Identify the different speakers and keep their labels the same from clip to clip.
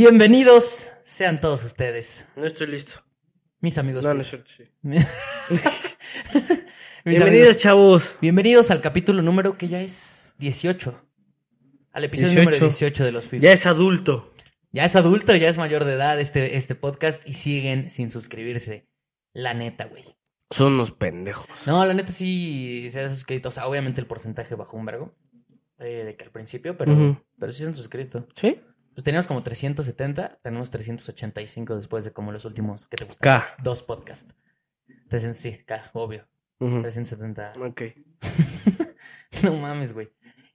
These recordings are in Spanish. Speaker 1: Bienvenidos sean todos ustedes,
Speaker 2: No estoy listo.
Speaker 1: mis amigos.
Speaker 2: No,
Speaker 1: Free.
Speaker 2: no es cierto, sí.
Speaker 1: Mis
Speaker 2: Bienvenidos,
Speaker 1: amigos.
Speaker 2: chavos.
Speaker 1: Bienvenidos al capítulo número que ya es 18. Al episodio
Speaker 2: 18.
Speaker 1: número 18 de los FIFA.
Speaker 2: Ya es adulto.
Speaker 1: Ya es adulto, ya es mayor de edad este, este podcast y siguen sin suscribirse. La neta, güey.
Speaker 2: Son unos pendejos.
Speaker 1: No, la neta sí se han suscrito. O sea, obviamente el porcentaje bajó un vergo eh, de que al principio, pero,
Speaker 2: Ujú.
Speaker 1: pero sí se han suscrito.
Speaker 2: ¿Sí?
Speaker 1: Pues teníamos como 370, tenemos 385 después de como los últimos que te gustan.
Speaker 2: K.
Speaker 1: Dos podcasts. 300, sí, K, obvio.
Speaker 2: Ujú.
Speaker 1: 370.
Speaker 2: Ok.
Speaker 1: No mames, güey.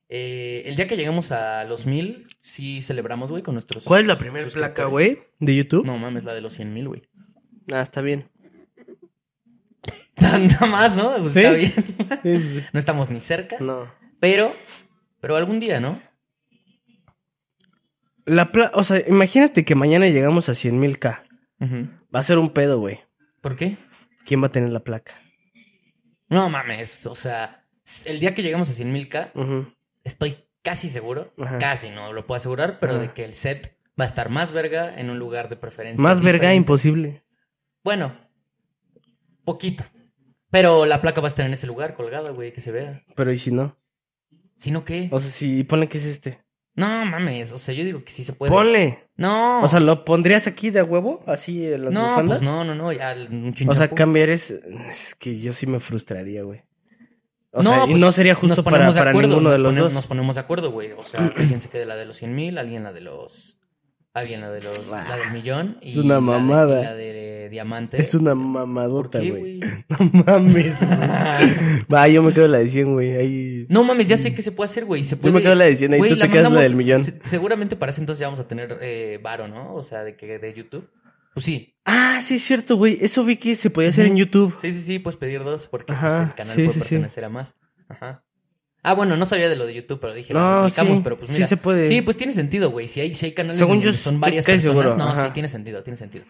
Speaker 1: Eh, el día que llegamos a los mil, sí celebramos, güey, con nuestros.
Speaker 2: ¿Cuál es la primera
Speaker 1: suscriptores.
Speaker 2: placa, güey? ¿De YouTube?
Speaker 1: No mames, la de los cien mil, güey.
Speaker 2: Ah, está bien.
Speaker 1: Tanta más, ¿no? Pues
Speaker 2: ¿Sí?
Speaker 1: Está bien. No estamos ni cerca.
Speaker 2: no.
Speaker 1: Pero, pero algún día, ¿no?
Speaker 2: La pla o sea, imagínate que mañana llegamos a 100.000 K. Va a ser un pedo, güey.
Speaker 1: ¿Por qué?
Speaker 2: ¿Quién va a tener la placa?
Speaker 1: No mames, o sea, s- el día que llegamos a 100 mil K,
Speaker 2: Ujú.
Speaker 1: estoy casi seguro,
Speaker 2: Ajá.
Speaker 1: casi, no lo puedo asegurar, pero de
Speaker 2: Ajá.
Speaker 1: que el set va a estar más verga en un lugar de preferencia.
Speaker 2: Más verga
Speaker 1: diferente.
Speaker 2: imposible.
Speaker 1: Bueno, poquito. Pero la placa va a estar en ese lugar colgada, güey, que se vea.
Speaker 2: Pero ¿y si no?
Speaker 1: Si no, ¿qué?
Speaker 2: O sea, si ponle que es este.
Speaker 1: No mames, o sea, yo digo que sí se puede.
Speaker 2: Ponle.
Speaker 1: No.
Speaker 2: O sea, ¿lo pondrías aquí de a huevo? Así en las
Speaker 1: no,
Speaker 2: bufandas.
Speaker 1: pues no, no, no, ya un
Speaker 2: O sea,
Speaker 1: chinchampú.
Speaker 2: cambiar es. Es que yo sí me frustraría, güey. O
Speaker 1: No,
Speaker 2: sea, y
Speaker 1: pues,
Speaker 2: no sería justo
Speaker 1: nos
Speaker 2: para,
Speaker 1: ponemos de
Speaker 2: para
Speaker 1: acuerdo,
Speaker 2: ninguno de
Speaker 1: nos
Speaker 2: los
Speaker 1: pone-
Speaker 2: dos.
Speaker 1: Nos ponemos de acuerdo, güey. O sea, alguien se quede la de los 100 mil, alguien la de los... Alguien la de los...
Speaker 2: Bah,
Speaker 1: la del millón. Y
Speaker 2: es
Speaker 1: la
Speaker 2: una
Speaker 1: de-
Speaker 2: mamada.
Speaker 1: y La de, diamante.
Speaker 2: Es una
Speaker 1: ¿Por
Speaker 2: mamadota,
Speaker 1: qué,
Speaker 2: güey.
Speaker 1: güey?
Speaker 2: No mames, güey. Va, yo me quedo la de 100, güey. Ahí.
Speaker 1: No mames, ya sé que se puede hacer, güey. Se
Speaker 2: Mm. Yo me
Speaker 1: puede...
Speaker 2: quedo la de 100 ahí,
Speaker 1: Güey,
Speaker 2: tú te quedas la
Speaker 1: mandamos-
Speaker 2: del millón.
Speaker 1: se- seguramente para ese entonces ya vamos a tener eh, varo, ¿no? O sea, de que de YouTube. Pues sí.
Speaker 2: Ah, sí, es cierto, güey. Eso vi que se podía hacer
Speaker 1: Ujú.
Speaker 2: en YouTube.
Speaker 1: Sí, sí, sí, puedes pedir dos porque pues,
Speaker 2: Ajá,
Speaker 1: el canal
Speaker 2: sí,
Speaker 1: puede
Speaker 2: sí, sí.
Speaker 1: pertenecer a más. Ajá. Ah, bueno, no sabía de lo de YouTube, pero dije, lo
Speaker 2: No, sí.
Speaker 1: publicamos, pero pues mira.
Speaker 2: sí se puede.
Speaker 1: Sí, pues tiene sentido, güey. Si hay, si hay canales
Speaker 2: Según
Speaker 1: en
Speaker 2: yo
Speaker 1: donde son
Speaker 2: estoy
Speaker 1: varias
Speaker 2: casi
Speaker 1: personas,
Speaker 2: seguro,
Speaker 1: no,
Speaker 2: ajá.
Speaker 1: sí, tiene sentido, tiene sentido.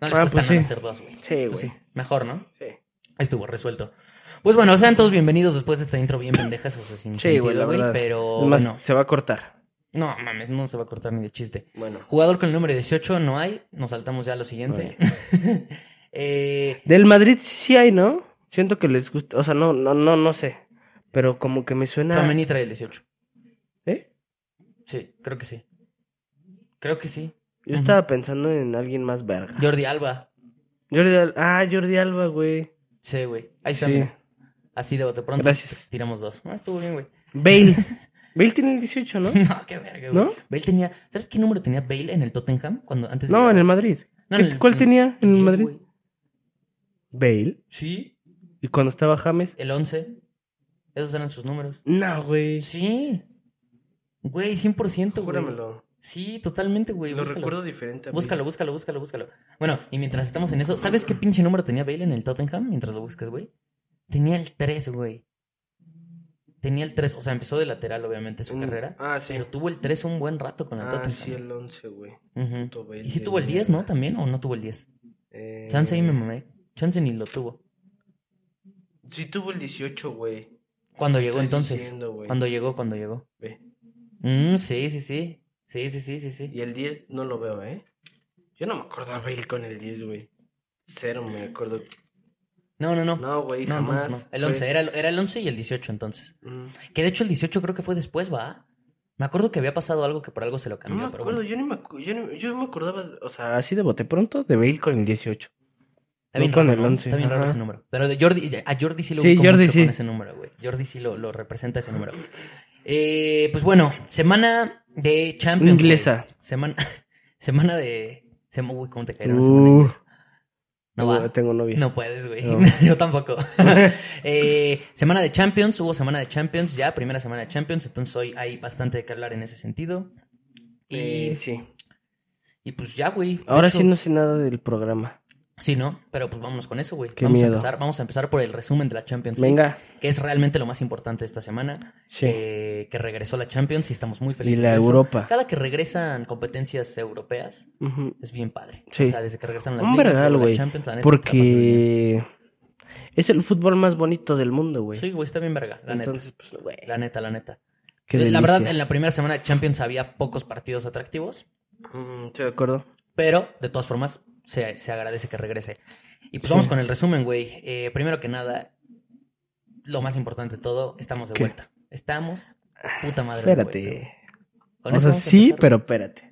Speaker 1: No les cuesta
Speaker 2: Ah, pues
Speaker 1: nada
Speaker 2: sí.
Speaker 1: hacer dos, güey.
Speaker 2: Sí,
Speaker 1: Pues
Speaker 2: güey.
Speaker 1: Mejor, ¿no?
Speaker 2: Sí.
Speaker 1: Ahí Estuvo resuelto. Pues bueno, sean todos bienvenidos después de esta intro bien pendejas, o sea, sin
Speaker 2: Sí, güey, la
Speaker 1: sentido, güey,
Speaker 2: verdad.
Speaker 1: pero
Speaker 2: Es más,
Speaker 1: Oh, bueno.
Speaker 2: se va a cortar.
Speaker 1: No, mames, no se va a cortar ni de chiste.
Speaker 2: Bueno.
Speaker 1: Jugador con el número 18 no hay, nos saltamos ya a lo siguiente. Eh,
Speaker 2: Del Madrid sí hay, ¿no? Siento que les gusta. O sea, no, no, no, no sé. Pero como que me suena.
Speaker 1: Tchouaméni trae el 18.
Speaker 2: ¿Eh?
Speaker 1: Sí, creo que sí. Creo que sí.
Speaker 2: Yo
Speaker 1: Ujú.
Speaker 2: estaba pensando en alguien más verga.
Speaker 1: Jordi Alba.
Speaker 2: Jordi Alba. Ah, Jordi Alba, güey.
Speaker 1: Sí, güey. Ahí está.
Speaker 2: Sí.
Speaker 1: mira. Así de bote pronto.
Speaker 2: Gracias.
Speaker 1: Tiramos dos. Ah, estuvo bien, güey.
Speaker 2: Bale. Bale tiene el 18, ¿no?
Speaker 1: No, qué verga, güey.
Speaker 2: ¿No?
Speaker 1: Bale tenía. ¿Sabes qué número tenía Bale en el Tottenham? Cuando antes de-
Speaker 2: No, en el Madrid.
Speaker 1: No,
Speaker 2: ¿Qué-
Speaker 1: en el-
Speaker 2: ¿Cuál tenía en el
Speaker 1: 10,
Speaker 2: Madrid?
Speaker 1: güey.
Speaker 2: Bale.
Speaker 1: Sí.
Speaker 2: ¿Y cuando estaba James?
Speaker 1: El 11. Esos eran sus números.
Speaker 2: No, güey.
Speaker 1: Sí. Güey, 100%. Güey.
Speaker 2: Júramelo.
Speaker 1: Sí, totalmente, güey.
Speaker 2: Lo
Speaker 1: Búscalo.
Speaker 2: recuerdo diferente. a mí.
Speaker 1: Búscalo, búscalo, búscalo, búscalo. Bueno, y mientras estamos en eso, ¿sabes qué pinche número tenía Bale en el Tottenham mientras lo buscas, güey? Tenía el 3, güey. Tenía el 3, o sea, empezó de lateral, obviamente, su
Speaker 2: Mm,
Speaker 1: carrera.
Speaker 2: Ah, sí.
Speaker 1: Pero tuvo el 3 un buen rato con el
Speaker 2: Ah,
Speaker 1: Tottenham.
Speaker 2: sí, el 11, güey.
Speaker 1: Ujú.
Speaker 2: Puto Bale
Speaker 1: Y sí
Speaker 2: de
Speaker 1: tuvo el 10, ¿no?
Speaker 2: mierda.
Speaker 1: También, o no tuvo el 10.
Speaker 2: Eh,
Speaker 1: Chance ahí me mamé. Chance ni lo tuvo.
Speaker 2: Sí tuvo el 18, güey.
Speaker 1: Cuando llegó
Speaker 2: Estoy
Speaker 1: entonces.
Speaker 2: diciendo, güey.
Speaker 1: Cuando llegó, cuando llegó.
Speaker 2: Ve.
Speaker 1: Mm, sí, sí, sí. Sí, sí, sí, sí, sí.
Speaker 2: Y el 10 no lo veo, ¿eh? Yo no me acuerdo a Bale con el 10, güey. Cero me acuerdo.
Speaker 1: No, no, no. No,
Speaker 2: No, güey,
Speaker 1: no,
Speaker 2: jamás.
Speaker 1: entonces no. El
Speaker 2: Fue-
Speaker 1: 11, era, era el 11 y el 18 entonces.
Speaker 2: Mm.
Speaker 1: Que de hecho el 18 creo que fue después, ¿va? Me acuerdo que había pasado algo que por algo se lo
Speaker 2: No
Speaker 1: cambió,
Speaker 2: me
Speaker 1: pero
Speaker 2: acuerdo,
Speaker 1: bueno.
Speaker 2: yo, ni me acu- yo, ni- yo me acordaba, o sea, así de bote pronto, de Bale con el 18.
Speaker 1: Está bien
Speaker 2: no con
Speaker 1: raro,
Speaker 2: el
Speaker 1: ¿no?
Speaker 2: 11,
Speaker 1: Está bien raro
Speaker 2: ajá.
Speaker 1: ese número. Pero de Jordi, a Jordi sí lo
Speaker 2: Sí,
Speaker 1: ubico
Speaker 2: Jordi
Speaker 1: mucho
Speaker 2: sí.
Speaker 1: con ese número, güey. Jordi sí lo, lo representa ese número. Eh, pues bueno, semana de Champions. güey.
Speaker 2: Inglesa.
Speaker 1: Semana, semana de... sema- uy, ¿cómo te caerá la
Speaker 2: Uh.
Speaker 1: semana inglesa? No
Speaker 2: Tengo-
Speaker 1: va.
Speaker 2: Tengo novia.
Speaker 1: No puedes, güey.
Speaker 2: No.
Speaker 1: Yo tampoco. Eh, semana de Champions, hubo semana de Champions, ya primera semana de Champions, entonces hoy hay bastante que hablar en ese sentido. Y,
Speaker 2: Eh, sí.
Speaker 1: y pues ya, güey. De
Speaker 2: Ahora
Speaker 1: hecho-
Speaker 2: sí no sé nada del programa.
Speaker 1: Sí, ¿no? Pero pues vámonos con eso, güey.
Speaker 2: Qué
Speaker 1: Vamos a
Speaker 2: miedo.
Speaker 1: empezar, vamos a empezar por el resumen de la Champions League,
Speaker 2: Venga.
Speaker 1: que es realmente lo más importante esta semana,
Speaker 2: Sí.
Speaker 1: que, que regresó la Champions y estamos muy
Speaker 2: Y
Speaker 1: felices.
Speaker 2: la
Speaker 1: de eso.
Speaker 2: Europa.
Speaker 1: Cada que regresan competencias europeas
Speaker 2: Ujú.
Speaker 1: es bien padre.
Speaker 2: Sí.
Speaker 1: O sea, desde que regresaron las
Speaker 2: Un
Speaker 1: ligas,
Speaker 2: vergal,
Speaker 1: luego la
Speaker 2: güey,
Speaker 1: Champions, la neta, te la pasas bien.
Speaker 2: Porque es el fútbol más bonito del mundo, güey.
Speaker 1: Sí, güey, está bien verga, la
Speaker 2: Entonces, pues, güey.
Speaker 1: neta. La neta, la neta.
Speaker 2: qué
Speaker 1: la verdad,
Speaker 2: delicia.
Speaker 1: en la primera semana de Champions había pocos partidos atractivos.
Speaker 2: Mm, estoy de acuerdo.
Speaker 1: Pero, de todas formas, se, se agradece que regrese. Y pues vamos
Speaker 2: Sí.
Speaker 1: con el resumen, güey. Eh, primero que nada, lo más importante de todo, estamos de
Speaker 2: ¿Qué?
Speaker 1: vuelta. Estamos, puta madre. de vuelta.
Speaker 2: Espérate.
Speaker 1: Con
Speaker 2: O
Speaker 1: eso
Speaker 2: sea,
Speaker 1: vamos a
Speaker 2: sí,
Speaker 1: empezar.
Speaker 2: pero espérate.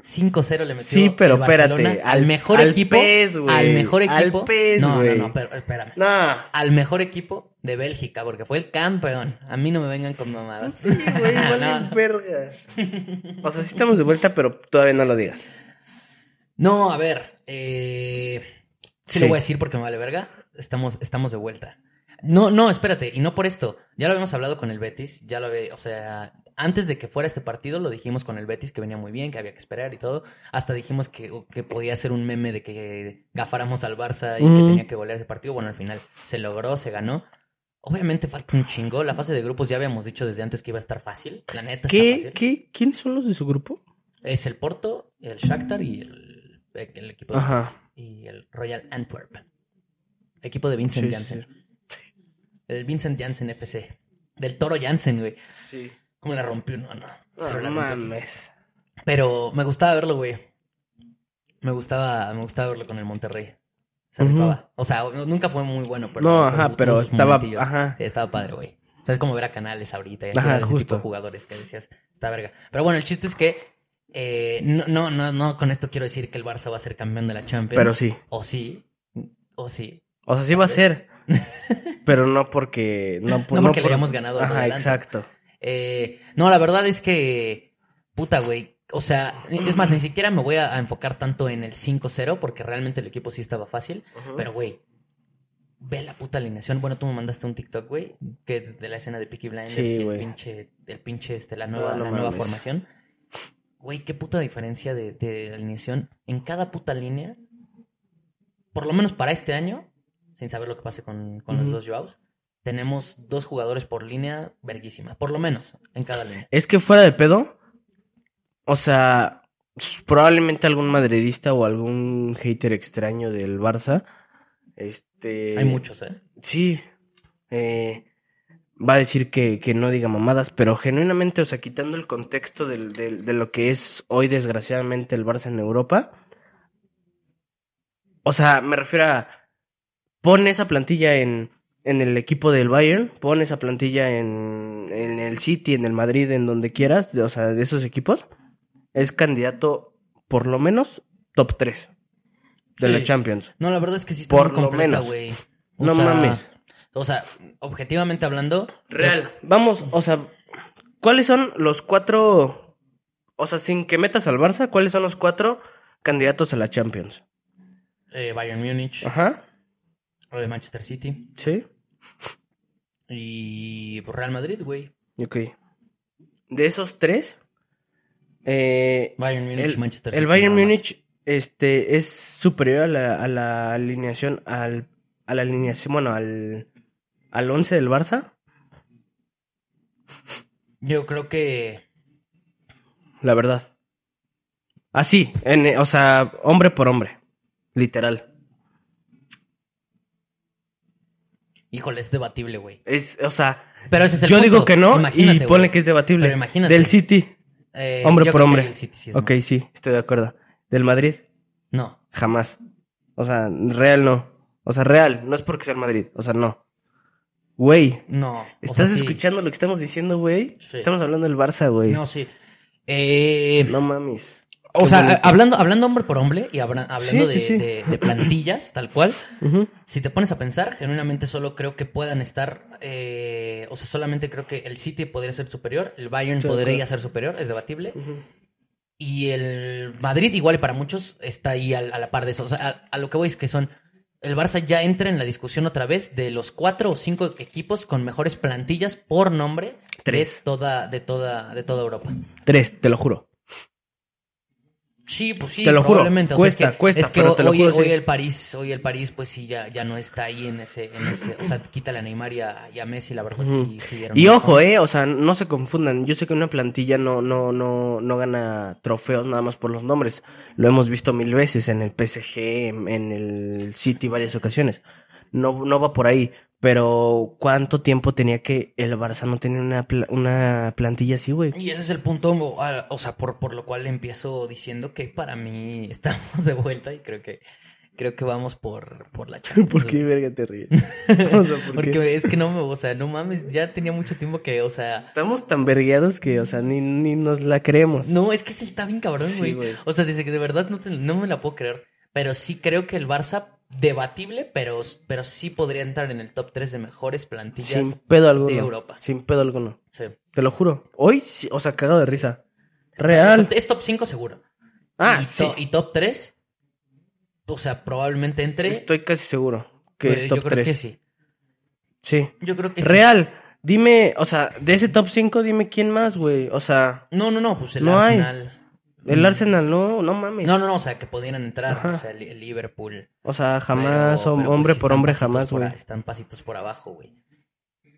Speaker 1: 5-0 le metió
Speaker 2: Sí, pero
Speaker 1: el Barcelona
Speaker 2: espérate,
Speaker 1: Al,
Speaker 2: al-
Speaker 1: mejor
Speaker 2: al
Speaker 1: equipo.
Speaker 2: PES, güey,
Speaker 1: al mejor
Speaker 2: al
Speaker 1: equipo.
Speaker 2: PES,
Speaker 1: no, no,
Speaker 2: güey.
Speaker 1: no, pero espérame.
Speaker 2: Nah.
Speaker 1: Al mejor equipo de Bélgica, porque fue el campeón. A mí no me vengan con mamadas.
Speaker 2: Ah, Sí, güey,
Speaker 1: No, no.
Speaker 2: valen verga. O sea, sí estamos de vuelta, pero todavía no lo digas.
Speaker 1: No, a ver. Eh, sí,
Speaker 2: Sí.
Speaker 1: lo voy a decir porque me vale verga. Estamos, estamos de vuelta. No, no, espérate. Y no por esto. Ya lo habíamos hablado con el Betis. Ya lo había, o sea, antes de que fuera este partido lo dijimos con el Betis que venía muy bien, que había que esperar y todo. Hasta dijimos que, que podía ser un meme de que gafáramos al Barça y que
Speaker 2: Mm.
Speaker 1: tenía que golear ese partido. Bueno, al final se logró, se ganó. Obviamente falta un chingo. La fase de grupos ya habíamos dicho desde antes que iba a estar fácil. La neta está
Speaker 2: ¿Qué,
Speaker 1: fácil.
Speaker 2: qué, ¿Quiénes son los de su grupo?
Speaker 1: Es el Porto, el Shakhtar y el, el equipo de
Speaker 2: Ajá.
Speaker 1: Betis. y el Royal Antwerp. Equipo de Vincent
Speaker 2: Sí, sí,
Speaker 1: Janssen. El Vincent Janssen FC. Del Toro Janssen, güey.
Speaker 2: Sí.
Speaker 1: ¿Cómo la rompió? No, no.
Speaker 2: Ah, No
Speaker 1: Cero la rompió.
Speaker 2: mames.
Speaker 1: Pero me gustaba verlo, güey. Me gustaba, me gustaba verlo con el Monterrey. Se
Speaker 2: Ujú.
Speaker 1: rifaba. O sea, no- nunca fue muy bueno, pero.
Speaker 2: No, ajá,
Speaker 1: tuvo
Speaker 2: pero
Speaker 1: sus
Speaker 2: estaba-
Speaker 1: momentillos.
Speaker 2: ajá.
Speaker 1: Sí, estaba padre, güey. O sea, es como ver a canales ahorita y así,
Speaker 2: Ajá,
Speaker 1: ver ese tipo
Speaker 2: justo.
Speaker 1: de jugadores que decías, está verga. Pero bueno, el chiste es que. eh, no, no, no, no, con esto quiero decir que el Barça va a ser campeón de la Champions.
Speaker 2: Pero sí.
Speaker 1: O sí. O sí.
Speaker 2: O sea, sí va a ser. Pero no porque. Pues No, por-
Speaker 1: No porque le
Speaker 2: por-
Speaker 1: hayamos ganado a lo
Speaker 2: Ajá,
Speaker 1: adelante.
Speaker 2: exacto.
Speaker 1: Eh, no, la verdad es que. Puta, güey. O sea, es más, ni siquiera me voy a, a enfocar tanto en el 5-0 porque realmente el equipo sí estaba fácil. Pero, güey. Ve la puta alineación. Bueno, tú me mandaste un TikTok, güey, que de la escena de Peaky Blinders
Speaker 2: Sí,
Speaker 1: y el
Speaker 2: güey.
Speaker 1: pinche, el pinche, este, la nueva,
Speaker 2: Ah, no
Speaker 1: la nueva
Speaker 2: mames.
Speaker 1: formación. Güey, qué puta diferencia de, de alineación. En cada puta línea, por lo menos para este año, sin saber lo que pase con, con los
Speaker 2: Ujú.
Speaker 1: dos Joaos, tenemos dos jugadores por línea verguísima. Por lo menos, en cada línea.
Speaker 2: Es que fuera de pedo. O sea, s- probablemente algún madridista o algún hater extraño del Barça. Este.
Speaker 1: Hay muchos, ¿eh?
Speaker 2: Sí. eh, va a decir que, que no diga mamadas, pero genuinamente, o sea, quitando el contexto del- del- de lo que es hoy, desgraciadamente, el Barça en Europa. O sea, me refiero a. Pon esa plantilla en, en el equipo del Bayern, pon esa plantilla en, en el City, en el Madrid, en donde quieras, de- o sea, de esos equipos. Es candidato, por lo menos, top 3 de
Speaker 1: Sí.
Speaker 2: la Champions.
Speaker 1: No, la verdad es que sí está
Speaker 2: Por
Speaker 1: muy
Speaker 2: lo
Speaker 1: completa,
Speaker 2: menos.
Speaker 1: güey. O
Speaker 2: No
Speaker 1: sea,
Speaker 2: mames.
Speaker 1: O sea, objetivamente hablando.
Speaker 2: Real. Eh, Vamos, o sea, ¿cuáles son los cuatro? O sea, sin que metas al Barça, ¿cuáles son los cuatro candidatos a la Champions?
Speaker 1: eh, Bayern Múnich,
Speaker 2: Ajá.
Speaker 1: eh, Manchester City
Speaker 2: Sí.
Speaker 1: y pues, Real Madrid, güey.
Speaker 2: Ok. De esos tres, eh,
Speaker 1: Bayern Múnich,
Speaker 2: el,
Speaker 1: Manchester
Speaker 2: el
Speaker 1: City.
Speaker 2: Bayern
Speaker 1: nada más.
Speaker 2: Múnich este, es superior a la, a la alineación, al, a la alineación, bueno, al, al once del Barça,
Speaker 1: Yo creo que.
Speaker 2: la verdad. Así, en, o sea, hombre por hombre, literal.
Speaker 1: Híjole, es debatible, güey.
Speaker 2: Es, o sea,
Speaker 1: Pero ese es el
Speaker 2: Yo
Speaker 1: punto.
Speaker 2: digo que no y
Speaker 1: Imagínate,
Speaker 2: ponle
Speaker 1: güey.
Speaker 2: que es debatible.
Speaker 1: Pero imagínate.
Speaker 2: Del City.
Speaker 1: Eh,
Speaker 2: hombre
Speaker 1: yo
Speaker 2: por
Speaker 1: creo que
Speaker 2: hombre.
Speaker 1: el City sí es
Speaker 2: Ok,
Speaker 1: más.
Speaker 2: sí, estoy de acuerdo. Del Madrid,
Speaker 1: No.
Speaker 2: jamás. O sea, Real no. O sea, Real, no es porque sea el Madrid. O sea, no. Güey,
Speaker 1: No. o sea,
Speaker 2: ¿estás
Speaker 1: sí.
Speaker 2: escuchando lo que estamos diciendo, güey?
Speaker 1: Sí.
Speaker 2: Estamos hablando del Barça, güey. No,
Speaker 1: No, sí. Eh,
Speaker 2: mames.
Speaker 1: o
Speaker 2: Qué
Speaker 1: sea,
Speaker 2: bonito.
Speaker 1: a- hablando, hablando hombre por hombre y habra- hablando de,
Speaker 2: Sí, sí, sí.
Speaker 1: de- de plantillas, tal cual,
Speaker 2: Ujú.
Speaker 1: si te pones a pensar, genuinamente solo creo que puedan estar. eh, o sea, solamente creo que el City podría ser superior, el Bayern
Speaker 2: Sí, de
Speaker 1: podría
Speaker 2: acuerdo.
Speaker 1: ser superior, es debatible.
Speaker 2: Ujú.
Speaker 1: Y el Madrid, igual y para muchos, está ahí al- a, la par de eso. O sea, a, a lo que voy es que son. El Barça ya entra en la discusión otra vez de los cuatro o cinco equipos con mejores plantillas por nombre
Speaker 2: Tres.
Speaker 1: de toda, de toda, de toda Europa.
Speaker 2: Tres, te lo juro.
Speaker 1: Sí, pues sí,
Speaker 2: Te lo juro,
Speaker 1: probablemente. O sea, es
Speaker 2: cuesta,
Speaker 1: que-
Speaker 2: cuesta,
Speaker 1: es que
Speaker 2: pero
Speaker 1: ho-
Speaker 2: te lo
Speaker 1: hoy,
Speaker 2: juro, sí.
Speaker 1: hoy el París, hoy el París, pues sí, ya, ya no está ahí en ese, en ese. O sea, quítale a Neymar y a, y a Messi, la verdad,
Speaker 2: Ujú.
Speaker 1: sí, sí dieron
Speaker 2: Y
Speaker 1: un
Speaker 2: ojo, eh, o sea, no se confundan. Yo sé que una plantilla no, no, no, no gana trofeos nada más por los nombres. Lo hemos visto mil veces en el PSG, en en el City, varias ocasiones. No, no va por ahí. Pero ¿cuánto tiempo tenía que el Barça no tenía una, pla- una plantilla así, güey?
Speaker 1: Y ese es el punto, o a- o sea, por, por lo cual empiezo diciendo que para mí estamos de vuelta y creo que creo que vamos por, por la Champions.
Speaker 3: ¿Por qué, verga, te ríes? O sea, ¿por qué?
Speaker 1: Porque es que no me, o sea, no mames, ya tenía mucho tiempo que, o sea,
Speaker 2: Estamos tan vergueados que, o sea, ni, ni nos la creemos.
Speaker 1: no, es que se está bien cabrón,
Speaker 2: Sí,
Speaker 1: güey.
Speaker 2: güey.
Speaker 1: o sea, dice que de verdad no, te- no me la puedo creer, pero sí creo que el Barça debatible, pero pero sí podría entrar en el top 3 de mejores plantillas.
Speaker 2: Sin pedo alguno.
Speaker 1: de Europa.
Speaker 2: Sin pedo alguno.
Speaker 1: Sí.
Speaker 2: Te lo juro. Hoy, sí, o sea, cagado de risa. Real.
Speaker 1: Es, top- es top 5 seguro.
Speaker 2: Ah,
Speaker 1: y,
Speaker 2: sí.
Speaker 1: to- y top 3 o sea, probablemente entre
Speaker 2: Estoy casi seguro que
Speaker 1: pero
Speaker 2: es
Speaker 1: Pues, yo
Speaker 2: top
Speaker 1: creo
Speaker 2: 3.
Speaker 1: que
Speaker 2: sí.
Speaker 1: sí. Yo creo que sí.
Speaker 2: Real. Dime, o sea, de ese top 5, dime quién más, güey. O sea,
Speaker 1: No, no, no, pues el
Speaker 2: No hay.
Speaker 1: Arsenal. Mm.
Speaker 2: el Arsenal, no, no mames.
Speaker 1: No, no, no, o sea, que pudieran entrar,
Speaker 2: Ajá.
Speaker 1: o sea, el, el Liverpool.
Speaker 2: O sea, jamás,
Speaker 1: pero- pero,
Speaker 2: hom-
Speaker 1: pues,
Speaker 2: hombre
Speaker 1: sí
Speaker 2: por
Speaker 1: están
Speaker 2: hombre,
Speaker 1: pasitos
Speaker 2: jamás,
Speaker 1: por
Speaker 2: güey.
Speaker 1: a- Están pasitos por abajo, güey.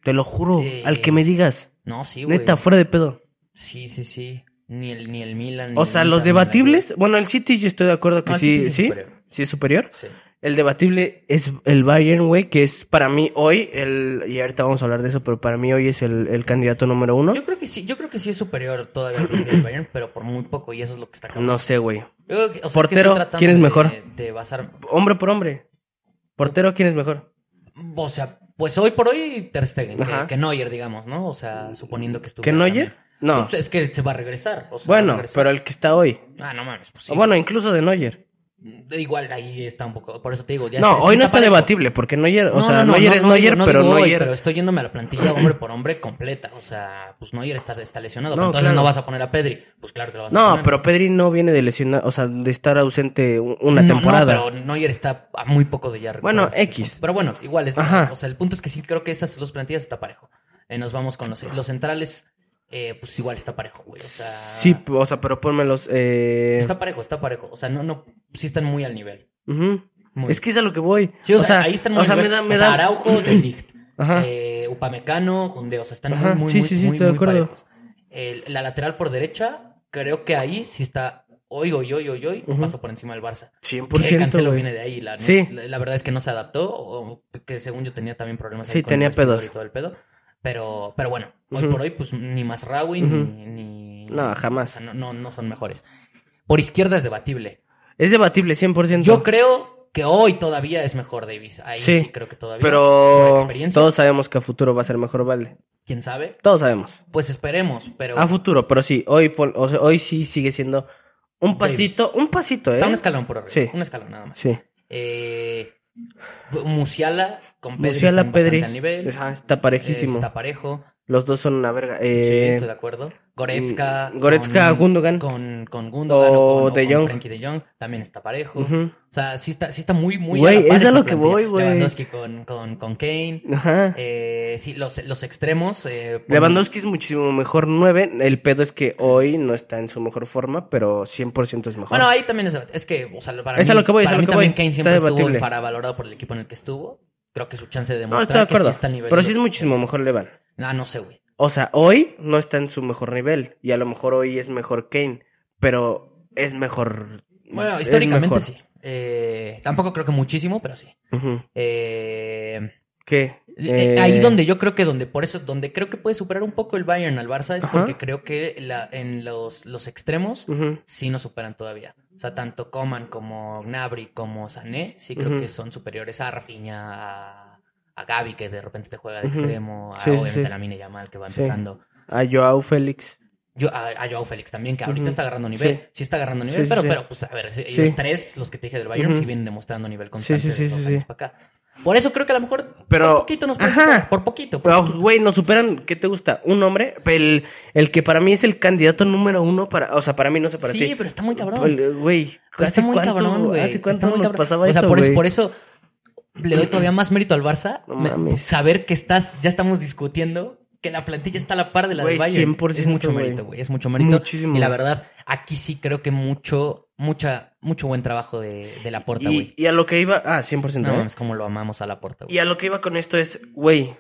Speaker 2: Te lo juro,
Speaker 1: Eh,
Speaker 2: al que me digas.
Speaker 1: No, sí, güey.
Speaker 2: Neta, fuera de pedo.
Speaker 1: Sí, sí, sí. Ni el, ni el Milan. ni
Speaker 2: O
Speaker 1: el
Speaker 2: sea,
Speaker 1: Inter,
Speaker 2: los
Speaker 1: ni Mm, la
Speaker 2: debatibles, bueno, el City yo estoy de acuerdo que
Speaker 1: No, el
Speaker 2: sí,
Speaker 1: City sí
Speaker 2: sí,
Speaker 1: es superior.
Speaker 2: sí es superior.
Speaker 1: Juve. Sí.
Speaker 2: El debatible es el Bayern, güey, que es para mí hoy, el, y ahorita vamos a hablar de eso, pero para mí hoy es el, el candidato número uno.
Speaker 1: Yo creo que sí, yo creo que sí es superior todavía al City del Bayern, pero por muy poco, y eso es lo que está acabando.
Speaker 2: No sé, güey. Portero,
Speaker 1: Portero,
Speaker 2: ¿quién es mejor?
Speaker 1: De, de basar.
Speaker 2: Hombre por hombre. Portero, ¿quién es mejor?
Speaker 1: O sea, pues hoy por hoy Ter Stegen,
Speaker 2: Ajá.
Speaker 1: que, que Neuer, digamos, ¿no? O sea, suponiendo que estuviera.
Speaker 2: ¿Que Neuer?
Speaker 1: también.
Speaker 2: No.
Speaker 1: Pues es que se va a regresar. o sea, va a
Speaker 2: Ah. Bueno,
Speaker 1: regresar.
Speaker 2: pero el que está hoy.
Speaker 1: Ah, no mames, pues sí.
Speaker 2: O Bueno, incluso de Neuer.
Speaker 1: Da Igual ahí está un poco. Por eso te digo, ya
Speaker 2: No,
Speaker 1: es que
Speaker 2: hoy no está
Speaker 1: parejo.
Speaker 2: debatible, porque Neuer, o
Speaker 1: No,
Speaker 2: sea,
Speaker 1: no, no,
Speaker 2: Neuer
Speaker 1: no,
Speaker 2: es
Speaker 1: no
Speaker 2: Neuer,
Speaker 1: digo- no
Speaker 2: pero
Speaker 1: digo hoy,
Speaker 2: Neuer...
Speaker 1: Pero estoy yéndome a la plantilla hombre por hombre completa. O sea, pues Neuer está, está lesionado.
Speaker 2: No,
Speaker 1: entonces
Speaker 2: claro.
Speaker 1: no vas a poner a Pedri. Pues claro que lo vas a
Speaker 2: No,
Speaker 1: poner.
Speaker 2: pero Pedri no viene de lesionar, o sea, de estar ausente u- una
Speaker 1: No,
Speaker 2: temporada.
Speaker 1: No, pero Neuer está a muy poco de ya. recuperar
Speaker 2: Bueno,
Speaker 1: ese
Speaker 2: X.
Speaker 1: punto. Pero bueno, igual es.
Speaker 2: Ajá.
Speaker 1: O sea, el punto es que sí creo que esas dos plantillas está parejo. Eh, nos vamos con los, los centrales. eh, pues igual está parejo, güey. O sea,
Speaker 2: Sí, p- o sea, pero pónmelos... Eh...
Speaker 1: está parejo, está parejo. O sea, no, no, sí están muy al nivel.
Speaker 2: ujú.
Speaker 1: Muy.
Speaker 2: Es que es a lo que voy.
Speaker 1: Sí, o, sea, ahí están muy
Speaker 2: o sea,
Speaker 1: al
Speaker 2: me
Speaker 1: nivel.
Speaker 2: da, me
Speaker 1: O sea,
Speaker 2: da-
Speaker 1: Araujo, De Ligt,
Speaker 2: Ajá.
Speaker 1: eh, Upamecano, Koundé, o sea, están
Speaker 2: Ajá,
Speaker 1: muy, muy,
Speaker 2: sí,
Speaker 1: muy,
Speaker 2: sí, sí,
Speaker 1: muy,
Speaker 2: estoy de
Speaker 1: muy
Speaker 2: acuerdo.
Speaker 1: parejos. El- la lateral por derecha, creo que ahí sí está hoy, hoy, hoy, hoy, hoy,
Speaker 2: Ujú.
Speaker 1: paso por encima del Barça.
Speaker 2: 100%.
Speaker 1: que Cancelo
Speaker 2: güey.
Speaker 1: viene de ahí. La,
Speaker 2: Sí.
Speaker 1: la, la verdad es que no se adaptó, o que según yo tenía también problemas. ahí
Speaker 2: Sí,
Speaker 1: con el
Speaker 2: tenía
Speaker 1: vestidor
Speaker 2: pedos.
Speaker 1: Y todo el pedo. Pero, pero bueno, hoy
Speaker 2: Ujú.
Speaker 1: por hoy, pues ni Masraoui
Speaker 2: Ujú.
Speaker 1: ni, ni-
Speaker 2: No, jamás.
Speaker 1: o sea, no, no, no son mejores. Por izquierda es debatible.
Speaker 2: Es debatible 100%.
Speaker 1: Yo creo que hoy todavía es mejor Davis. Ahí sí,
Speaker 2: Sí,
Speaker 1: creo que todavía. por
Speaker 2: pero
Speaker 1: experiencia.
Speaker 2: todos sabemos que a futuro va a ser mejor Valde.
Speaker 1: ¿Quién sabe?
Speaker 2: Todos sabemos.
Speaker 1: Pues esperemos, pero
Speaker 2: A futuro, pero sí, hoy pon- o sea, hoy sí sigue siendo un
Speaker 1: Davis.
Speaker 2: pasito, un pasito, eh.
Speaker 1: está un escalón por arriba.
Speaker 2: Sí.
Speaker 1: Un escalón nada más.
Speaker 2: Sí.
Speaker 1: Eh, Musiala con Pedri
Speaker 2: Musiala,
Speaker 1: están bastante
Speaker 2: Pedri.
Speaker 1: al nivel.
Speaker 2: Esa- está parejísimo.
Speaker 1: Eh, está parejo.
Speaker 2: Los dos son una verga.
Speaker 1: sí,
Speaker 2: Eh,
Speaker 1: estoy de acuerdo. Goretzka.
Speaker 2: mm, Goretzka, Gundogan.
Speaker 1: Con, con Gundogan o,
Speaker 2: O
Speaker 1: con, o
Speaker 2: De
Speaker 1: con
Speaker 2: Jong.
Speaker 1: Frenkie de Jong. También está parejo.
Speaker 2: ujú.
Speaker 1: O sea, sí está, sí está muy, muy.
Speaker 2: Güey,
Speaker 1: la par
Speaker 2: es a
Speaker 1: esa
Speaker 2: lo que
Speaker 1: plantilla.
Speaker 2: voy, güey.
Speaker 1: Lewandowski con, con, con Kane.
Speaker 2: Ajá.
Speaker 1: Eh, sí, los, los extremos. eh, pon-
Speaker 2: Lewandowski es muchísimo mejor 9. El pedo es que hoy no está en su mejor forma, pero 100% es mejor.
Speaker 1: Bueno, ahí también es, es que, o sea, para
Speaker 2: Es
Speaker 1: mí,
Speaker 2: a lo que voy, es
Speaker 1: para
Speaker 2: a lo
Speaker 1: mí
Speaker 2: que
Speaker 1: también
Speaker 2: voy.
Speaker 1: Kane
Speaker 2: Está
Speaker 1: siempre estuvo
Speaker 2: debatible.
Speaker 1: infravalorado por el equipo en el que estuvo. Creo que su chance de
Speaker 2: no,
Speaker 1: demostrar
Speaker 2: estoy de
Speaker 1: que sí
Speaker 2: acuerdo.
Speaker 1: está al nivel.
Speaker 2: pero
Speaker 1: de
Speaker 2: sí es
Speaker 1: los-
Speaker 2: muchísimo mejor Levan.
Speaker 1: Ah, no sé, güey.
Speaker 2: O sea, hoy no está en su mejor nivel. Y a lo mejor hoy es mejor Kane. Pero es mejor.
Speaker 1: Bueno,
Speaker 2: es
Speaker 1: históricamente
Speaker 2: mejor.
Speaker 1: sí. Eh, tampoco creo que muchísimo, pero sí.
Speaker 2: Ujú.
Speaker 1: Eh,
Speaker 2: ¿Qué?
Speaker 1: eh,
Speaker 2: Eh,
Speaker 1: ahí donde yo creo que donde por eso donde creo que puede superar un poco el Bayern al Barça es
Speaker 2: Ajá.
Speaker 1: porque creo que la- en los, los extremos
Speaker 2: Ujú.
Speaker 1: sí nos superan todavía. O sea, tanto Coman como Gnabry como Sané sí creo
Speaker 2: Ujú.
Speaker 1: que son superiores a Rafinha, a, a Gaby que de repente te juega de
Speaker 2: Ujú.
Speaker 1: extremo, a
Speaker 2: Sí, sí,
Speaker 1: obviamente
Speaker 2: sí.
Speaker 1: la Mina Yamal que va
Speaker 2: Sí.
Speaker 1: empezando.
Speaker 2: A Joao Félix.
Speaker 1: Yo, a, a Joao Félix también, que ahorita
Speaker 2: Ujú.
Speaker 1: está agarrando nivel. Sí,
Speaker 2: Sí.
Speaker 1: está agarrando nivel,
Speaker 2: Sí, sí,
Speaker 1: pero,
Speaker 2: sí.
Speaker 1: pero pues a ver, sí,
Speaker 2: Sí.
Speaker 1: los tres, los que te dije del Bayern,
Speaker 2: Ujú.
Speaker 1: sí vienen demostrando nivel constante
Speaker 2: sí, sí,
Speaker 1: de dos
Speaker 2: sí,
Speaker 1: años
Speaker 2: sí.
Speaker 1: para acá. Por eso creo que a lo mejor por
Speaker 2: Pero-
Speaker 1: poquito nos pueden
Speaker 2: Ajá.
Speaker 1: superar, por poquito. por
Speaker 2: Pero,
Speaker 1: poquito.
Speaker 2: güey, nos superan. ¿Qué te gusta? Un hombre. El, el que para mí es el candidato número uno. para O sea, para mí no sé para
Speaker 1: sí,
Speaker 2: ti.
Speaker 1: pero está muy cabrón.
Speaker 2: El- Güey,
Speaker 1: Pero está
Speaker 2: ¿hace
Speaker 1: muy
Speaker 2: cuánto,
Speaker 1: cabrón, güey.
Speaker 2: ¿Hace
Speaker 1: Está
Speaker 2: cuánto
Speaker 1: muy
Speaker 2: nos
Speaker 1: cabrón.
Speaker 2: pasaba
Speaker 1: o sea,
Speaker 2: eso,
Speaker 1: por,
Speaker 2: güey?
Speaker 1: por eso le doy todavía más mérito al Barça.
Speaker 2: No
Speaker 1: me-
Speaker 2: mames.
Speaker 1: saber que estás, ya estamos discutiendo que la plantilla está a la par de la del
Speaker 2: Güey,
Speaker 1: Bayern.
Speaker 2: 100%,
Speaker 1: es mucho
Speaker 2: güey.
Speaker 1: mérito, güey. Es mucho mérito.
Speaker 2: Muchísimo.
Speaker 1: Y la verdad, aquí sí creo que mucho, mucha, mucho buen trabajo de, de la porta,
Speaker 2: Y,
Speaker 1: güey.
Speaker 2: y a lo que iba... Ah, 100%.
Speaker 1: No
Speaker 2: ¿eh?
Speaker 1: mames, cómo lo amamos a la porta, güey.
Speaker 2: Y a lo que iba con esto es, güey,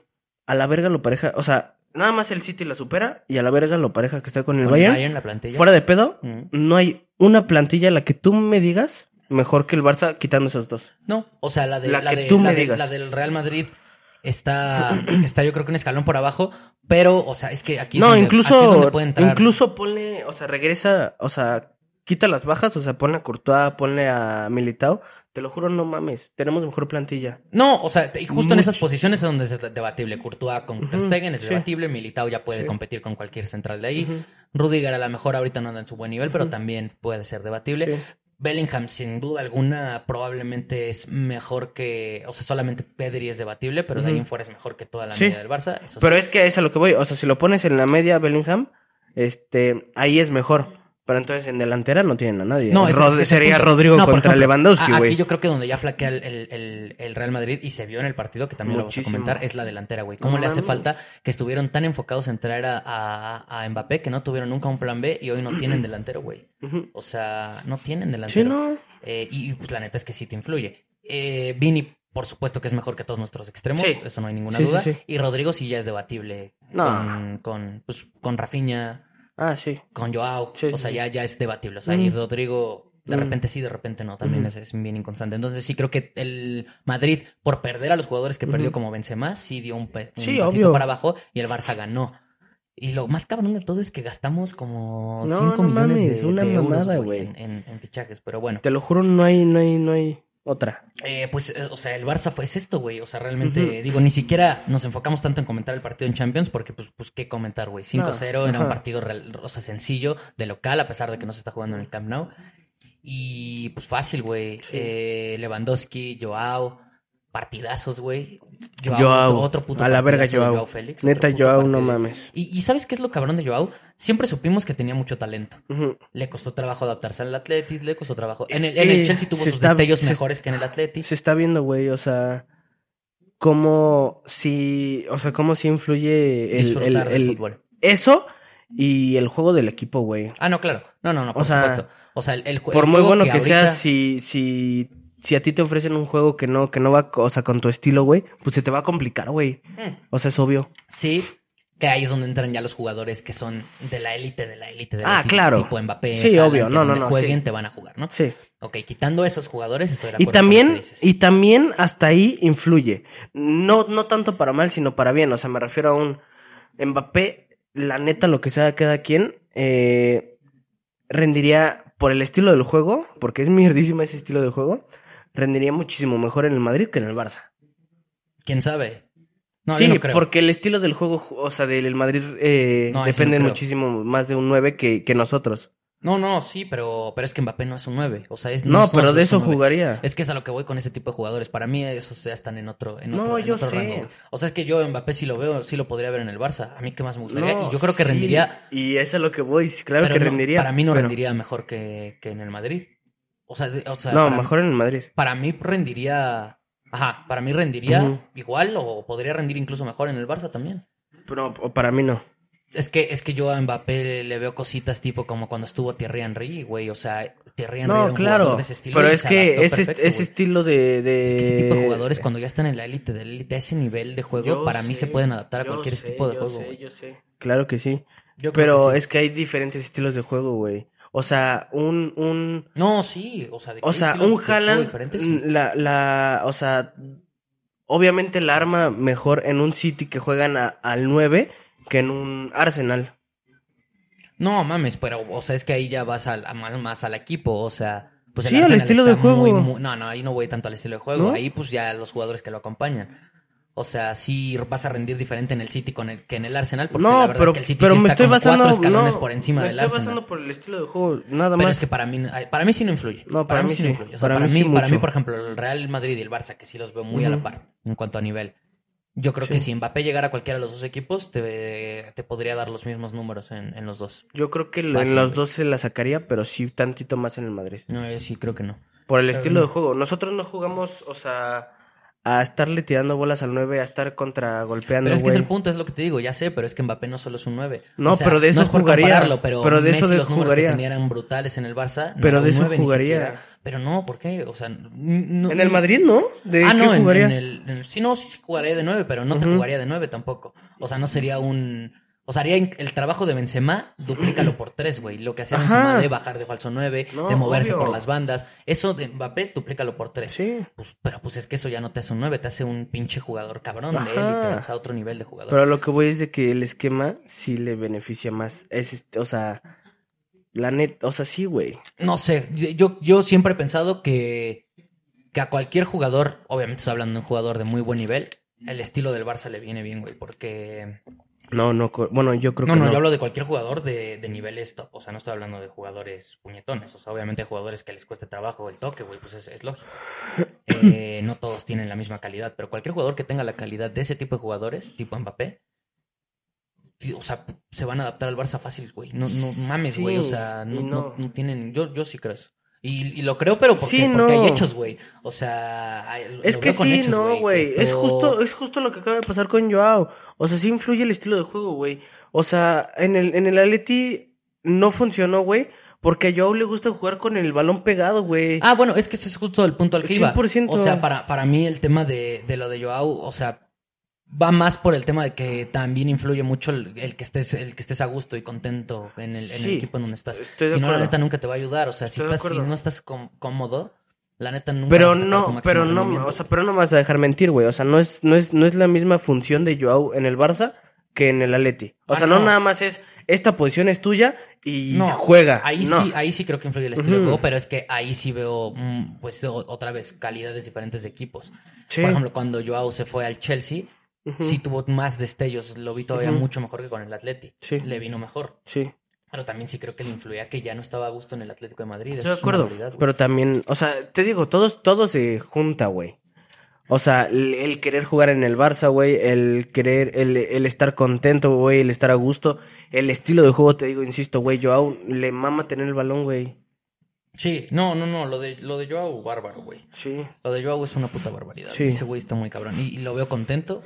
Speaker 2: a la verga lo pareja, o sea, nada más el City la supera y a la verga lo pareja que está con el
Speaker 1: Con
Speaker 2: Bayern,
Speaker 1: la plantilla.
Speaker 2: fuera de pedo,
Speaker 1: Mm.
Speaker 2: no hay una plantilla a la que tú me digas mejor que el Barça quitando esos dos.
Speaker 1: No, o sea, la de
Speaker 2: La
Speaker 1: la,
Speaker 2: que
Speaker 1: de-
Speaker 2: tú
Speaker 1: la
Speaker 2: me
Speaker 1: de-
Speaker 2: digas.
Speaker 1: la del Real Madrid está, está yo creo que un escalón por abajo, pero, o sea, es que aquí es
Speaker 2: no,
Speaker 1: donde-
Speaker 2: incluso,
Speaker 1: aquí es donde puede entrar.
Speaker 2: incluso ponle, o sea, regresa, o sea, quita las bajas, o sea, ponle a Courtois, ponle a Militao. Te lo juro, no mames, tenemos mejor plantilla.
Speaker 1: No, o sea, te- y justo en esas
Speaker 2: Mucho.
Speaker 1: posiciones es donde es debatible. Courtois con Ter
Speaker 2: Ujú,
Speaker 1: Stegen es
Speaker 2: sí.
Speaker 1: debatible, Militao ya puede
Speaker 2: Sí.
Speaker 1: competir con cualquier central de ahí.
Speaker 2: Ujú,
Speaker 1: Rudiger a lo mejor ahorita no anda en su buen nivel, pero
Speaker 2: Ujú.
Speaker 1: también puede ser debatible.
Speaker 2: sí.
Speaker 1: Bellingham, sin duda alguna, probablemente es mejor que. O sea, solamente Pedri es debatible, pero de ahí
Speaker 2: Ujú.
Speaker 1: en fuera es mejor que toda la
Speaker 2: Sí.
Speaker 1: media del Barça. Eso
Speaker 2: Pero
Speaker 1: sí.
Speaker 2: es que es a lo que voy, o sea, si lo pones en la media Bellingham, este, ahí es mejor. Pero entonces en delantera no tienen a nadie.
Speaker 1: No, ese-
Speaker 2: Rod-
Speaker 1: ese es el
Speaker 2: sería
Speaker 1: punto.
Speaker 2: Rodrigo
Speaker 1: No, por
Speaker 2: contra
Speaker 1: ejemplo,
Speaker 2: Lewandowski,
Speaker 1: a-
Speaker 2: güey.
Speaker 1: Aquí yo creo que donde ya flaquea el, el- el- el Real Madrid y se vio en el partido, que también lo
Speaker 2: Muchísimo.
Speaker 1: vamos a comentar, es la delantera, güey. ¿Cómo
Speaker 2: No
Speaker 1: le hace
Speaker 2: mames.
Speaker 1: falta que estuvieron tan enfocados en traer a, a- a Mbappé que no tuvieron nunca un plan B y hoy no tienen delantero, güey?
Speaker 2: Ujú.
Speaker 1: O sea, no tienen delantero.
Speaker 2: Sí, no.
Speaker 1: Eh, y y, pues la neta es que sí te influye. Eh, Vini, por supuesto que es mejor que todos nuestros extremos,
Speaker 2: Sí.
Speaker 1: eso no hay ninguna
Speaker 2: Sí, sí,
Speaker 1: duda.
Speaker 2: sí.
Speaker 1: Y Rodrigo sí ya es debatible
Speaker 2: No.
Speaker 1: con, con, pues, con Rafinha,
Speaker 2: Ah, sí.
Speaker 1: con Joao.
Speaker 2: Sí,
Speaker 1: o
Speaker 2: sí,
Speaker 1: sea,
Speaker 2: sí.
Speaker 1: ya, ya es debatible. O sea, y
Speaker 2: Mm.
Speaker 1: Rodrigo de
Speaker 2: Mm.
Speaker 1: repente sí, de repente no, también
Speaker 2: Ujú.
Speaker 1: es, es bien inconstante. Entonces sí creo que el Madrid, por perder a los jugadores que perdió
Speaker 2: Ujú.
Speaker 1: como Benzema, sí dio un, pe- un
Speaker 2: Sí,
Speaker 1: pasito
Speaker 2: obvio.
Speaker 1: para abajo y el Barça ganó. Y lo más cabrón de todo es que gastamos como
Speaker 2: No,
Speaker 1: 5
Speaker 2: no
Speaker 1: millones
Speaker 2: mames,
Speaker 1: de,
Speaker 2: una
Speaker 1: de euros,
Speaker 2: mamada,
Speaker 1: güey,
Speaker 2: güey.
Speaker 1: en- en- en fichajes. Pero bueno,
Speaker 2: Te lo juro, no hay, no hay, no hay otra.
Speaker 1: eh, pues, eh, o sea, el Barça fue es esto, güey. O sea, realmente,
Speaker 2: Ujú.
Speaker 1: digo, ni siquiera nos enfocamos tanto en comentar el partido en Champions porque, pues, pues ¿qué comentar, güey? 5-0 era un
Speaker 2: ajá.
Speaker 1: partido, real- o sea, sencillo, de local, a pesar de que no se está jugando en el Camp Nou. Y, pues, fácil, güey.
Speaker 2: Sí.
Speaker 1: Eh, Lewandowski, Joao, partidazos, güey. Joao,
Speaker 2: Joao.
Speaker 1: otro, otro puto
Speaker 2: A la verga,
Speaker 1: partidazo de
Speaker 2: Joao.
Speaker 1: Félix,
Speaker 2: Neta,
Speaker 1: otro puto
Speaker 2: Joao, no
Speaker 1: partido.
Speaker 2: mames.
Speaker 1: Y, y ¿sabes qué es lo cabrón de Joao? Siempre supimos que tenía mucho talento.
Speaker 2: Ujú.
Speaker 1: Le costó trabajo adaptarse al Atletic, le costó trabajo. En
Speaker 2: Es
Speaker 1: el, en el
Speaker 2: que
Speaker 1: Chelsea tuvo
Speaker 2: se
Speaker 1: sus
Speaker 2: está-
Speaker 1: destellos
Speaker 2: se-
Speaker 1: mejores que en el Atletic.
Speaker 2: Se está viendo, güey, o sea, cómo si, o sea, cómo si influye el, el-
Speaker 1: disfrutar del
Speaker 2: el-
Speaker 1: fútbol.
Speaker 2: eso y el juego del equipo, güey.
Speaker 1: Ah, no, claro. No, no, no, por
Speaker 2: O sea,
Speaker 1: supuesto. O sea, el, el ju-
Speaker 2: Por
Speaker 1: el
Speaker 2: muy
Speaker 1: juego
Speaker 2: bueno que, sea,
Speaker 1: ahorita-
Speaker 2: si, si, si a ti te ofrecen un juego que no, que no va, co- o sea, con tu estilo, güey, pues se te va a complicar, güey.
Speaker 1: Mm,
Speaker 2: O sea, es obvio.
Speaker 1: Sí, que ahí es donde entran ya los jugadores que son de la élite, de la élite, de la
Speaker 2: Ah,
Speaker 1: élite,
Speaker 2: claro.
Speaker 1: Tipo Mbappé.
Speaker 2: Sí, obvio.
Speaker 1: que
Speaker 2: No, no,
Speaker 1: donde
Speaker 2: no,
Speaker 1: Jueguen,
Speaker 2: sí.
Speaker 1: te van a jugar, ¿no?
Speaker 2: Sí.
Speaker 1: Ok, quitando esos jugadores, estoy de acuerdo.
Speaker 2: Y
Speaker 1: con lo que
Speaker 2: también,
Speaker 1: dices.
Speaker 2: y también hasta ahí influye. No, no tanto para mal, sino para bien. O sea, me refiero a un Mbappé, la neta, lo que sea cada quien, eh, rendiría por el estilo del juego, porque es mierdísima ese estilo de juego, rendiría muchísimo mejor en el Madrid que en el Barça.
Speaker 1: ¿Quién sabe? No,
Speaker 2: sí,
Speaker 1: yo no creo.
Speaker 2: porque el estilo del juego, ju- o sea, del Madrid eh,
Speaker 1: No, ahí sí
Speaker 2: depende
Speaker 1: no creo.
Speaker 2: muchísimo más de un 9 que, que nosotros.
Speaker 1: No, no, sí, pero, pero es que Mbappé no es un 9. O sea, es,
Speaker 2: No,
Speaker 1: es-
Speaker 2: pero
Speaker 1: es
Speaker 2: de
Speaker 1: un
Speaker 2: eso
Speaker 1: 9.
Speaker 2: jugaría.
Speaker 1: Es que es a lo que voy con ese tipo de jugadores. Para mí esos ya están en otro, en
Speaker 2: No,
Speaker 1: otro, en
Speaker 2: yo
Speaker 1: otro
Speaker 2: sé.
Speaker 1: rango. güey. O sea, es que yo Mbappé sí lo veo, sí lo podría ver en el Barça. A mí qué más me gustaría. y yo creo que
Speaker 2: sí,
Speaker 1: rendiría,
Speaker 2: Y eso es lo que voy, sí, claro
Speaker 1: pero
Speaker 2: que
Speaker 1: no,
Speaker 2: rendiría.
Speaker 1: para mí no
Speaker 2: pero-
Speaker 1: rendiría mejor que, que en el Madrid. O sea, de- o sea,
Speaker 2: No,
Speaker 1: para,
Speaker 2: mejor en el Madrid.
Speaker 1: para mí rendiría, ajá, para mí rendiría
Speaker 2: Ujú.
Speaker 1: igual o podría rendir incluso mejor en el Barça también.
Speaker 2: Pero o para mí no.
Speaker 1: Es que, es que yo a Mbappé le veo cositas tipo como cuando estuvo Thierry Henry, güey. O sea, Thierry Henry era
Speaker 2: No,
Speaker 1: un
Speaker 2: claro.
Speaker 1: jugador de ese estilo.
Speaker 2: Pero
Speaker 1: y
Speaker 2: es
Speaker 1: se
Speaker 2: que
Speaker 1: adaptó
Speaker 2: ese,
Speaker 1: perfecto,
Speaker 2: ese
Speaker 1: güey.
Speaker 2: estilo de, de-
Speaker 1: Es que ese tipo de jugadores, cuando ya están en la élite de la élite, a ese nivel de juego,
Speaker 2: Eh, Yo
Speaker 1: para mí se
Speaker 2: sé,
Speaker 1: pueden adaptar a
Speaker 2: yo
Speaker 1: cualquier
Speaker 2: sé,
Speaker 1: tipo de
Speaker 2: yo
Speaker 1: juego.
Speaker 2: sé,
Speaker 1: güey.
Speaker 2: yo sé. Claro que sí.
Speaker 1: Yo creo
Speaker 2: Pero
Speaker 1: que sí.
Speaker 2: es que hay diferentes estilos de juego, güey. O sea, un, un,
Speaker 1: No, sí, o sea, de que
Speaker 2: o
Speaker 1: hay
Speaker 2: sea,
Speaker 1: estilos de
Speaker 2: un
Speaker 1: juego
Speaker 2: Haaland, mm,
Speaker 1: diferentes, sí.
Speaker 2: la, la, o sea, obviamente la arma mejor en un City que juegan a- al 9 que en un Arsenal.
Speaker 1: No, mames, pero, o sea, es que ahí ya vas al- a, más, más al equipo, o sea... Pues el
Speaker 2: Sí, al
Speaker 1: Arsenal
Speaker 2: estilo
Speaker 1: está
Speaker 2: de juego.
Speaker 1: muy, muy- no, no, ahí no voy tanto al estilo de juego.
Speaker 2: ¿No?
Speaker 1: Ahí, pues, ya los jugadores que lo acompañan. O sea, sí vas a rendir diferente en el City con el, que en el Arsenal, porque la
Speaker 2: No,
Speaker 1: verdad
Speaker 2: pero,
Speaker 1: es que el City
Speaker 2: pero
Speaker 1: sí
Speaker 2: me
Speaker 1: está
Speaker 2: estoy
Speaker 1: como
Speaker 2: basando,
Speaker 1: cuatro escalones
Speaker 2: no,
Speaker 1: por encima
Speaker 2: me
Speaker 1: del
Speaker 2: estoy
Speaker 1: Arsenal.
Speaker 2: basando por el estilo de juego, nada
Speaker 1: Pero
Speaker 2: más.
Speaker 1: es que para mí, ay, para mí sí no influye.
Speaker 2: No, para mí sí.
Speaker 1: influye. O sea,
Speaker 2: Para
Speaker 1: para,
Speaker 2: mí
Speaker 1: mí,
Speaker 2: sí
Speaker 1: para mí,
Speaker 2: mucho.
Speaker 1: por ejemplo, el Real Madrid y el Barça, que sí los veo muy a la
Speaker 2: Ujú.
Speaker 1: par en cuanto a nivel. Yo creo que
Speaker 2: Sí.
Speaker 1: si Mbappé llegara a cualquiera de los dos equipos, te, te podría dar los mismos números en, en los dos.
Speaker 2: Yo creo que
Speaker 1: Fácil,
Speaker 2: en los
Speaker 1: güey.
Speaker 2: dos se la sacaría, pero sí tantito más en el Madrid.
Speaker 1: No, yo sí creo que no.
Speaker 2: Por el
Speaker 1: Pero
Speaker 2: estilo de
Speaker 1: no.
Speaker 2: juego. Nosotros no jugamos, o sea, a estarle tirando bolas al 9, a estar contragolpeando,
Speaker 1: Pero es que es
Speaker 2: güey.
Speaker 1: el punto, es lo que te digo, ya sé, pero es que Mbappé no solo es un 9.
Speaker 2: No, pero de eso
Speaker 1: no es por
Speaker 2: jugaría,
Speaker 1: compararlo, pero,
Speaker 2: pero de
Speaker 1: Messi,
Speaker 2: eso de-
Speaker 1: los números
Speaker 2: jugaría.
Speaker 1: que tenía eran brutales en el Barça. no
Speaker 2: Pero
Speaker 1: era
Speaker 2: de
Speaker 1: un
Speaker 2: eso
Speaker 1: 9 ni
Speaker 2: jugaría.
Speaker 1: siquiera. Pero no, ¿por qué? O sea, n- no-
Speaker 2: En el Madrid, ¿no? ¿De
Speaker 1: ah,
Speaker 2: qué
Speaker 1: no, en-
Speaker 2: jugaría?
Speaker 1: En, el, en el- Sí, no, sí, sí jugaría de nueve, pero no te
Speaker 2: Ujú.
Speaker 1: jugaría de nueve tampoco. O sea, no sería un, O sea, haría in- el trabajo de Benzema, duplícalo por tres, güey. Lo que hacía
Speaker 2: Ajá.
Speaker 1: Benzema de bajar de falso 9,
Speaker 2: No,
Speaker 1: de moverse
Speaker 2: obvio.
Speaker 1: por las bandas. Eso de Mbappé, duplícalo por tres.
Speaker 2: Sí.
Speaker 1: Pues, pero pues es que eso ya no te hace un 9, te hace un pinche jugador cabrón de
Speaker 2: Ajá.
Speaker 1: élite, o sea, otro nivel de jugador.
Speaker 2: Pero lo que voy es de que el esquema sí le beneficia más. Es este, o sea, la neta, o sea, sí, güey.
Speaker 1: No sé, yo, yo siempre he pensado que, que a cualquier jugador, obviamente estoy hablando de un jugador de muy buen nivel, el estilo del Barça le viene bien, güey, porque...
Speaker 2: No, no, co- bueno, yo creo
Speaker 1: No,
Speaker 2: que
Speaker 1: no, yo hablo de cualquier jugador de, de niveles top, o sea, no estoy hablando de jugadores puñetones, o sea, obviamente jugadores que les cueste trabajo el toque, güey, pues es, es lógico. Eh, no todos tienen la misma calidad, pero cualquier jugador que tenga la calidad de ese tipo de jugadores, tipo Mbappé, sí, o sea, se van a adaptar al Barça fácil, güey. No, no mames,
Speaker 2: Sí,
Speaker 1: güey, o sea, no,
Speaker 2: y
Speaker 1: no-
Speaker 2: no.
Speaker 1: no tienen, yo, yo sí creo eso. Y, y lo creo, pero porque,
Speaker 2: Sí,
Speaker 1: porque
Speaker 2: no.
Speaker 1: hay hechos, güey. O sea, hay-
Speaker 2: Es
Speaker 1: lo
Speaker 2: que
Speaker 1: veo con
Speaker 2: sí,
Speaker 1: hechos,
Speaker 2: no, güey. Es
Speaker 1: Pero-
Speaker 2: justo, es justo lo que acaba de pasar con Joao. O sea, sí influye el estilo de juego, güey. O sea, en el, en el Atleti no funcionó, güey. Porque a Joao le gusta jugar con el balón pegado, güey.
Speaker 1: Ah, bueno, es que ese es justo el punto al que iba.
Speaker 2: 100%.
Speaker 1: O sea, para, para mí el tema de, de lo de Joao, o sea, va más por el tema de que también influye mucho el, el que estés el que estés a gusto y contento en el, en el
Speaker 2: Sí,
Speaker 1: equipo en donde estás.
Speaker 2: estoy de
Speaker 1: si no, la
Speaker 2: acuerdo.
Speaker 1: neta nunca te va a ayudar. O sea, si,
Speaker 2: Estoy de
Speaker 1: estás, si
Speaker 2: acuerdo.
Speaker 1: no estás com- cómodo, la neta nunca
Speaker 2: pero
Speaker 1: vas a sacar tu
Speaker 2: no,
Speaker 1: máximo
Speaker 2: pero no,
Speaker 1: rendimiento,
Speaker 2: o sea,
Speaker 1: güey.
Speaker 2: pero no me vas a dejar mentir, güey. O sea, no es, no es, no es la misma función de Joao en el Barça que en el Atleti. O
Speaker 1: Ah,
Speaker 2: sea, no,
Speaker 1: no.
Speaker 2: nada más es esta posición es tuya y
Speaker 1: No,
Speaker 2: juega.
Speaker 1: Ahí
Speaker 2: No.
Speaker 1: sí, ah, ahí sí creo que influye el estilo de
Speaker 2: Ujú.
Speaker 1: juego, pero es que ahí sí veo, mm, pues, o- otra vez, calidades diferentes de equipos.
Speaker 2: Sí.
Speaker 1: Por ejemplo, cuando Joao se fue al Chelsea,
Speaker 2: Ujú.
Speaker 1: sí tuvo más destellos, lo vi todavía
Speaker 2: Ujú.
Speaker 1: mucho mejor que con el Atleti.
Speaker 2: Sí.
Speaker 1: Le vino mejor.
Speaker 2: sí.
Speaker 1: Pero también sí creo que le influía que ya no estaba a gusto en el Atlético de Madrid. Eso
Speaker 2: Estoy de
Speaker 1: es una
Speaker 2: acuerdo.
Speaker 1: realidad, güey.
Speaker 2: pero también, o sea, te digo, todos, todo se junta, güey. O sea, el, el querer jugar en el Barça, güey, el querer, el, el estar contento, güey, el estar a gusto, el estilo de juego, te digo, insisto, güey, Joao le mama tener el balón, güey.
Speaker 1: Sí, no, no, no. Lo de, lo de Joao, bárbaro, güey.
Speaker 2: Sí.
Speaker 1: Lo de Joao es una puta barbaridad.
Speaker 2: Sí.
Speaker 1: Ese güey está muy cabrón. Y, y lo veo contento.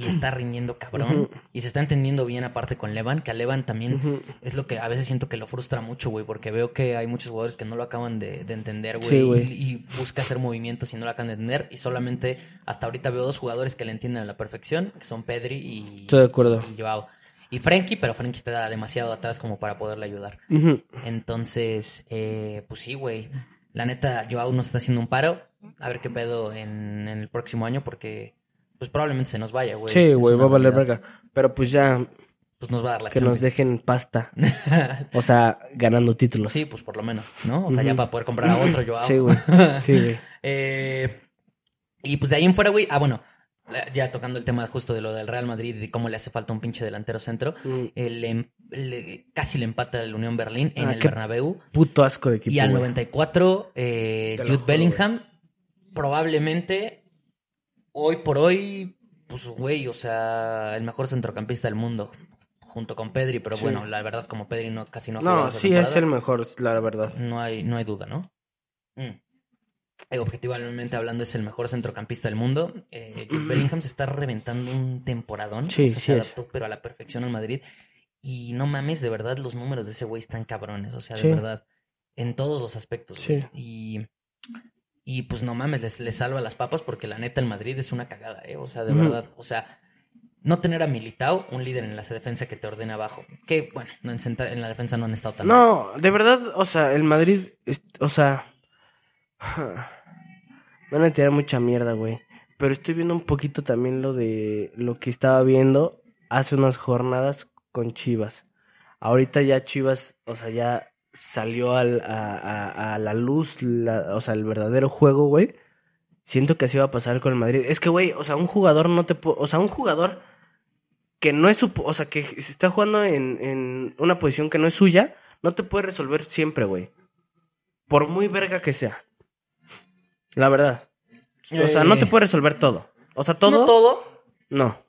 Speaker 1: Y está rindiendo cabrón.
Speaker 2: Ujú.
Speaker 1: Y se está entendiendo bien aparte con Levan. Que a Levan también
Speaker 2: Ujú.
Speaker 1: es lo que a veces siento que lo frustra mucho, güey. Porque veo que hay muchos jugadores que no lo acaban de, de entender, güey.
Speaker 2: Sí,
Speaker 1: y-
Speaker 2: güey.
Speaker 1: y, busca hacer movimientos y no lo acaban de entender. Y solamente hasta ahorita veo dos jugadores que le entienden a la perfección. Que son Pedri y,
Speaker 2: Estoy de acuerdo.
Speaker 1: y Joao. Y Frankie, pero Frankie está demasiado atrás como para poderle ayudar.
Speaker 2: Ujú.
Speaker 1: Entonces, eh, pues sí, güey. La neta, Joao nos está haciendo un paro. A ver qué pedo en, en el próximo año, porque pues probablemente se nos vaya, güey.
Speaker 2: Sí,
Speaker 1: Es
Speaker 2: güey,
Speaker 1: una
Speaker 2: va a valer
Speaker 1: realidad.
Speaker 2: verga. Pero pues ya,
Speaker 1: Pues nos va a dar la
Speaker 2: que nos
Speaker 1: Champions.
Speaker 2: dejen pasta. O sea, ganando títulos.
Speaker 1: Sí, pues por lo menos, ¿no? O sea, ya
Speaker 2: Ujú.
Speaker 1: para poder comprar a otro Joao.
Speaker 2: Sí, güey. Sí, güey.
Speaker 1: Eh, y pues de ahí en fuera, güey. Ah, bueno, la- ya tocando el tema justo de lo del Real Madrid y de cómo le hace falta un pinche delantero centro.
Speaker 2: Mm,
Speaker 1: El, em- le- casi le empata el Unión Berlín en
Speaker 2: Ah,
Speaker 1: el
Speaker 2: qué
Speaker 1: Bernabéu.
Speaker 2: Puto asco de equipo,
Speaker 1: Y al
Speaker 2: güey.
Speaker 1: 94, eh,
Speaker 3: Te lo
Speaker 1: Jude
Speaker 3: juro,
Speaker 1: Bellingham, probablemente hoy por hoy, pues güey, o sea, el mejor centrocampista del mundo, junto con Pedri, pero
Speaker 2: Sí.
Speaker 1: bueno, la verdad, como Pedri no, casi no ha jugado
Speaker 2: No,
Speaker 1: esta
Speaker 2: sí es el
Speaker 1: temporada,
Speaker 2: mejor, la verdad.
Speaker 1: no hay, no hay duda, ¿no? Mm. Eh, Objetivamente hablando, es el mejor centrocampista del mundo. Eh, Jude Bellingham se está reventando un temporadón.
Speaker 2: Sí,
Speaker 1: o sea,
Speaker 2: sí
Speaker 1: se
Speaker 2: es.
Speaker 1: adaptó, pero a la perfección al Madrid. Y no mames, de verdad, los números de ese güey están cabrones. O sea, de
Speaker 2: Sí.
Speaker 1: verdad. En todos los aspectos. güey.
Speaker 2: Sí.
Speaker 1: Y, y pues no mames, les, les salva las papas porque la neta el Madrid es una cagada, ¿eh? O sea, de
Speaker 2: Ujú.
Speaker 1: verdad. O sea, no tener a Militao, un líder en la defensa que te ordena abajo. Que bueno, no en, centra- en la defensa no han estado tan mal.
Speaker 2: No, de verdad, o sea, el Madrid, es- o sea, van a tirar mucha mierda, güey. Pero estoy viendo un poquito también lo de lo que estaba viendo hace unas jornadas con Chivas. Ahorita ya Chivas, o sea, ya salió al- a, a- a la luz, la- o sea, el verdadero juego, güey. Siento que así va a pasar con el Madrid. Es que, güey, o sea, un jugador no te... po- O sea, un jugador que no es su... po- O sea, que se está jugando en, en una posición que no es suya, no te puede resolver siempre, güey. Por muy verga que sea. La verdad. O sea, no te
Speaker 1: Eh,
Speaker 2: puede resolver todo. O sea,
Speaker 1: No
Speaker 2: todo...
Speaker 1: todo,
Speaker 2: No.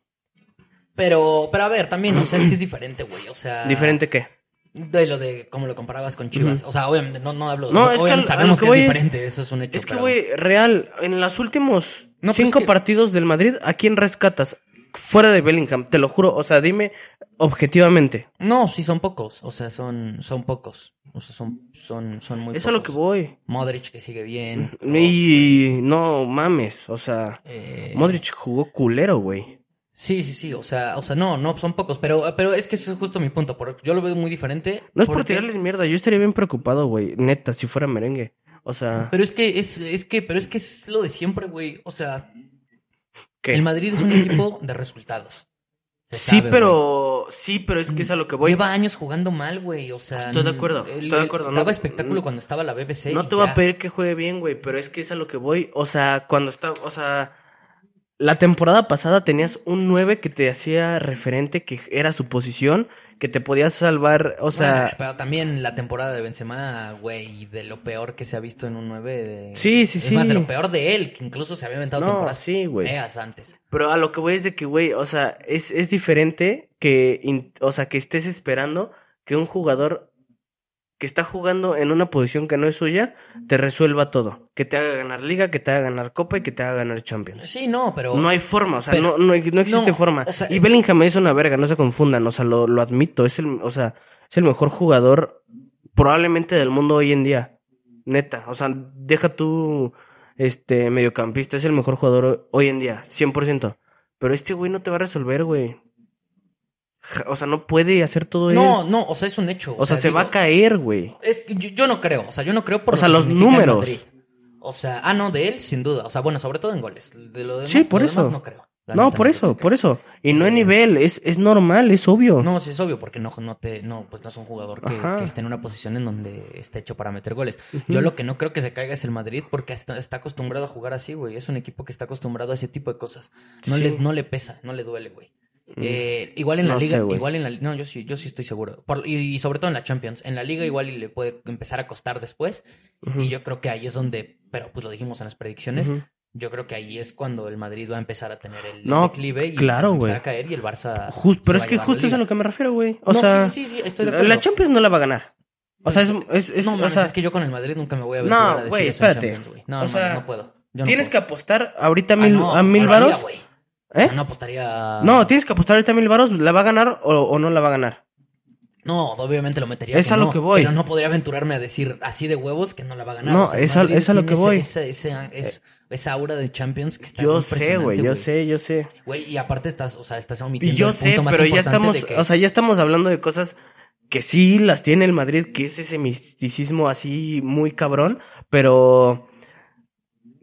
Speaker 1: Pero, pero a ver, también, o sea, es que es diferente, güey. O sea.
Speaker 2: ¿Diferente qué?
Speaker 1: Ah, De lo de cómo lo comparabas con Chivas. O sea, obviamente, no, no hablo de
Speaker 2: No, es que
Speaker 1: obviamente
Speaker 2: al- a lo
Speaker 1: sabemos que,
Speaker 2: que
Speaker 1: es
Speaker 2: voy es-
Speaker 1: diferente, eso es un hecho.
Speaker 2: Es que,
Speaker 1: pero-
Speaker 2: güey, real, en los últimos
Speaker 1: No, pero
Speaker 2: cinco
Speaker 1: es que-
Speaker 2: partidos del Madrid, ¿a quién rescatas? Fuera de Bellingham, te lo juro. O sea, dime objetivamente.
Speaker 1: No, sí, son pocos. O sea, son, son pocos. O sea, son, son, son muy
Speaker 2: Eso es a lo que
Speaker 1: pocos.
Speaker 2: voy. Mm,
Speaker 1: Modric que sigue bien.
Speaker 2: Y no mames, o sea,
Speaker 1: eh,
Speaker 2: Modric jugó culero, güey.
Speaker 1: Sí, sí, sí, o sea, o sea, no, no, son pocos, pero, pero es que ese es justo mi punto, porque yo lo veo muy diferente.
Speaker 2: No es por
Speaker 1: porque-
Speaker 2: tirarles mierda, yo estaría bien preocupado, güey. Neta, si fuera merengue. O sea,
Speaker 1: Pero es que es, es que, pero es que es lo de siempre, güey. O sea,
Speaker 2: ¿qué?
Speaker 1: el Madrid es un equipo de resultados. Se
Speaker 2: sí,
Speaker 1: sabe, güey.
Speaker 2: pero. Sí, pero es que es a lo que voy.
Speaker 1: Lleva años jugando mal, güey. O sea,
Speaker 2: Estoy de acuerdo, estoy de acuerdo, no-
Speaker 1: Daba espectáculo cuando estaba la BBC.
Speaker 2: no
Speaker 1: y
Speaker 2: te voy
Speaker 1: ya.
Speaker 2: a pedir que juegue bien, güey, pero es que es a lo que voy. O sea, cuando está. O sea. La temporada pasada tenías un 9 que te hacía referente, que era su posición, que te podías salvar. O sea.
Speaker 1: Ah, pero también la temporada de Benzema, güey, de lo peor que se ha visto en un 9. de-
Speaker 2: Sí, sí,
Speaker 1: es
Speaker 2: sí.
Speaker 1: más, de lo peor de él, que incluso se había inventado
Speaker 2: No,
Speaker 1: temporadas
Speaker 2: sí, güey.
Speaker 1: feas antes.
Speaker 2: Pero a lo que voy es de que, güey, o sea, es, es diferente que, in- o sea, que estés esperando que un jugador que está jugando en una posición que no es suya te resuelva todo. Que te haga ganar liga, que te haga ganar copa y que te haga ganar Champions.
Speaker 1: Sí, no, pero.
Speaker 2: No hay forma, o sea,
Speaker 1: pero-
Speaker 2: no, no, no existe
Speaker 1: no,
Speaker 2: forma.
Speaker 1: o sea, eh,
Speaker 2: y Bellingham es una verga, no se confundan, o sea, lo, lo admito, es el, o sea, es el mejor jugador probablemente del mundo hoy en día. Neta, o sea, deja tú este mediocampista, es el mejor jugador ho- hoy en día, 100%. Pero este güey no te va a resolver, güey. Ja- O sea, no puede hacer todo
Speaker 1: no,
Speaker 2: él.
Speaker 1: no, o sea, es un hecho.
Speaker 2: O, sea, se
Speaker 1: digo,
Speaker 2: va a caer, güey.
Speaker 1: Es que yo, yo no creo, o sea, yo no creo por
Speaker 2: O
Speaker 1: lo
Speaker 2: sea,
Speaker 1: que
Speaker 2: los
Speaker 1: significa el
Speaker 2: números.
Speaker 1: Madrid. O sea, ah, no, de él, sin duda. O sea, bueno, sobre todo en goles. De lo demás,
Speaker 2: Sí, por
Speaker 1: lo
Speaker 2: eso.
Speaker 1: demás no creo. La
Speaker 2: No,
Speaker 1: neta,
Speaker 2: por
Speaker 1: creo que
Speaker 2: eso,
Speaker 1: sí
Speaker 2: por eso. Y no
Speaker 1: Eh,
Speaker 2: hay nivel, es, es normal, es obvio.
Speaker 1: creo. No, sí es obvio, porque no, no te, no, pues no es un jugador que,
Speaker 2: Ajá. Mm.
Speaker 1: que esté en una posición en donde esté hecho para meter goles. Yo lo que no creo que se caiga es el Madrid, porque está, está acostumbrado a jugar así, güey. Es un equipo que está acostumbrado a ese tipo de cosas. No,
Speaker 2: Sí.
Speaker 1: le, no le pesa, no le duele, güey.
Speaker 2: Mm.
Speaker 1: Eh, igual en la
Speaker 2: No
Speaker 1: liga,
Speaker 2: sé, güey.
Speaker 1: igual en la no, yo sí, yo sí estoy seguro. Por- y, y sobre todo en la Champions. En la liga igual y le puede empezar a costar después.
Speaker 2: Ujú.
Speaker 1: Y yo creo que ahí es donde, pero pues lo dijimos en las predicciones,
Speaker 2: Ujú.
Speaker 1: yo creo que ahí es cuando el Madrid va a empezar a tener el
Speaker 2: No,
Speaker 1: declive y
Speaker 2: claro,
Speaker 1: va a empezar
Speaker 2: güey.
Speaker 1: a caer y el Barça.
Speaker 2: Jus- pero
Speaker 1: se
Speaker 2: es
Speaker 1: va
Speaker 2: que
Speaker 1: llevando
Speaker 2: justo es a
Speaker 1: liga.
Speaker 2: lo que me refiero, güey. O
Speaker 1: No,
Speaker 2: sea,
Speaker 1: sí, sí, sí, sí, estoy de
Speaker 2: la,
Speaker 1: acuerdo.
Speaker 2: la Champions no la va a ganar. O sea, es, es, es-
Speaker 1: no,
Speaker 2: o
Speaker 1: mames,
Speaker 2: sea,
Speaker 1: es que yo con el Madrid nunca me voy a
Speaker 2: No,
Speaker 1: ver. a decir
Speaker 2: güey,
Speaker 1: eso en
Speaker 2: espérate.
Speaker 1: Champions, güey. No,
Speaker 2: O
Speaker 1: no,
Speaker 2: sea,
Speaker 1: no, no puedo. Yo no
Speaker 2: tienes que
Speaker 1: puedo.
Speaker 2: apostar ahorita a
Speaker 1: Ah,
Speaker 2: mil,
Speaker 1: no,
Speaker 2: a mil
Speaker 1: no lo haría,
Speaker 2: varos.
Speaker 1: güey.
Speaker 2: ¿Eh?
Speaker 1: O sea, no apostaría.
Speaker 2: No, tienes que apostar ahorita a mil varos. ¿La va a ganar o, o no la va a ganar?
Speaker 1: No, obviamente lo metería.
Speaker 2: Es a lo
Speaker 1: no,
Speaker 2: que voy.
Speaker 1: Pero no podría aventurarme a decir así de huevos que no la va a ganar.
Speaker 2: No,
Speaker 1: O sea, el
Speaker 2: es a-
Speaker 1: Madrid
Speaker 2: es a lo
Speaker 1: tiene
Speaker 2: que
Speaker 1: ese-
Speaker 2: voy. Eh,
Speaker 1: ese- ese- es- esa aura de Champions que está
Speaker 2: Yo sé, güey,
Speaker 1: impresionante,
Speaker 2: yo sé, yo sé.
Speaker 1: Güey, y aparte estás, o sea, estás
Speaker 2: Y
Speaker 1: omitiendo
Speaker 2: yo
Speaker 1: el punto
Speaker 2: sé,
Speaker 1: más
Speaker 2: pero ya
Speaker 1: importante
Speaker 2: estamos,
Speaker 1: de que-
Speaker 2: o sea, ya estamos hablando de cosas que sí las tiene el Madrid, que es ese misticismo así muy cabrón, pero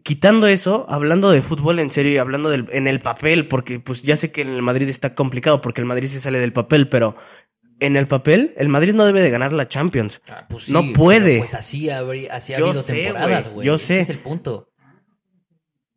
Speaker 2: quitando eso, hablando de fútbol en serio y hablando del, en el papel, porque pues ya sé que en el Madrid está complicado porque el Madrid se sale del papel, pero en el papel el Madrid no debe de ganar la Champions.
Speaker 1: Ah, pues
Speaker 2: no
Speaker 1: pero
Speaker 2: puede.
Speaker 1: Pues así, habrí- así ha
Speaker 2: Yo
Speaker 1: habido
Speaker 2: sé,
Speaker 1: temporadas,
Speaker 2: güey,
Speaker 1: güey.
Speaker 2: yo
Speaker 1: Este
Speaker 2: sé.
Speaker 1: es el punto.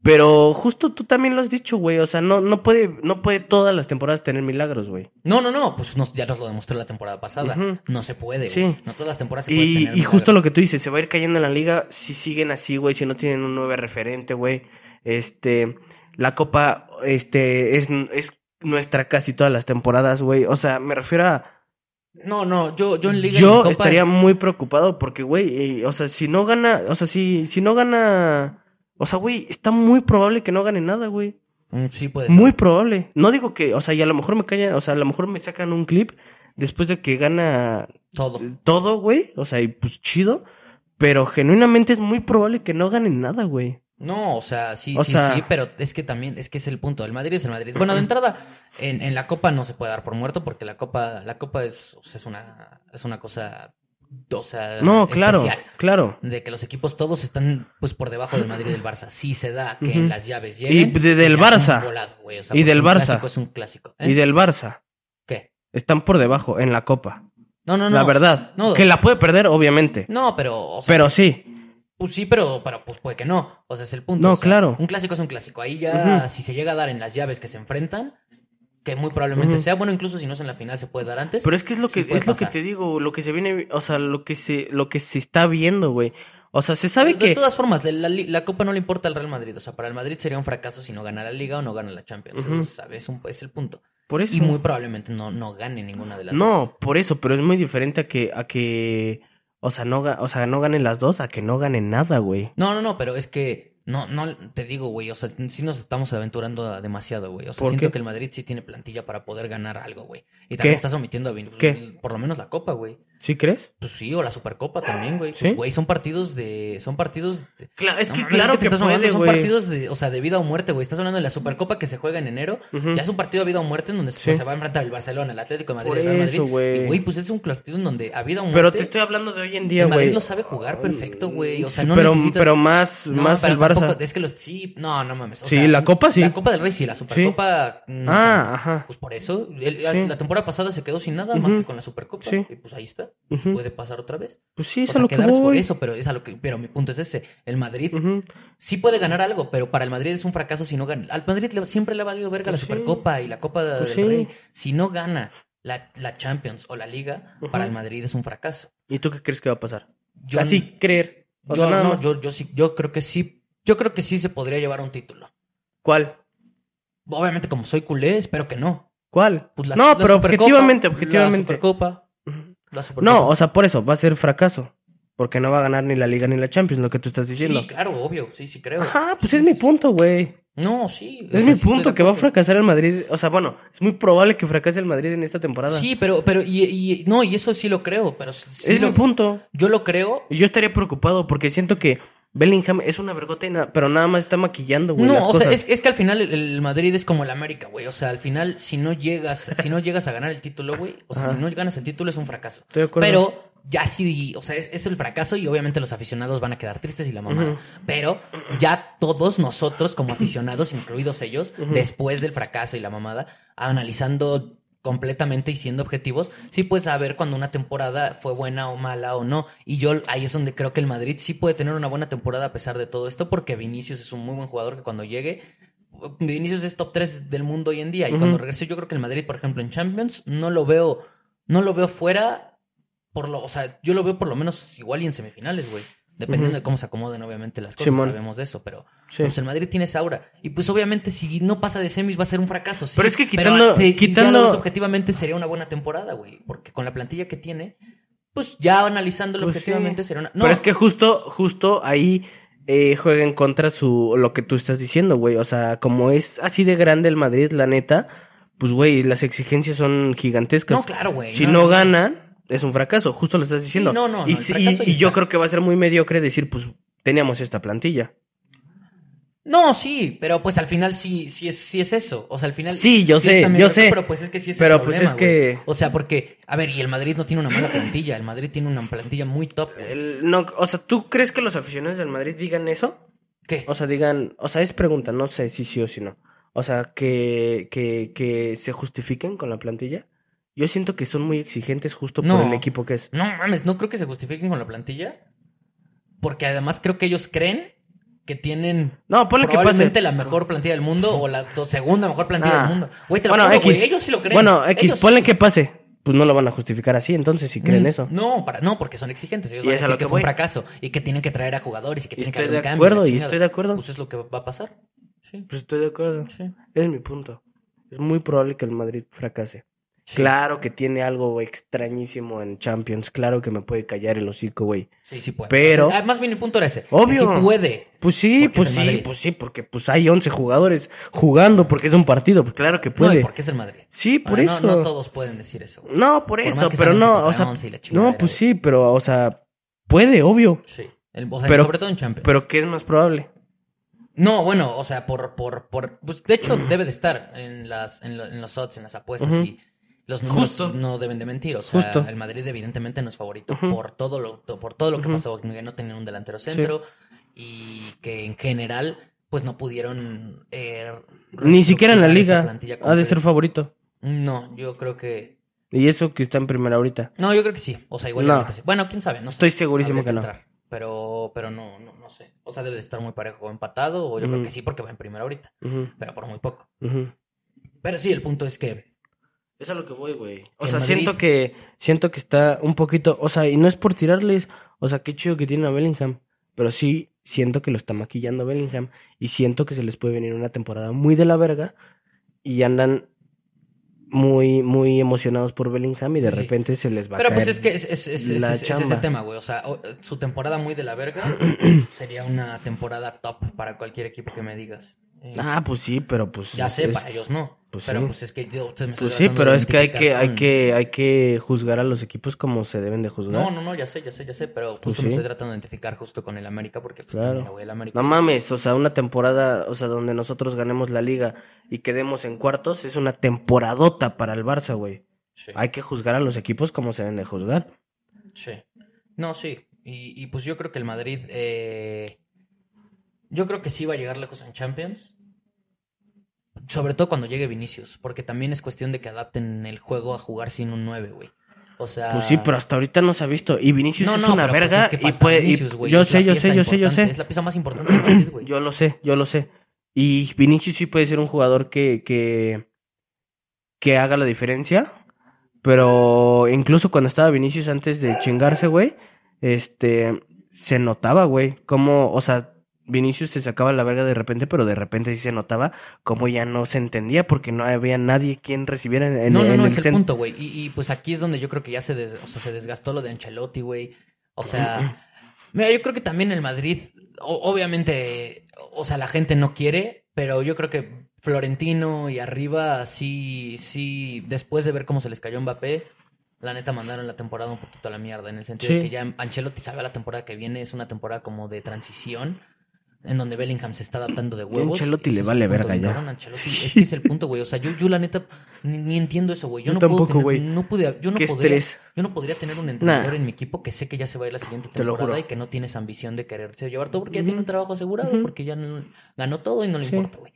Speaker 2: Pero justo tú también lo has dicho, güey, o sea, no no puede no puede todas las temporadas tener milagros, güey.
Speaker 1: No, no, no, pues nos- ya nos lo demostró la temporada pasada.
Speaker 2: Ujú.
Speaker 1: No se puede,
Speaker 2: Sí.
Speaker 1: güey. No todas las temporadas se pueden
Speaker 2: Y,
Speaker 1: tener
Speaker 2: y justo
Speaker 1: milagros.
Speaker 2: lo que tú dices, se va a ir cayendo en la liga si siguen así, güey, si no tienen un 9 referente, güey. Este, la copa, este, es, es nuestra casi todas las temporadas, güey. O sea, me refiero a...
Speaker 1: No, no, yo, yo en Liga y en
Speaker 2: Yo
Speaker 1: Copa-
Speaker 2: estaría muy preocupado porque, güey, eh, o sea, si no gana, o sea, si, si no gana... O sea, güey, está muy probable que no gane nada, güey.
Speaker 1: Mm, Sí, puede ser.
Speaker 2: Muy probable. No digo que, o sea, y a lo mejor me callan, o sea, a lo mejor me sacan un clip después de que gana
Speaker 1: Todo.
Speaker 2: todo, güey. O sea, y pues chido. Pero genuinamente es muy probable que no ganen nada, güey.
Speaker 1: No, o sea, sí,
Speaker 2: O
Speaker 1: sí,
Speaker 2: sea-
Speaker 1: sí, pero es que también, es que es el punto. El Madrid es el Madrid. Bueno, de entrada, en, en la Copa no se puede dar por muerto porque la Copa, la Copa es, o sea, es una, es una cosa, o sea,
Speaker 2: No, claro,
Speaker 1: Eh, especial.
Speaker 2: claro.
Speaker 1: de que los equipos todos están pues por debajo del Madrid y del Barça. Sí se da que
Speaker 2: Ujú.
Speaker 1: en las llaves
Speaker 2: Y
Speaker 1: lleguen.
Speaker 2: de- del
Speaker 1: ya es un
Speaker 2: Barça.
Speaker 1: volado, güey. O sea,
Speaker 2: Y
Speaker 1: porque
Speaker 2: del
Speaker 1: un
Speaker 2: Barça.
Speaker 1: clásico es un clásico. ¿eh?
Speaker 2: Y del Barça.
Speaker 1: ¿Qué?
Speaker 2: Están por debajo en la copa.
Speaker 1: No, no, no.
Speaker 2: la verdad.
Speaker 1: No,
Speaker 2: que la puede perder, obviamente.
Speaker 1: no pero, o sea,
Speaker 2: pero sí.
Speaker 1: pues sí, pero, pero pues puede que no. O sea, es el punto.
Speaker 2: No,
Speaker 1: o sea,
Speaker 2: claro.
Speaker 1: Un clásico es un clásico. Ahí ya,
Speaker 2: Ujú.
Speaker 1: si se llega a dar en las llaves que se enfrentan, que muy probablemente
Speaker 2: Ujú.
Speaker 1: sea, bueno, incluso si no es en la final, se puede dar antes.
Speaker 2: Pero es que es lo
Speaker 1: sí
Speaker 2: que,
Speaker 1: puede
Speaker 2: es lo que
Speaker 1: pasar.
Speaker 2: te digo, lo que se viene, o sea, lo que se, lo que se está viendo, güey. O sea, se sabe
Speaker 1: de,
Speaker 2: que.
Speaker 1: de todas formas, de la, li- la Copa no le importa al Real Madrid. O sea, para el Madrid sería un fracaso si no gana la Liga o no gana la Champions. Eso
Speaker 2: Ujú.
Speaker 1: se sabe, es, un- es el punto.
Speaker 2: Por eso.
Speaker 1: Y muy probablemente no, no gane ninguna de las dos.
Speaker 2: No, por eso, pero es muy diferente a que, a que. O sea, no, ga- o sea, no ganen las dos, a que no ganen nada, güey.
Speaker 1: No, no, no, pero es que no, no te digo, güey. O sea, sí nos estamos aventurando a- demasiado, güey. O sea,
Speaker 2: ¿Por
Speaker 1: siento
Speaker 2: qué?
Speaker 1: que el Madrid sí tiene plantilla para poder ganar algo, güey. Y también estás omitiendo a Vin-
Speaker 2: ¿Qué?
Speaker 1: por lo menos la copa, güey.
Speaker 2: ¿Sí crees?
Speaker 1: Pues sí, o la Supercopa también, güey.
Speaker 2: ¿Sí?
Speaker 1: Pues, güey, son partidos de. Son partidos. de-
Speaker 2: Claro, es
Speaker 1: No
Speaker 2: que
Speaker 1: mames,
Speaker 2: claro
Speaker 1: es
Speaker 2: que,
Speaker 1: estás hablando,
Speaker 2: puede,
Speaker 1: Son
Speaker 2: güey.
Speaker 1: partidos de, o sea, de vida o muerte, güey. Estás hablando de la Supercopa que se juega en enero.
Speaker 2: Ujú.
Speaker 1: Ya es un partido a vida o muerte en donde
Speaker 2: Sí.
Speaker 1: se va a enfrentar el Barcelona, el Atlético de Madrid,
Speaker 2: Por
Speaker 1: el Real
Speaker 2: eso,
Speaker 1: Madrid.
Speaker 2: güey.
Speaker 1: Y, güey, pues es un partido en donde a vida o muerte.
Speaker 2: Pero te estoy hablando de hoy en día,
Speaker 1: el Madrid
Speaker 2: güey.
Speaker 1: lo sabe jugar perfecto, güey. O sea,
Speaker 2: Sí,
Speaker 1: no
Speaker 2: pero,
Speaker 1: necesitas-
Speaker 2: pero más,
Speaker 1: No,
Speaker 2: más
Speaker 1: pero
Speaker 2: el Barça.
Speaker 1: tampoco- es que los. Sí, no, no mames. o
Speaker 2: Sí,
Speaker 1: sea,
Speaker 2: la Copa sí.
Speaker 1: La Copa del Rey sí, la Supercopa. no
Speaker 2: Ah,
Speaker 1: tanto.
Speaker 2: ajá.
Speaker 1: Pues por eso. el- la-
Speaker 2: Sí.
Speaker 1: La temporada pasada se quedó sin nada más
Speaker 2: Ujú.
Speaker 1: que con la Supercopa.
Speaker 2: Sí.
Speaker 1: Y pues ahí está. Pues
Speaker 2: Ujú.
Speaker 1: Puede pasar otra vez.
Speaker 2: Pues sí,
Speaker 1: o
Speaker 2: es a
Speaker 1: sea,
Speaker 2: lo que
Speaker 1: quedarse por
Speaker 2: voy.
Speaker 1: eso, pero es a lo que. Pero mi punto es ese. El Madrid
Speaker 2: Ujú.
Speaker 1: sí puede ganar algo, pero para el Madrid es un fracaso si no gana. Al Madrid le- siempre le ha valido verga
Speaker 2: Pues
Speaker 1: la
Speaker 2: sí.
Speaker 1: Supercopa y la Copa de-
Speaker 2: Pues
Speaker 1: del
Speaker 2: sí.
Speaker 1: Rey. Si no gana la, la Champions o la Liga,
Speaker 2: Ujú.
Speaker 1: para el Madrid es un fracaso.
Speaker 2: ¿Y tú qué crees que va a pasar?
Speaker 1: Yo,
Speaker 2: Así creer. O
Speaker 1: yo
Speaker 2: sea, nada
Speaker 1: no,
Speaker 2: más.
Speaker 1: yo- yo sí, yo creo que sí. Yo creo que sí se podría llevar un título.
Speaker 2: ¿Cuál?
Speaker 1: Obviamente, como soy culé, espero que no.
Speaker 2: ¿Cuál?
Speaker 1: Pues
Speaker 2: no, pero
Speaker 1: Supercopa,
Speaker 2: objetivamente,
Speaker 1: La
Speaker 2: objetivamente.
Speaker 1: Supercopa. La Supercopa.
Speaker 2: No, o sea, por eso va a ser fracaso. Porque no va a ganar ni la Liga ni la Champions, lo que tú estás diciendo.
Speaker 1: Sí, claro, obvio. Sí, sí creo.
Speaker 2: Ajá, pues es mi punto, güey.
Speaker 1: No, sí. o sea, sí
Speaker 2: Es mi
Speaker 1: estoy de
Speaker 2: punto que va a
Speaker 1: acuerdo.
Speaker 2: fracasar el Madrid. O sea, bueno, es muy probable que fracase el Madrid en esta temporada.
Speaker 1: Sí, pero, pero, y, y- no, y eso sí lo creo, pero sí- sí
Speaker 2: es
Speaker 1: lo-
Speaker 2: mi punto.
Speaker 1: Yo lo creo,
Speaker 2: Y Yo estaría preocupado porque siento que Bellingham es una vergota, y na- pero nada más está maquillando, güey.
Speaker 1: No,
Speaker 2: las
Speaker 1: o sea,
Speaker 2: cosas.
Speaker 1: es, es que al final el, el Madrid es como el América, güey. O sea, al final, si no llegas, si no llegas a ganar el título, güey, o sea,
Speaker 2: Ajá.
Speaker 1: si no ganas el título es un fracaso.
Speaker 2: Estoy de acuerdo.
Speaker 1: Pero ya sí, o sea, es, es el fracaso y obviamente los aficionados van a quedar tristes y la mamada.
Speaker 2: Ujú.
Speaker 1: Pero ya todos nosotros, como aficionados, incluidos ellos, después del fracaso y la mamada, analizando completamente y siendo objetivos, sí puedes saber cuando una temporada fue buena o mala o no. Y yo ahí es donde creo que el Madrid sí puede tener una buena temporada a pesar de todo esto, porque Vinicius es un muy buen jugador que cuando llegue, Vinicius es este top 3 del mundo hoy en día. Y
Speaker 2: Ujú.
Speaker 1: cuando regrese, yo creo que el Madrid, por ejemplo, en Champions, no lo veo, no lo veo fuera por lo, o sea, yo lo veo por lo menos igual y en semifinales, güey. Dependiendo
Speaker 2: Ujú.
Speaker 1: de cómo se acomoden, obviamente, las cosas,
Speaker 2: Simón.
Speaker 1: sabemos de eso, pero
Speaker 2: Sí.
Speaker 1: pues, el Madrid tiene esa aura. Y pues obviamente si no pasa de semis va a ser un fracaso, sí.
Speaker 2: Pero es que quitando-
Speaker 1: si- si ya lo
Speaker 2: quitando-
Speaker 1: ves objetivamente sería una buena temporada, güey. Porque con la plantilla que tiene, pues ya analizándolo
Speaker 2: Pues,
Speaker 1: objetivamente
Speaker 2: sí.
Speaker 1: sería una. No,
Speaker 2: Pero es que justo, justo ahí eh, juega en contra su lo que tú estás diciendo, güey. O sea, como es así de grande el Madrid, la neta, pues, güey, las exigencias son gigantescas.
Speaker 1: No, claro, güey.
Speaker 2: Si no, ganan, es un fracaso. Justo lo estás diciendo.
Speaker 1: no, no, no,
Speaker 2: y
Speaker 1: el
Speaker 2: si-
Speaker 1: fracaso
Speaker 2: y-
Speaker 1: ahí
Speaker 2: y yo
Speaker 1: está.
Speaker 2: creo que va a ser muy mediocre decir, pues, teníamos esta plantilla.
Speaker 1: No, sí, pero pues al final sí, sí es, sí es eso. O sea, al final.
Speaker 2: Sí, yo sé,
Speaker 1: está medio
Speaker 2: yo
Speaker 1: loco,
Speaker 2: sé.
Speaker 1: Pero pues es que sí es el
Speaker 2: Pero, pues,
Speaker 1: problema,
Speaker 2: es que-
Speaker 1: güey. O sea, porque, a ver, y el Madrid no tiene una mala plantilla. El Madrid tiene una plantilla muy top.
Speaker 2: El- no, o sea, ¿tú crees que los aficionados del Madrid digan eso?
Speaker 1: ¿Qué?
Speaker 2: O sea, digan, o sea, es pregunta, no sé si sí o si no. O sea, que, que, que se justifiquen con la plantilla. Yo siento que son muy exigentes justo
Speaker 1: No.
Speaker 2: por el equipo que es.
Speaker 1: No mames, no creo que se justifiquen con la plantilla. Porque además creo que ellos creen que tienen
Speaker 2: No, ponle que
Speaker 1: probablemente
Speaker 2: pase.
Speaker 1: la mejor plantilla del mundo o la to- segunda mejor plantilla
Speaker 2: Ah.
Speaker 1: del mundo. Güey, te lo
Speaker 2: Bueno,
Speaker 1: juro, güey,
Speaker 2: X.
Speaker 1: ellos sí lo creen.
Speaker 2: Bueno, X,
Speaker 1: Ellos sí. Mm,
Speaker 2: ponle que pase. Pues no lo van a justificar así, entonces, si creen eso.
Speaker 1: No, para, no, porque son exigentes. Ellos
Speaker 2: Y
Speaker 1: van a
Speaker 2: es a
Speaker 1: decir
Speaker 2: lo
Speaker 1: que
Speaker 2: que
Speaker 1: fue un
Speaker 2: voy.
Speaker 1: fracaso y que tienen que traer a jugadores y que
Speaker 2: Y
Speaker 1: tienen que
Speaker 2: estoy
Speaker 1: haber un
Speaker 2: de
Speaker 1: cambio. la
Speaker 2: acuerdo, y
Speaker 1: chingada.
Speaker 2: estoy de acuerdo.
Speaker 1: Pues es lo que va a pasar. Sí.
Speaker 2: Pues estoy de acuerdo.
Speaker 1: Sí.
Speaker 2: Es mi punto. Es muy probable que el Madrid fracase.
Speaker 1: Sí.
Speaker 2: Claro que tiene algo extrañísimo en Champions. Claro que me puede callar el hocico, güey.
Speaker 1: Sí, sí puede.
Speaker 2: Pero-
Speaker 1: Entonces, ah, además, mi punto era ese.
Speaker 2: Obvio.
Speaker 1: Sí puede.
Speaker 2: Pues sí,
Speaker 1: Porque
Speaker 2: pues
Speaker 1: es
Speaker 2: sí,
Speaker 1: el Madrid.
Speaker 2: pues sí, porque pues hay 11 jugadores jugando porque es un partido, pues claro que
Speaker 1: No,
Speaker 2: puede.
Speaker 1: y porque es el Madrid.
Speaker 2: Sí, por
Speaker 1: Ahora, no-
Speaker 2: eso.
Speaker 1: No,
Speaker 2: No,
Speaker 1: todos pueden decir eso. güey.
Speaker 2: por
Speaker 1: más
Speaker 2: eso,
Speaker 1: que
Speaker 2: pero
Speaker 1: sean
Speaker 2: no,
Speaker 1: 11
Speaker 2: o sea,
Speaker 1: contra 11 y la chingadera,
Speaker 2: no, pues sí, pero o sea, puede, obvio,
Speaker 1: Sí. El- o sea,
Speaker 2: Pero-
Speaker 1: sobre todo en Champions.
Speaker 2: pero ¿qué es más probable?
Speaker 1: No, bueno, o sea, por, por, por, pues de hecho debe de estar en las, en, lo- en los odds, en las apuestas
Speaker 2: Ujú.
Speaker 1: y los números
Speaker 2: Justo.
Speaker 1: no deben de mentir. O sea,
Speaker 2: Justo.
Speaker 1: el Madrid evidentemente no es favorito
Speaker 2: Ujú.
Speaker 1: por todo lo, to- por todo lo que
Speaker 2: Ujú.
Speaker 1: pasó, que no tenían un delantero centro y que en general, pues no pudieron. eh,
Speaker 2: Ni siquiera en la
Speaker 1: reestructurar esa
Speaker 2: liga
Speaker 1: plantilla
Speaker 2: ha de
Speaker 1: completa.
Speaker 2: ser favorito.
Speaker 1: No, yo creo que.
Speaker 2: Y eso que está en primera ahorita.
Speaker 1: No, yo creo que sí. O sea, igual.
Speaker 2: No.
Speaker 1: obviamente sí. Bueno, quién sabe, no sé.
Speaker 2: Estoy segurísimo
Speaker 1: Habría
Speaker 2: que no.
Speaker 1: entrar. Pero, pero no, no, no sé. O sea, debe de estar muy parejo o empatado, o yo creo
Speaker 2: Ujú.
Speaker 1: que sí, porque va en primera ahorita,
Speaker 2: Ujú,
Speaker 1: pero por muy poco.
Speaker 2: ujú.
Speaker 1: Pero sí, el punto es que.
Speaker 2: Es a lo que voy, güey. O
Speaker 1: El
Speaker 2: sea,
Speaker 1: Madrid-
Speaker 2: siento que siento que está un poquito, o sea, y no es por tirarles, o sea, qué chido que tienen a Bellingham, pero sí siento que lo está maquillando Bellingham y siento que se les puede venir una temporada muy de la verga y andan muy muy emocionados por Bellingham y de
Speaker 1: Sí.
Speaker 2: repente se les va
Speaker 1: Pero
Speaker 2: a caer.
Speaker 1: pues es que es, es- es- es-
Speaker 2: la
Speaker 1: es- es ese
Speaker 2: chamba.
Speaker 1: tema, güey. O sea, o- su temporada muy de la verga sería una temporada top para cualquier equipo que me digas. Eh,
Speaker 2: Ah, pues sí, pero pues
Speaker 1: ya sé,
Speaker 2: es-
Speaker 1: para ellos no.
Speaker 2: Pues
Speaker 1: pero
Speaker 2: sí.
Speaker 1: pues es que yo se me estoy
Speaker 2: Pues sí,
Speaker 1: tratando
Speaker 2: pero
Speaker 1: de
Speaker 2: es que hay que,
Speaker 1: identificar
Speaker 2: hay
Speaker 1: con-
Speaker 2: que, hay que juzgar a los equipos como se deben de juzgar.
Speaker 1: No,
Speaker 2: No,
Speaker 1: no, no, ya sé, ya sé, ya sé, pero justo
Speaker 2: Pues
Speaker 1: me
Speaker 2: sí.
Speaker 1: estoy tratando de identificar justo con el América porque pues
Speaker 2: Claro.
Speaker 1: también le voy al América.
Speaker 2: mames, o sea, una temporada, o sea, donde nosotros ganemos la liga y quedemos en cuartos, es una temporadota para el Barça, güey.
Speaker 1: Sí,
Speaker 2: Hay que juzgar a los equipos como se deben de juzgar.
Speaker 1: sí. No, sí. Y, y, pues yo creo que el Madrid, eh, yo creo que sí va a llegar lejos en Champions. Sobre todo cuando llegue Vinicius, porque también es cuestión de que adapten el juego a jugar sin un 9, güey. O sea...
Speaker 2: Pues sí, pero hasta ahorita no se ha visto. Y Vinicius
Speaker 1: Ah. No,
Speaker 2: es
Speaker 1: no,
Speaker 2: una
Speaker 1: pero, pues,
Speaker 2: verga
Speaker 1: es que
Speaker 2: y
Speaker 1: falta
Speaker 2: puede. y-
Speaker 1: Vinicius, güey,
Speaker 2: yo
Speaker 1: es la
Speaker 2: sé, yo
Speaker 1: pieza
Speaker 2: sé, yo sé, yo
Speaker 1: importante,
Speaker 2: sé.
Speaker 1: Es la pieza más importante del Madrid, güey.
Speaker 2: Yo lo sé, yo lo sé. Y Vinicius sí puede ser un jugador que, que, que haga la diferencia. Pero incluso cuando estaba Vinicius antes de chingarse, güey, este, se notaba, güey, cómo, o sea, Vinicius se sacaba la verga de repente, pero de repente sí se notaba cómo ya no se entendía porque no había nadie quien recibiera en, en-
Speaker 1: no, no,
Speaker 2: en
Speaker 1: no,
Speaker 2: el
Speaker 1: es el
Speaker 2: centro.
Speaker 1: punto, güey. Y, y, pues aquí es donde yo creo que ya se, des- o sea, se desgastó lo de Ancelotti, güey. O sea, mira, yo creo que también el Madrid, o- obviamente, o sea, la gente no quiere, pero yo creo que Florentino y arriba, sí, sí, después de ver cómo se les cayó Mbappé, la neta mandaron la temporada un poquito a la mierda, en el sentido de
Speaker 2: Sí.
Speaker 1: que ya Ancelotti sabe la temporada que viene, es una temporada como de transición. En donde Bellingham se está adaptando de huevos.
Speaker 2: Ancelotti
Speaker 1: Ese
Speaker 2: le
Speaker 1: es
Speaker 2: vale
Speaker 1: el punto,
Speaker 2: verga
Speaker 1: mi
Speaker 2: ya.
Speaker 1: cabrón, Ancelotti. Es que es el punto, güey. O sea, yo, yo la neta ni, ni entiendo eso, güey. Yo,
Speaker 2: Yo
Speaker 1: no puedo
Speaker 2: tampoco,
Speaker 1: tener-
Speaker 2: güey.
Speaker 1: No pude, yo no
Speaker 2: Qué
Speaker 1: podría,
Speaker 2: estrés.
Speaker 1: yo no podría tener un entrenador
Speaker 2: Nah.
Speaker 1: en mi equipo que sé que ya se va a ir la siguiente
Speaker 2: Te lo
Speaker 1: temporada
Speaker 2: juro.
Speaker 1: y que no tienes ambición de quererse llevar todo porque ya
Speaker 2: Ujú.
Speaker 1: tiene un trabajo asegurado,
Speaker 2: Ujú.
Speaker 1: porque ya no- ganó todo y no le
Speaker 2: Sí.
Speaker 1: importa, güey.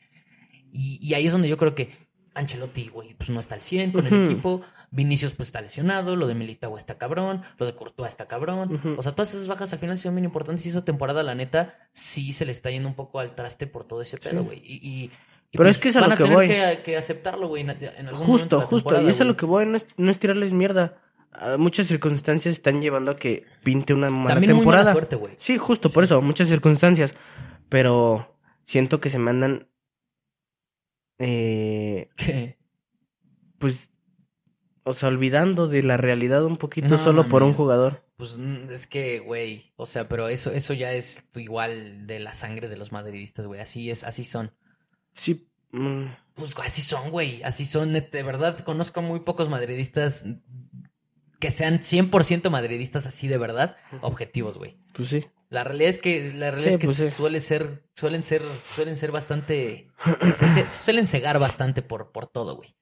Speaker 1: Y, y ahí es donde yo creo que Ancelotti, güey, pues no está al 100 con el
Speaker 2: Ujú.
Speaker 1: equipo. Vinicius, pues está lesionado. Lo de Militao está cabrón. Lo de Courtois está cabrón.
Speaker 2: Ujú.
Speaker 1: O sea, todas esas bajas al final sí son bien importantes. Y esa temporada, la neta, sí se le está yendo un poco al traste por todo ese pedo, güey. Y, y- y
Speaker 2: Pero es que es a
Speaker 1: van
Speaker 2: lo que
Speaker 1: tener
Speaker 2: voy.
Speaker 1: que, que aceptarlo, güey, en, en algún momento
Speaker 2: Justo,
Speaker 1: de la
Speaker 2: justo.
Speaker 1: temporada,
Speaker 2: Y eso es
Speaker 1: güey.
Speaker 2: lo que voy, no es, no es tirarles mierda. Ah, muchas circunstancias están llevando a que pinte una mala
Speaker 1: También muy mala
Speaker 2: temporada.
Speaker 1: suerte, güey.
Speaker 2: sí, justo, por eso, muchas circunstancias. Pero siento que se me andan. eh,
Speaker 1: Que-
Speaker 2: pues. O sea, olvidando de la realidad un poquito
Speaker 1: No
Speaker 2: solo por un
Speaker 1: mames.
Speaker 2: jugador.
Speaker 1: Pues mm, es que, güey, o sea, pero eso, eso ya es igual de la sangre de los madridistas, güey. Así es, así son.
Speaker 2: Sí. mm,
Speaker 1: Pues güey, así son, güey. Así son. net- De verdad, conozco muy pocos madridistas que sean 100% madridistas así de verdad, objetivos, güey.
Speaker 2: pues sí.
Speaker 1: La realidad es que, la realidad
Speaker 2: Sí,
Speaker 1: es que
Speaker 2: pues sí.
Speaker 1: suele ser, suelen ser, suelen ser bastante, se, se- suelen cegar bastante por, por todo, güey.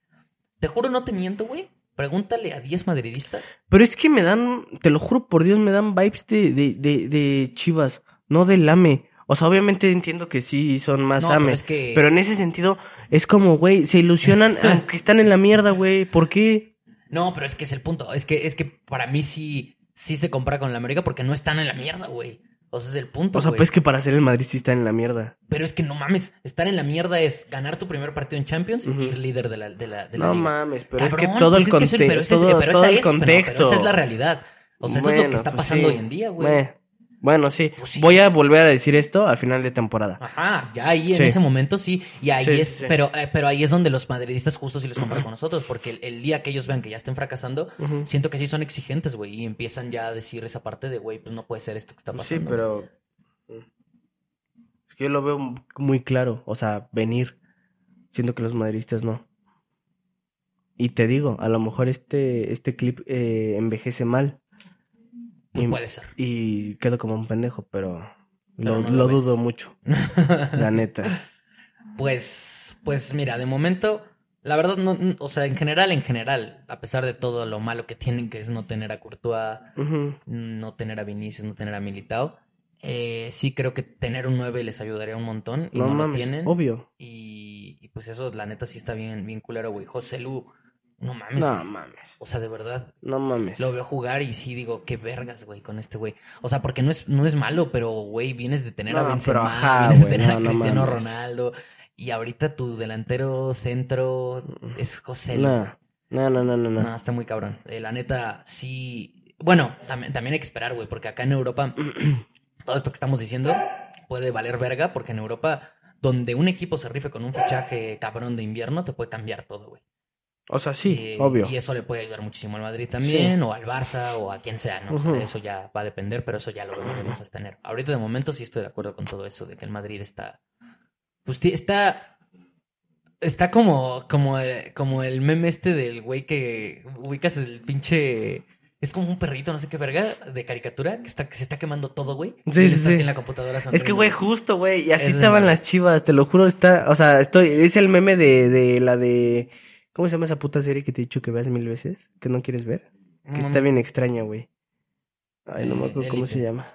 Speaker 1: Te juro, no te miento, güey. Pregúntale a 10 madridistas.
Speaker 2: Pero es que me dan, te lo juro por Dios, me dan vibes de, de, de, de Chivas, no de Lame. O sea, obviamente entiendo que sí son más
Speaker 1: No,
Speaker 2: Lame.
Speaker 1: pero es que-
Speaker 2: Pero en ese sentido, es como, güey, se ilusionan aunque están en la mierda, güey. ¿Por qué?
Speaker 1: No, pero es que es el punto. Es que, es que para mí sí, sí se compara con la América porque no están en la mierda, güey. O sea, es el punto.
Speaker 2: O sea,
Speaker 1: güey.
Speaker 2: pues que para ser el Madrid sí están en la mierda.
Speaker 1: Pero es que no mames, estar en la mierda es ganar tu primer partido en Champions
Speaker 2: Ujú.
Speaker 1: y ir líder de la, de la, de la
Speaker 2: No
Speaker 1: liga.
Speaker 2: mames, pero es
Speaker 1: Cabrón,
Speaker 2: que todo
Speaker 1: pues
Speaker 2: el
Speaker 1: es que eso-
Speaker 2: contexto.
Speaker 1: pero ese es-
Speaker 2: todo,
Speaker 1: pero
Speaker 2: todo
Speaker 1: esa
Speaker 2: el
Speaker 1: es- pero- pero
Speaker 2: contexto.
Speaker 1: esa es la realidad. O sea, eso es lo que
Speaker 2: Bueno,
Speaker 1: está
Speaker 2: pues
Speaker 1: pasando
Speaker 2: sí.
Speaker 1: hoy en día, güey.
Speaker 2: Meh. Bueno, sí.
Speaker 1: Pues sí.
Speaker 2: Voy a volver a decir esto a final de temporada.
Speaker 1: Ajá, ya ahí en
Speaker 2: Sí.
Speaker 1: ese momento sí, y ahí
Speaker 2: Sí, sí,
Speaker 1: es,
Speaker 2: sí.
Speaker 1: pero eh, pero ahí es donde los madridistas justos sí los comparan con nosotros, porque el, el día que ellos vean que ya estén fracasando,
Speaker 2: Ujú.
Speaker 1: siento que sí son exigentes, güey, y empiezan ya a decir esa parte de, güey, pues no puede ser esto que está
Speaker 2: Pues
Speaker 1: pasando.
Speaker 2: sí, pero. Es que yo lo veo muy claro. O sea, venir. Siento que los madridistas no. Y te digo, a lo mejor este, este clip eh, envejece mal.
Speaker 1: Pues
Speaker 2: Y-
Speaker 1: puede ser.
Speaker 2: Y quedo como un pendejo, pero.
Speaker 1: Pero
Speaker 2: lo
Speaker 1: no lo
Speaker 2: lo
Speaker 1: ves.
Speaker 2: dudo mucho. La neta.
Speaker 1: Pues, pues mira, de momento, la verdad, no, n- o sea, en general, en general, a pesar de todo lo malo que tienen, que es no tener a Courtois,
Speaker 2: Ujú.
Speaker 1: no tener a Vinicius, no tener a Militao, eh, sí creo que tener un 9 les ayudaría un montón y no,
Speaker 2: No
Speaker 1: lo
Speaker 2: mames.
Speaker 1: tienen.
Speaker 2: Obvio.
Speaker 1: Y, y pues eso, la neta, sí está bien, bien culero, güey. José Lu, no mames.
Speaker 2: No
Speaker 1: güey.
Speaker 2: mames.
Speaker 1: O sea, de verdad,
Speaker 2: No mames.
Speaker 1: lo veo jugar y sí digo, qué vergas, güey, con este güey. O sea, porque no es, no es malo, pero, güey, vienes de tener a
Speaker 2: No,
Speaker 1: Benzema,
Speaker 2: pero ajá,
Speaker 1: vienes de
Speaker 2: güey,
Speaker 1: tener
Speaker 2: no,
Speaker 1: a
Speaker 2: no
Speaker 1: Cristiano
Speaker 2: mames.
Speaker 1: Ronaldo. Y ahorita tu delantero centro es José. Lu.
Speaker 2: Nah. No, no, no, no, no.
Speaker 1: No, está muy cabrón. Eh, la neta, sí. Bueno, también, también hay que esperar, güey, porque acá en Europa, todo esto que estamos diciendo puede valer verga, porque en Europa, donde un equipo se rife con un fichaje cabrón de invierno, te puede cambiar todo, güey.
Speaker 2: O sea, sí,
Speaker 1: Eh,
Speaker 2: obvio.
Speaker 1: Y eso le puede ayudar muchísimo al Madrid también, o al Barça, o a quien sea, ¿no? O sea,
Speaker 2: Ujú.
Speaker 1: de eso ya va a depender, pero eso ya lo veremos hasta enero. Ahorita de momento sí estoy de acuerdo con todo eso, de que el Madrid está. Pues ti- está Está como, como, eh, como el meme este del güey que ubicas el pinche. Es como un perrito, no sé qué verga, de caricatura, que, está, que se está quemando todo, güey.
Speaker 2: Sí,
Speaker 1: Y él
Speaker 2: sí,
Speaker 1: está
Speaker 2: sí.
Speaker 1: así en la computadora
Speaker 2: Es que,
Speaker 1: sonriendo,
Speaker 2: güey, justo, güey. Y así
Speaker 1: Es de
Speaker 2: estaban
Speaker 1: madre.
Speaker 2: las chivas, te lo juro. Está, o sea, estoy. Es el meme de, de la de. ¿Cómo se llama esa puta serie que te he dicho que veas mil veces? Que no quieres ver.
Speaker 1: No
Speaker 2: Que está
Speaker 1: mames.
Speaker 2: bien extraña, güey. Ay, no me
Speaker 1: Eh,
Speaker 2: acuerdo cómo
Speaker 1: Élite.
Speaker 2: se llama.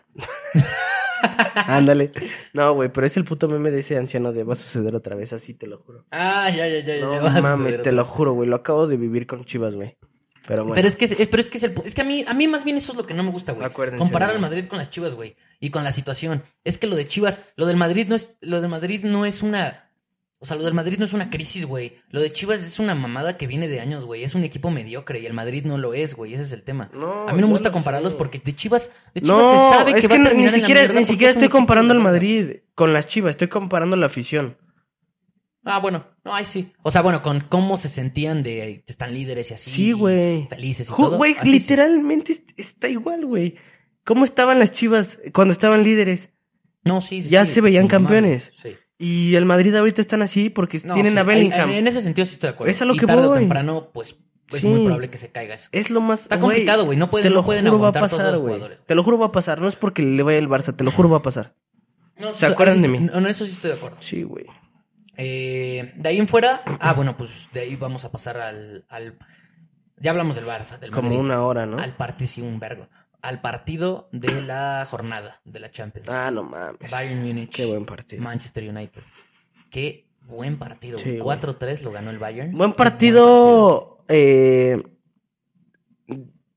Speaker 2: Ándale. No, güey, pero es el puto meme de ese anciano de va a suceder otra vez, así te lo juro.
Speaker 1: Ah, ya, ya, ya. ya,
Speaker 2: No
Speaker 1: ya, vas a
Speaker 2: mames,
Speaker 1: saber
Speaker 2: te
Speaker 1: otra
Speaker 2: lo
Speaker 1: vez.
Speaker 2: juro, güey. Lo acabo de vivir con chivas, güey. Pero bueno.
Speaker 1: Pero es que es, es- pero es que es el pu- es que a mí a mí más bien eso es lo que no me gusta, güey.
Speaker 2: Acuérdense
Speaker 1: Comparar
Speaker 2: de-
Speaker 1: al Madrid con las Chivas, güey, y con la situación. Es que lo de Chivas, lo del Madrid no es lo del Madrid no es una o sea, lo del Madrid no es una crisis, güey. Lo de Chivas es una mamada que viene de años, güey. Es un equipo mediocre y el Madrid no lo es, güey. Ese es el tema.
Speaker 2: No,
Speaker 1: a mí
Speaker 2: yo
Speaker 1: no me gusta
Speaker 2: lo
Speaker 1: compararlos
Speaker 2: sé.
Speaker 1: porque de Chivas, de Chivas
Speaker 2: No,
Speaker 1: se sabe
Speaker 2: es
Speaker 1: que,
Speaker 2: que,
Speaker 1: va a
Speaker 2: no-
Speaker 1: terminar
Speaker 2: ni
Speaker 1: en la
Speaker 2: siquiera,
Speaker 1: mierda
Speaker 2: ni
Speaker 1: porque
Speaker 2: siquiera
Speaker 1: es un
Speaker 2: estoy
Speaker 1: equipo
Speaker 2: comparando
Speaker 1: de
Speaker 2: al
Speaker 1: mierda.
Speaker 2: Madrid con las chivas, estoy comparando la afición.
Speaker 1: Ah, bueno, no, ahí sí. O sea, bueno, con cómo se sentían de están líderes y así.
Speaker 2: Sí, güey.
Speaker 1: Felices y
Speaker 2: Ju-
Speaker 1: todo.
Speaker 2: Güey,
Speaker 1: Así sí.
Speaker 2: literalmente est- está igual, güey. ¿Cómo estaban las chivas cuando estaban líderes?
Speaker 1: No, sí, sí,
Speaker 2: Ya
Speaker 1: sí,
Speaker 2: se veían
Speaker 1: sin mames,
Speaker 2: campeones.
Speaker 1: Sí.
Speaker 2: Y el Madrid ahorita están así porque
Speaker 1: No,
Speaker 2: tienen
Speaker 1: sí,
Speaker 2: a Bellingham.
Speaker 1: En, en ese sentido sí estoy de acuerdo.
Speaker 2: Es a lo
Speaker 1: y
Speaker 2: que
Speaker 1: tarde o
Speaker 2: voy.
Speaker 1: temprano, pues es
Speaker 2: Sí.
Speaker 1: muy probable que se caiga eso.
Speaker 2: Es lo más.
Speaker 1: Está complicado, güey. No pueden-
Speaker 2: te
Speaker 1: no
Speaker 2: lo
Speaker 1: pueden
Speaker 2: juro va a
Speaker 1: aguantar todos
Speaker 2: pasar,
Speaker 1: los
Speaker 2: güey.
Speaker 1: jugadores.
Speaker 2: Te lo juro va a pasar. No es porque le vaya el Barça, te lo juro va a pasar.
Speaker 1: No,
Speaker 2: ¿Se
Speaker 1: estoy-
Speaker 2: acuerdan
Speaker 1: ahí
Speaker 2: de
Speaker 1: sí-
Speaker 2: mí?
Speaker 1: no, en eso sí estoy de acuerdo.
Speaker 2: Sí, güey.
Speaker 1: Eh, de ahí en fuera, ah, bueno, pues de ahí vamos a pasar al. al- ya hablamos del Barça, del
Speaker 2: Como
Speaker 1: Madrid.
Speaker 2: una hora, ¿no?
Speaker 1: Al partido, sí, un vergo. Al partido de la jornada de la Champions.
Speaker 2: Ah, no mames.
Speaker 1: Bayern Múnich.
Speaker 2: Qué buen partido.
Speaker 1: Manchester United. Qué buen partido.
Speaker 2: Sí,
Speaker 1: güey.
Speaker 2: güey.
Speaker 1: 4-3 lo ganó el Bayern.
Speaker 2: Buen
Speaker 1: Qué partido.
Speaker 2: partido. eh,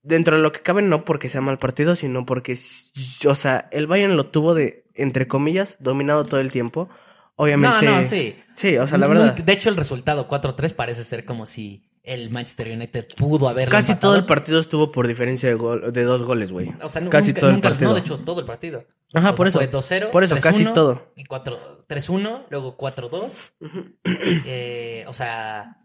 Speaker 2: dentro de lo que cabe, no porque sea mal partido, sino porque. s- O sea, el Bayern lo tuvo de, entre comillas, dominado todo el tiempo.
Speaker 1: No,
Speaker 2: Obviamente.
Speaker 1: no, sí.
Speaker 2: Sí, o sea, la
Speaker 1: No,
Speaker 2: verdad.
Speaker 1: de hecho, el resultado 4-3 parece ser como si el Manchester United pudo haber.
Speaker 2: Casi todo el partido estuvo por diferencia de, gol- de dos goles, güey.
Speaker 1: O sea, nu-
Speaker 2: casi
Speaker 1: nunca-
Speaker 2: todo el
Speaker 1: nunca-
Speaker 2: partido.
Speaker 1: No, de hecho, todo el partido.
Speaker 2: Ajá,
Speaker 1: O
Speaker 2: por
Speaker 1: sea,
Speaker 2: eso.
Speaker 1: fue 2-0.
Speaker 2: Por eso, casi
Speaker 1: 3-1,
Speaker 2: todo.
Speaker 1: Y 4 3-1, luego 4-2. Eh, o sea.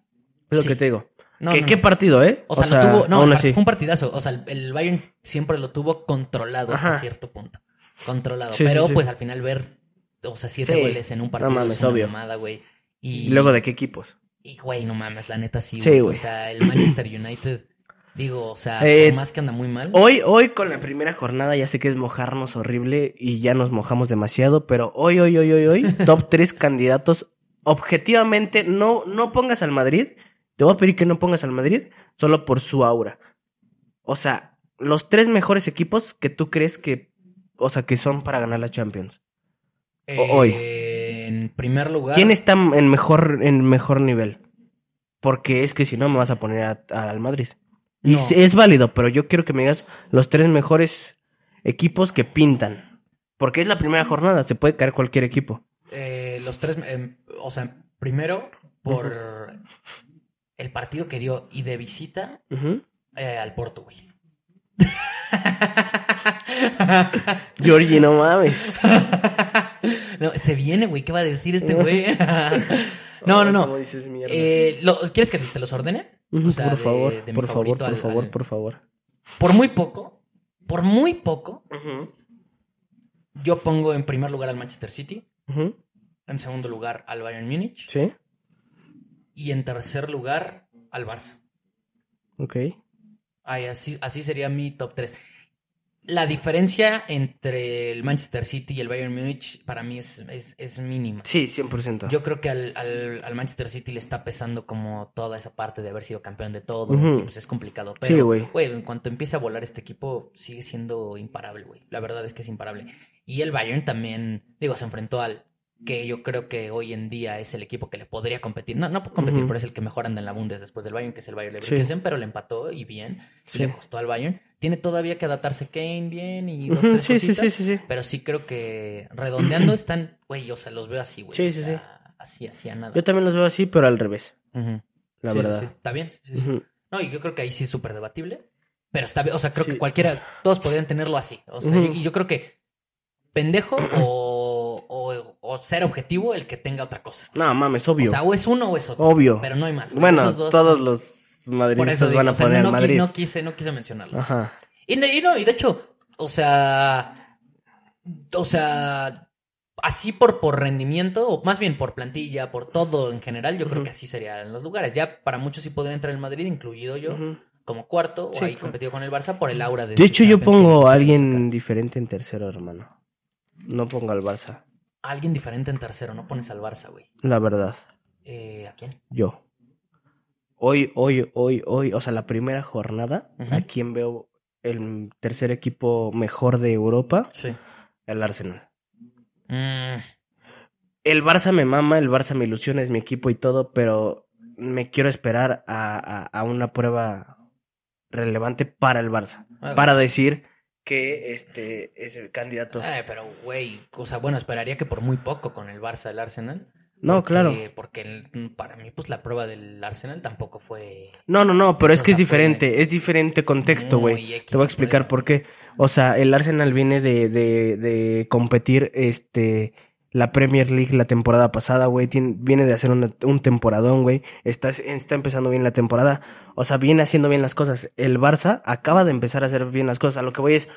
Speaker 2: Es lo
Speaker 1: Sí.
Speaker 2: que te digo.
Speaker 1: No,
Speaker 2: ¿Qué,
Speaker 1: no,
Speaker 2: qué
Speaker 1: no.
Speaker 2: partido, eh?
Speaker 1: O sea, lo tuvo. No,
Speaker 2: aún
Speaker 1: el part-
Speaker 2: así.
Speaker 1: fue un partidazo. O sea, el, el Bayern siempre lo tuvo controlado
Speaker 2: Ajá.
Speaker 1: hasta cierto punto. Controlado.
Speaker 2: Sí, sí,
Speaker 1: pero
Speaker 2: sí.
Speaker 1: pues al final ver, o sea, siete
Speaker 2: Sí.
Speaker 1: goles en un partido
Speaker 2: mames,
Speaker 1: es una
Speaker 2: obvio.
Speaker 1: mamada, güey. Y,
Speaker 2: ¿Y luego de qué equipos?
Speaker 1: Y, güey, no mames, la neta sí.
Speaker 2: Sí,
Speaker 1: güey.
Speaker 2: güey.
Speaker 1: O sea, el Manchester United, digo, o sea,
Speaker 2: Eh,
Speaker 1: por más que anda muy mal.
Speaker 2: Hoy, hoy con la primera jornada, ya sé que es mojarnos horrible y ya nos mojamos demasiado, pero hoy, hoy, hoy, hoy, hoy, top 3 candidatos. Objetivamente, no, no pongas al Madrid. Te voy a pedir que no pongas al Madrid solo por su aura. O sea, los tres mejores equipos que tú crees que, o sea, que son para ganar la Champions.
Speaker 1: eh,
Speaker 2: hoy.
Speaker 1: En primer lugar.
Speaker 2: ¿Quién está en mejor, en mejor nivel? Porque es que si no me vas a poner a- a- al Madrid. Y
Speaker 1: No.
Speaker 2: sí, es válido, pero yo quiero que me digas los tres mejores equipos que pintan. Porque es la primera jornada, se puede caer cualquier equipo.
Speaker 1: eh, los tres, em, o sea, primero por el partido que dio y de visita eh, al Porto, güey.
Speaker 2: Georgie, no mames.
Speaker 1: No, se viene, güey, ¿qué va a decir este güey? no, no, no. Eh, lo- ¿Quieres que te los ordene?
Speaker 2: Ujú,
Speaker 1: o sea,
Speaker 2: por
Speaker 1: de-
Speaker 2: favor,
Speaker 1: de mi
Speaker 2: por favor,
Speaker 1: favorito
Speaker 2: por
Speaker 1: al-
Speaker 2: favor,
Speaker 1: al-
Speaker 2: por favor.
Speaker 1: Por muy poco, por muy poco, yo pongo en primer lugar al Manchester City,
Speaker 2: Ujú,
Speaker 1: en segundo lugar al Bayern Múnich
Speaker 2: Sí,
Speaker 1: y en tercer lugar al Barça.
Speaker 2: ok.
Speaker 1: Ay, así, así sería mi top 3. La diferencia entre el Manchester City y el Bayern Múnich para mí es, es, es mínima.
Speaker 2: Sí, 100%.
Speaker 1: Yo creo que al, al- al Manchester City le está pesando como toda esa parte de haber sido campeón de todo.
Speaker 2: Ujú.
Speaker 1: sí, pues es complicado.
Speaker 2: Sí,
Speaker 1: Pero,
Speaker 2: güey.
Speaker 1: en cuanto empiece a volar este equipo, sigue siendo imparable, güey. La verdad es que es imparable. Y el Bayern también, digo, se enfrentó al que yo creo que hoy en día es el equipo que le podría competir. No, no competir,
Speaker 2: Ujú.
Speaker 1: pero es el que mejor anda en la Bundes después del Bayern, que es el Bayern Leverkusen, pero le empató y bien. Y
Speaker 2: Sí.
Speaker 1: le costó al Bayern. Tiene todavía que adaptarse Kane bien y dos,
Speaker 2: Ujú,
Speaker 1: tres
Speaker 2: sí, sí,
Speaker 1: cositas.
Speaker 2: sí, sí, sí.
Speaker 1: Pero sí creo que redondeando están, güey, o sea, los veo así, güey.
Speaker 2: Sí,
Speaker 1: o
Speaker 2: sí,
Speaker 1: sea, Así, así a nada.
Speaker 2: Yo también los veo así, pero al revés,
Speaker 1: Ujú.
Speaker 2: la
Speaker 1: Sí, sí,
Speaker 2: verdad.
Speaker 1: sí. Está bien. sí, sí, sí.
Speaker 2: Ujú.
Speaker 1: No, y yo creo que ahí sí es súper debatible. Pero está bien, o sea, creo
Speaker 2: Sí.
Speaker 1: que cualquiera, todos podrían tenerlo así. O sea,
Speaker 2: Ujú.
Speaker 1: yo- y yo creo que pendejo o, o- o ser objetivo el que tenga otra cosa.
Speaker 2: No mames,
Speaker 1: O
Speaker 2: obvio.
Speaker 1: sea, o es uno o es otro.
Speaker 2: Obvio.
Speaker 1: Pero no hay más. güey.
Speaker 2: bueno,
Speaker 1: Esos dos-
Speaker 2: todos los
Speaker 1: por eso
Speaker 2: madridistas
Speaker 1: digo,
Speaker 2: van a
Speaker 1: o sea,
Speaker 2: poner
Speaker 1: no, qui-
Speaker 2: Madrid. Ah.
Speaker 1: no quise, no quise mencionarlo.
Speaker 2: Ajá.
Speaker 1: Y, no- y no, y de hecho, o sea, o sea, así por, por rendimiento, o más bien por plantilla, por todo en general, yo creo que así serían los lugares. Ya para muchos sí podría entrar el Madrid, incluido yo, como cuarto,
Speaker 2: Sí,
Speaker 1: o ahí
Speaker 2: claro.
Speaker 1: competido con el Barça por el aura de.
Speaker 2: De hecho, yo
Speaker 1: Champions que nos
Speaker 2: pongo a
Speaker 1: quieren
Speaker 2: alguien
Speaker 1: sacar.
Speaker 2: diferente en tercero, hermano. No pongo al Barça,
Speaker 1: Alguien diferente en tercero, no pones al Barça, güey.
Speaker 2: la verdad.
Speaker 1: Eh, ¿A quién?
Speaker 2: Yo. Hoy, hoy, hoy, hoy, o sea, la primera jornada,
Speaker 1: Ujú.
Speaker 2: ¿a quién veo el tercer equipo mejor de Europa?
Speaker 1: Sí.
Speaker 2: El Arsenal.
Speaker 1: Mm,
Speaker 2: El Barça me mama, el Barça me ilusiona, es mi equipo y todo, pero me quiero esperar a, a- a una prueba relevante para el Barça.
Speaker 1: Ah,
Speaker 2: Para decir que este es el candidato.
Speaker 1: Eh, pero, güey, o sea, bueno, esperaría que por muy poco con el Barça, el Arsenal.
Speaker 2: No,
Speaker 1: porque-
Speaker 2: claro.
Speaker 1: Porque el- para mí, pues la prueba del Arsenal tampoco fue.
Speaker 2: No, no, no, pero es
Speaker 1: O
Speaker 2: que es
Speaker 1: sea, fue
Speaker 2: diferente, es diferente contexto,
Speaker 1: muy
Speaker 2: güey.
Speaker 1: X
Speaker 2: Te voy a explicar
Speaker 1: prueba.
Speaker 2: por qué. O sea, el Arsenal viene de, de, de competir este, la Premier League la temporada pasada, güey. Tien- Viene de hacer una- un temporadón, güey. Está, está empezando bien la temporada. O sea, viene haciendo bien las cosas. El Barça acaba de empezar a hacer bien las cosas. A lo que voy es,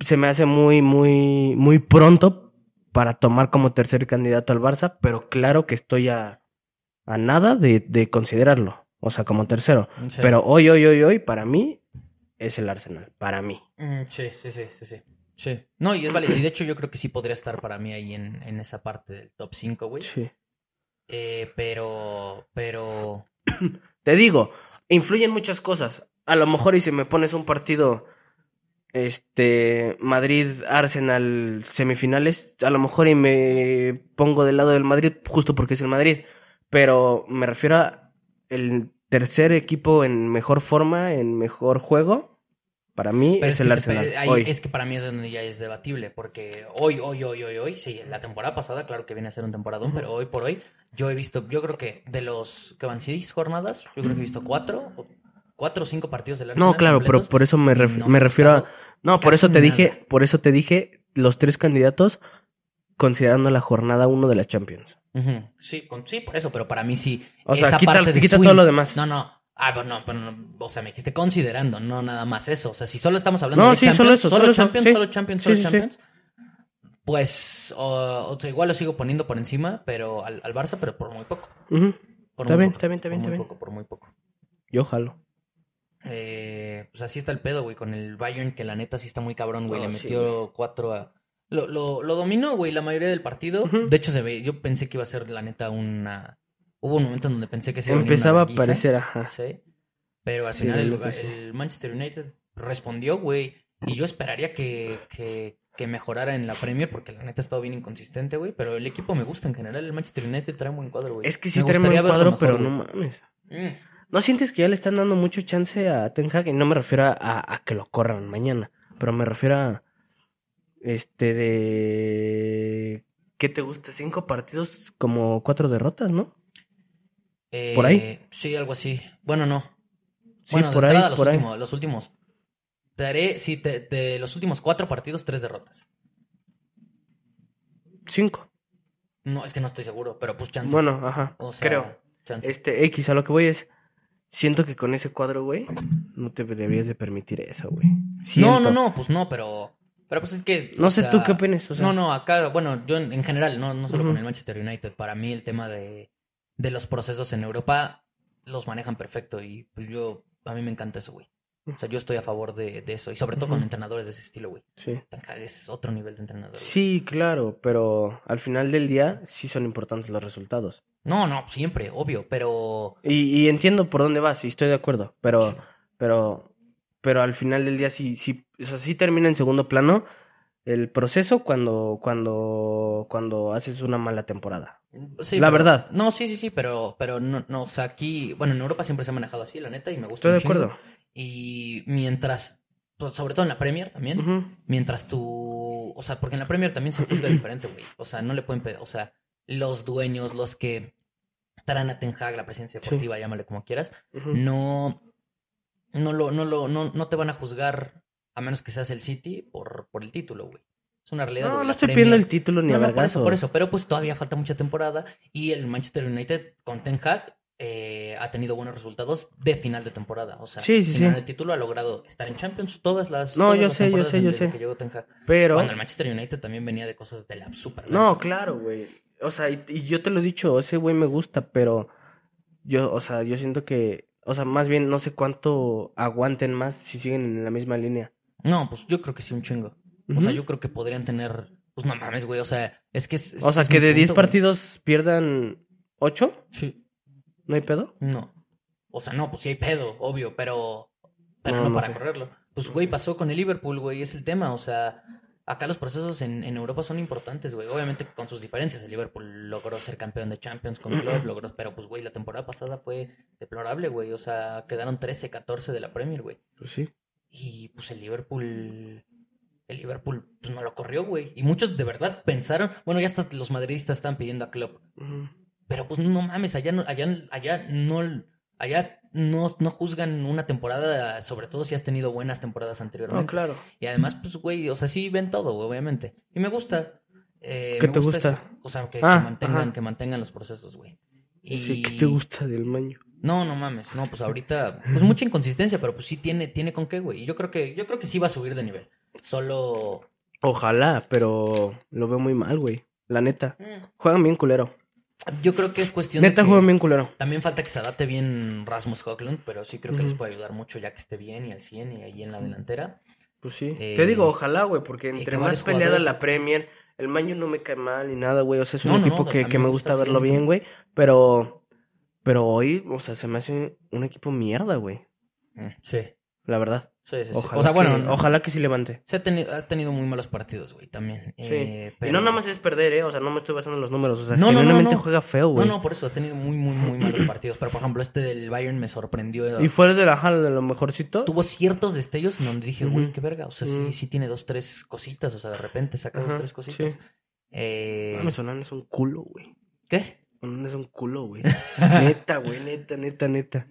Speaker 2: se me hace muy, muy, muy pronto para tomar como tercer candidato al Barça, pero claro que estoy a, a nada de, de considerarlo. O sea, como tercero.
Speaker 1: Sí.
Speaker 2: Pero hoy, hoy, hoy, hoy, para mí, es el Arsenal. Para mí.
Speaker 1: Mm, sí, sí, sí, sí, sí. Sí. No, y es válido. Y de hecho, yo creo que sí podría estar para mí ahí en, en esa parte del top 5, güey.
Speaker 2: Sí.
Speaker 1: Eh, pero, pero.
Speaker 2: Te digo, influyen muchas cosas. A lo mejor y si me pones un partido, este, Madrid-Arsenal semifinales, a lo mejor y me pongo del lado del Madrid justo porque es el Madrid. Pero me refiero a el tercer equipo en mejor forma, en mejor juego. Para mí
Speaker 1: pero
Speaker 2: es, el
Speaker 1: que se-
Speaker 2: Arsenal.
Speaker 1: ahí
Speaker 2: hoy.
Speaker 1: Es que para mí es donde ya es debatible, porque hoy, hoy, hoy, hoy, hoy, sí, la temporada pasada, claro que viene a ser un temporadón, pero hoy por hoy, yo he visto, yo creo que de los que van seis jornadas, yo creo que he visto cuatro, o- cuatro o cinco partidos del Arsenal.
Speaker 2: No, claro, pero
Speaker 1: completos,
Speaker 2: por eso me,
Speaker 1: y
Speaker 2: ref-
Speaker 1: no
Speaker 2: me
Speaker 1: ha
Speaker 2: refiero a...
Speaker 1: gustado
Speaker 2: No, por eso
Speaker 1: casi
Speaker 2: te
Speaker 1: nada.
Speaker 2: dije, por eso te dije los tres candidatos considerando la jornada uno de la Champions.
Speaker 1: Ujú, Sí, con, sí, por eso, pero para mí sí.
Speaker 2: O sea,
Speaker 1: esa
Speaker 2: quita-
Speaker 1: parte de
Speaker 2: quita
Speaker 1: swing-
Speaker 2: todo lo demás.
Speaker 1: No, no. Ah, pero no, pero no, o sea, me dijiste considerando, no nada más eso. O sea, si solo estamos hablando
Speaker 2: No,
Speaker 1: de
Speaker 2: sí,
Speaker 1: Champions,
Speaker 2: solo eso, solo eso,
Speaker 1: Champions,
Speaker 2: sí.
Speaker 1: solo Champions,
Speaker 2: Sí,
Speaker 1: solo
Speaker 2: sí, sí.
Speaker 1: Champions, pues, o- o sea, igual lo sigo poniendo por encima, pero al, al Barça, pero por muy poco.
Speaker 2: Ujú.
Speaker 1: Por
Speaker 2: Está
Speaker 1: muy
Speaker 2: bien,
Speaker 1: poco,
Speaker 2: está bien, está bien,
Speaker 1: Por muy
Speaker 2: está bien.
Speaker 1: poco, por muy poco.
Speaker 2: Yo jalo.
Speaker 1: Eh, pues así está el pedo, güey, con el Bayern, que la neta sí está muy cabrón, güey.
Speaker 2: No,
Speaker 1: Le
Speaker 2: sí,
Speaker 1: metió cuatro a. Lo, lo, lo dominó, güey, la mayoría del partido.
Speaker 2: Ujú.
Speaker 1: De hecho, se ve. Yo pensé que iba a ser, la neta, una. Hubo un momento en donde pensé que se iba a venir una
Speaker 2: Empezaba a
Speaker 1: vergüenza,
Speaker 2: parecer, ajá.
Speaker 1: sí, Pero al
Speaker 2: Sí,
Speaker 1: final
Speaker 2: la
Speaker 1: el,
Speaker 2: neta, sí.
Speaker 1: el Manchester United respondió, güey. Y yo esperaría que, que, que mejorara en la Premier, porque la neta ha estado bien inconsistente, güey. Pero el equipo me gusta en general. El Manchester United trae un buen cuadro, güey.
Speaker 2: Es que sí
Speaker 1: Me
Speaker 2: tenemos
Speaker 1: gustaría
Speaker 2: un
Speaker 1: verlo
Speaker 2: cuadro,
Speaker 1: mejor,
Speaker 2: pero
Speaker 1: güey.
Speaker 2: no mames.
Speaker 1: Mm.
Speaker 2: ¿No sientes que ya le están dando mucho chance a Ten Hag? Y no me refiero a, a que lo corran mañana, pero me refiero a... Este de... ¿Qué te gusta? Cinco partidos como cuatro derrotas, ¿no? ¿Por
Speaker 1: Eh,
Speaker 2: ahí?
Speaker 1: Sí, algo así. Bueno, no.
Speaker 2: Sí,
Speaker 1: bueno, de
Speaker 2: por ahí,
Speaker 1: entrada, los,
Speaker 2: por ahí.
Speaker 1: últimos, los últimos. Daré, sí, te- de los últimos cuatro partidos, tres derrotas.
Speaker 2: Cinco.
Speaker 1: No, es que no estoy seguro, pero pues chance.
Speaker 2: Bueno, ajá.
Speaker 1: O sea,
Speaker 2: creo.
Speaker 1: chance.
Speaker 2: Este, X, a lo que voy es. Siento que con ese cuadro, güey, no te deberías de permitir eso, güey.
Speaker 1: No,
Speaker 2: Siento.
Speaker 1: no, no, pues no, pero. Pero pues es que.
Speaker 2: No
Speaker 1: o
Speaker 2: sé
Speaker 1: sea,
Speaker 2: tú qué opinas, o sea.
Speaker 1: No, no, acá, bueno, yo en, en general, no, no solo
Speaker 2: Ujú.
Speaker 1: con el Manchester United. Para mí el tema de, de los procesos en Europa los manejan perfecto y pues yo. A mí me encanta eso, güey. O sea, yo estoy a favor de, de eso y sobre todo con
Speaker 2: Ujú.
Speaker 1: entrenadores de ese estilo, güey.
Speaker 2: Sí.
Speaker 1: Ten Hag es otro nivel de entrenador. güey.
Speaker 2: Sí, claro, pero al final del día sí son importantes los resultados.
Speaker 1: No, no, siempre, obvio, pero
Speaker 2: Y, y entiendo por dónde vas, y estoy de acuerdo, pero,
Speaker 1: Sí.
Speaker 2: pero, pero al final del día sí, sí, o sea, sí termina en segundo plano el proceso cuando, cuando, cuando haces una mala temporada.
Speaker 1: sí,
Speaker 2: La
Speaker 1: pero-
Speaker 2: verdad.
Speaker 1: No, sí, sí, sí, pero, pero no, no, o sea, aquí, bueno, en Europa siempre se ha manejado así, la neta, y me gusta.
Speaker 2: Estoy de
Speaker 1: un chingo.
Speaker 2: acuerdo.
Speaker 1: Y mientras, pues, sobre todo en la Premier también,
Speaker 2: Ujú.
Speaker 1: mientras tú, o sea, porque en la Premier también se juzga diferente, güey. O sea, no le pueden pedir, o sea, los dueños, los que traen a Ten Hag, la presidencia
Speaker 2: Sí.
Speaker 1: deportiva, llámale como quieras,
Speaker 2: Ujú.
Speaker 1: no, no lo, no lo, no, no te van a juzgar a menos que seas el City por, por el título, güey. Es una realidad.
Speaker 2: No,
Speaker 1: güey,
Speaker 2: no
Speaker 1: la
Speaker 2: estoy
Speaker 1: Premier-
Speaker 2: pidiendo el título ni
Speaker 1: No,
Speaker 2: a
Speaker 1: no, por eso,
Speaker 2: vergasos.
Speaker 1: por eso. Pero pues todavía falta mucha temporada. Y el Manchester United con Ten Hag eh, ha tenido buenos resultados de final de temporada. O sea,
Speaker 2: Sí, sí,
Speaker 1: si no
Speaker 2: sí.
Speaker 1: en el título ha logrado estar en Champions todas las.
Speaker 2: No,
Speaker 1: todas
Speaker 2: yo
Speaker 1: las
Speaker 2: sé, yo
Speaker 1: temporadas
Speaker 2: sé, yo
Speaker 1: desde
Speaker 2: sé.
Speaker 1: Que llegó Ten Hag.
Speaker 2: Pero.
Speaker 1: Cuando el Manchester United también venía de cosas de la super.
Speaker 2: No, claro, güey. O sea, y, y yo te lo he dicho, ese güey me gusta, pero yo, o sea, yo siento que, o sea, más bien no sé cuánto aguanten más si siguen en la misma línea.
Speaker 1: No, pues yo creo que sí, un chingo. O sea, yo creo que podrían tener. Pues no mames, güey. O sea, es que. es-
Speaker 2: O
Speaker 1: es-
Speaker 2: sea,
Speaker 1: es
Speaker 2: que
Speaker 1: mi
Speaker 2: de 10
Speaker 1: punto, güey.
Speaker 2: partidos pierdan 8,
Speaker 1: Sí,
Speaker 2: ¿no hay pedo?
Speaker 1: no. O sea, no, pues sí hay pedo, obvio, pero. Pero
Speaker 2: No,
Speaker 1: no,
Speaker 2: no
Speaker 1: para
Speaker 2: sé.
Speaker 1: correrlo. Pues, güey, pasó con el Liverpool, güey, es el tema. O sea, acá los procesos en, en Europa son importantes, güey. Obviamente con sus diferencias. El Liverpool logró ser campeón de Champions con Klopp, logró. Pero, pues, güey, la temporada pasada fue deplorable, güey. O sea, quedaron 13, 14 de la Premier, güey.
Speaker 2: Pues sí.
Speaker 1: Y pues el Liverpool. El Liverpool pues, no lo corrió, güey. Y muchos de verdad pensaron. Bueno, ya hasta los madridistas están pidiendo a Klopp. Pero pues no mames, allá no, allá, allá no. Allá no, no juzgan una temporada, sobre todo si has tenido buenas temporadas anteriormente.
Speaker 2: No, Oh, claro.
Speaker 1: Y además, pues, güey, o sea, sí ven todo, güey, obviamente. Y me gusta. eh,
Speaker 2: ¿Qué
Speaker 1: me
Speaker 2: te
Speaker 1: eso.
Speaker 2: gusta?
Speaker 1: O sea, que, que
Speaker 2: Ah,
Speaker 1: mantengan,
Speaker 2: ajá.
Speaker 1: que mantengan los procesos, güey. Y...
Speaker 2: Sí, ¿qué te gusta del maño?
Speaker 1: No, no mames, no, pues ahorita, pues mucha inconsistencia, pero pues sí tiene, tiene con qué, güey. Y yo creo que, yo creo que sí va a subir de nivel. Solo.
Speaker 2: Ojalá, pero lo veo muy mal, güey. La neta. Juegan bien culero.
Speaker 1: Yo creo que es cuestión
Speaker 2: Neta,
Speaker 1: de. que-
Speaker 2: juegan bien culero.
Speaker 1: También falta que se adapte bien Rasmus Hoglund, pero sí creo que les
Speaker 2: Ujú.
Speaker 1: puede ayudar mucho ya que esté bien y al 100 y ahí en la delantera.
Speaker 2: Pues sí.
Speaker 1: Eh,
Speaker 2: Te digo, ojalá, güey, porque
Speaker 1: que
Speaker 2: entre
Speaker 1: varios
Speaker 2: más peleada
Speaker 1: jugadores-
Speaker 2: la Premier, el Maño no me cae mal ni nada, güey. O sea, es un
Speaker 1: No, no,
Speaker 2: equipo
Speaker 1: no, a
Speaker 2: que,
Speaker 1: mí
Speaker 2: que
Speaker 1: me
Speaker 2: me
Speaker 1: gusta, sí,
Speaker 2: gusta verlo
Speaker 1: a mí
Speaker 2: bien,
Speaker 1: también.
Speaker 2: güey. Pero, pero hoy, o sea, se me hace un, un equipo mierda, güey.
Speaker 1: Mm, Sí,
Speaker 2: La verdad.
Speaker 1: sí, sí. sí.
Speaker 2: Ojalá
Speaker 1: o sea, bueno,
Speaker 2: que, ojalá que sí levante.
Speaker 1: se ha, teni- ha tenido muy malos partidos, güey, también.
Speaker 2: Sí.
Speaker 1: Eh,
Speaker 2: Y
Speaker 1: pero-
Speaker 2: no nada más es perder, ¿eh? O sea, no me estoy basando en los números. O sea,
Speaker 1: No, no, no,
Speaker 2: genuinamente
Speaker 1: no.
Speaker 2: juega feo,
Speaker 1: No,
Speaker 2: güey.
Speaker 1: no, por eso ha tenido muy, muy, muy malos partidos. Pero por ejemplo, este del Bayern me sorprendió.
Speaker 2: Y fuera de la jala de lo mejorcito.
Speaker 1: tuvo ciertos destellos en donde dije, güey,
Speaker 2: Ujú.
Speaker 1: qué verga. O sea,
Speaker 2: Ujú.
Speaker 1: sí, sí tiene dos, tres cositas. O sea, de repente saca dos,
Speaker 2: Ajá,
Speaker 1: tres cositas.
Speaker 2: sí. Ah,
Speaker 1: Eh,
Speaker 2: Me sonan es un culo, güey.
Speaker 1: ¿Qué?
Speaker 2: Sonan es un culo, güey. neta, güey, neta, neta, neta.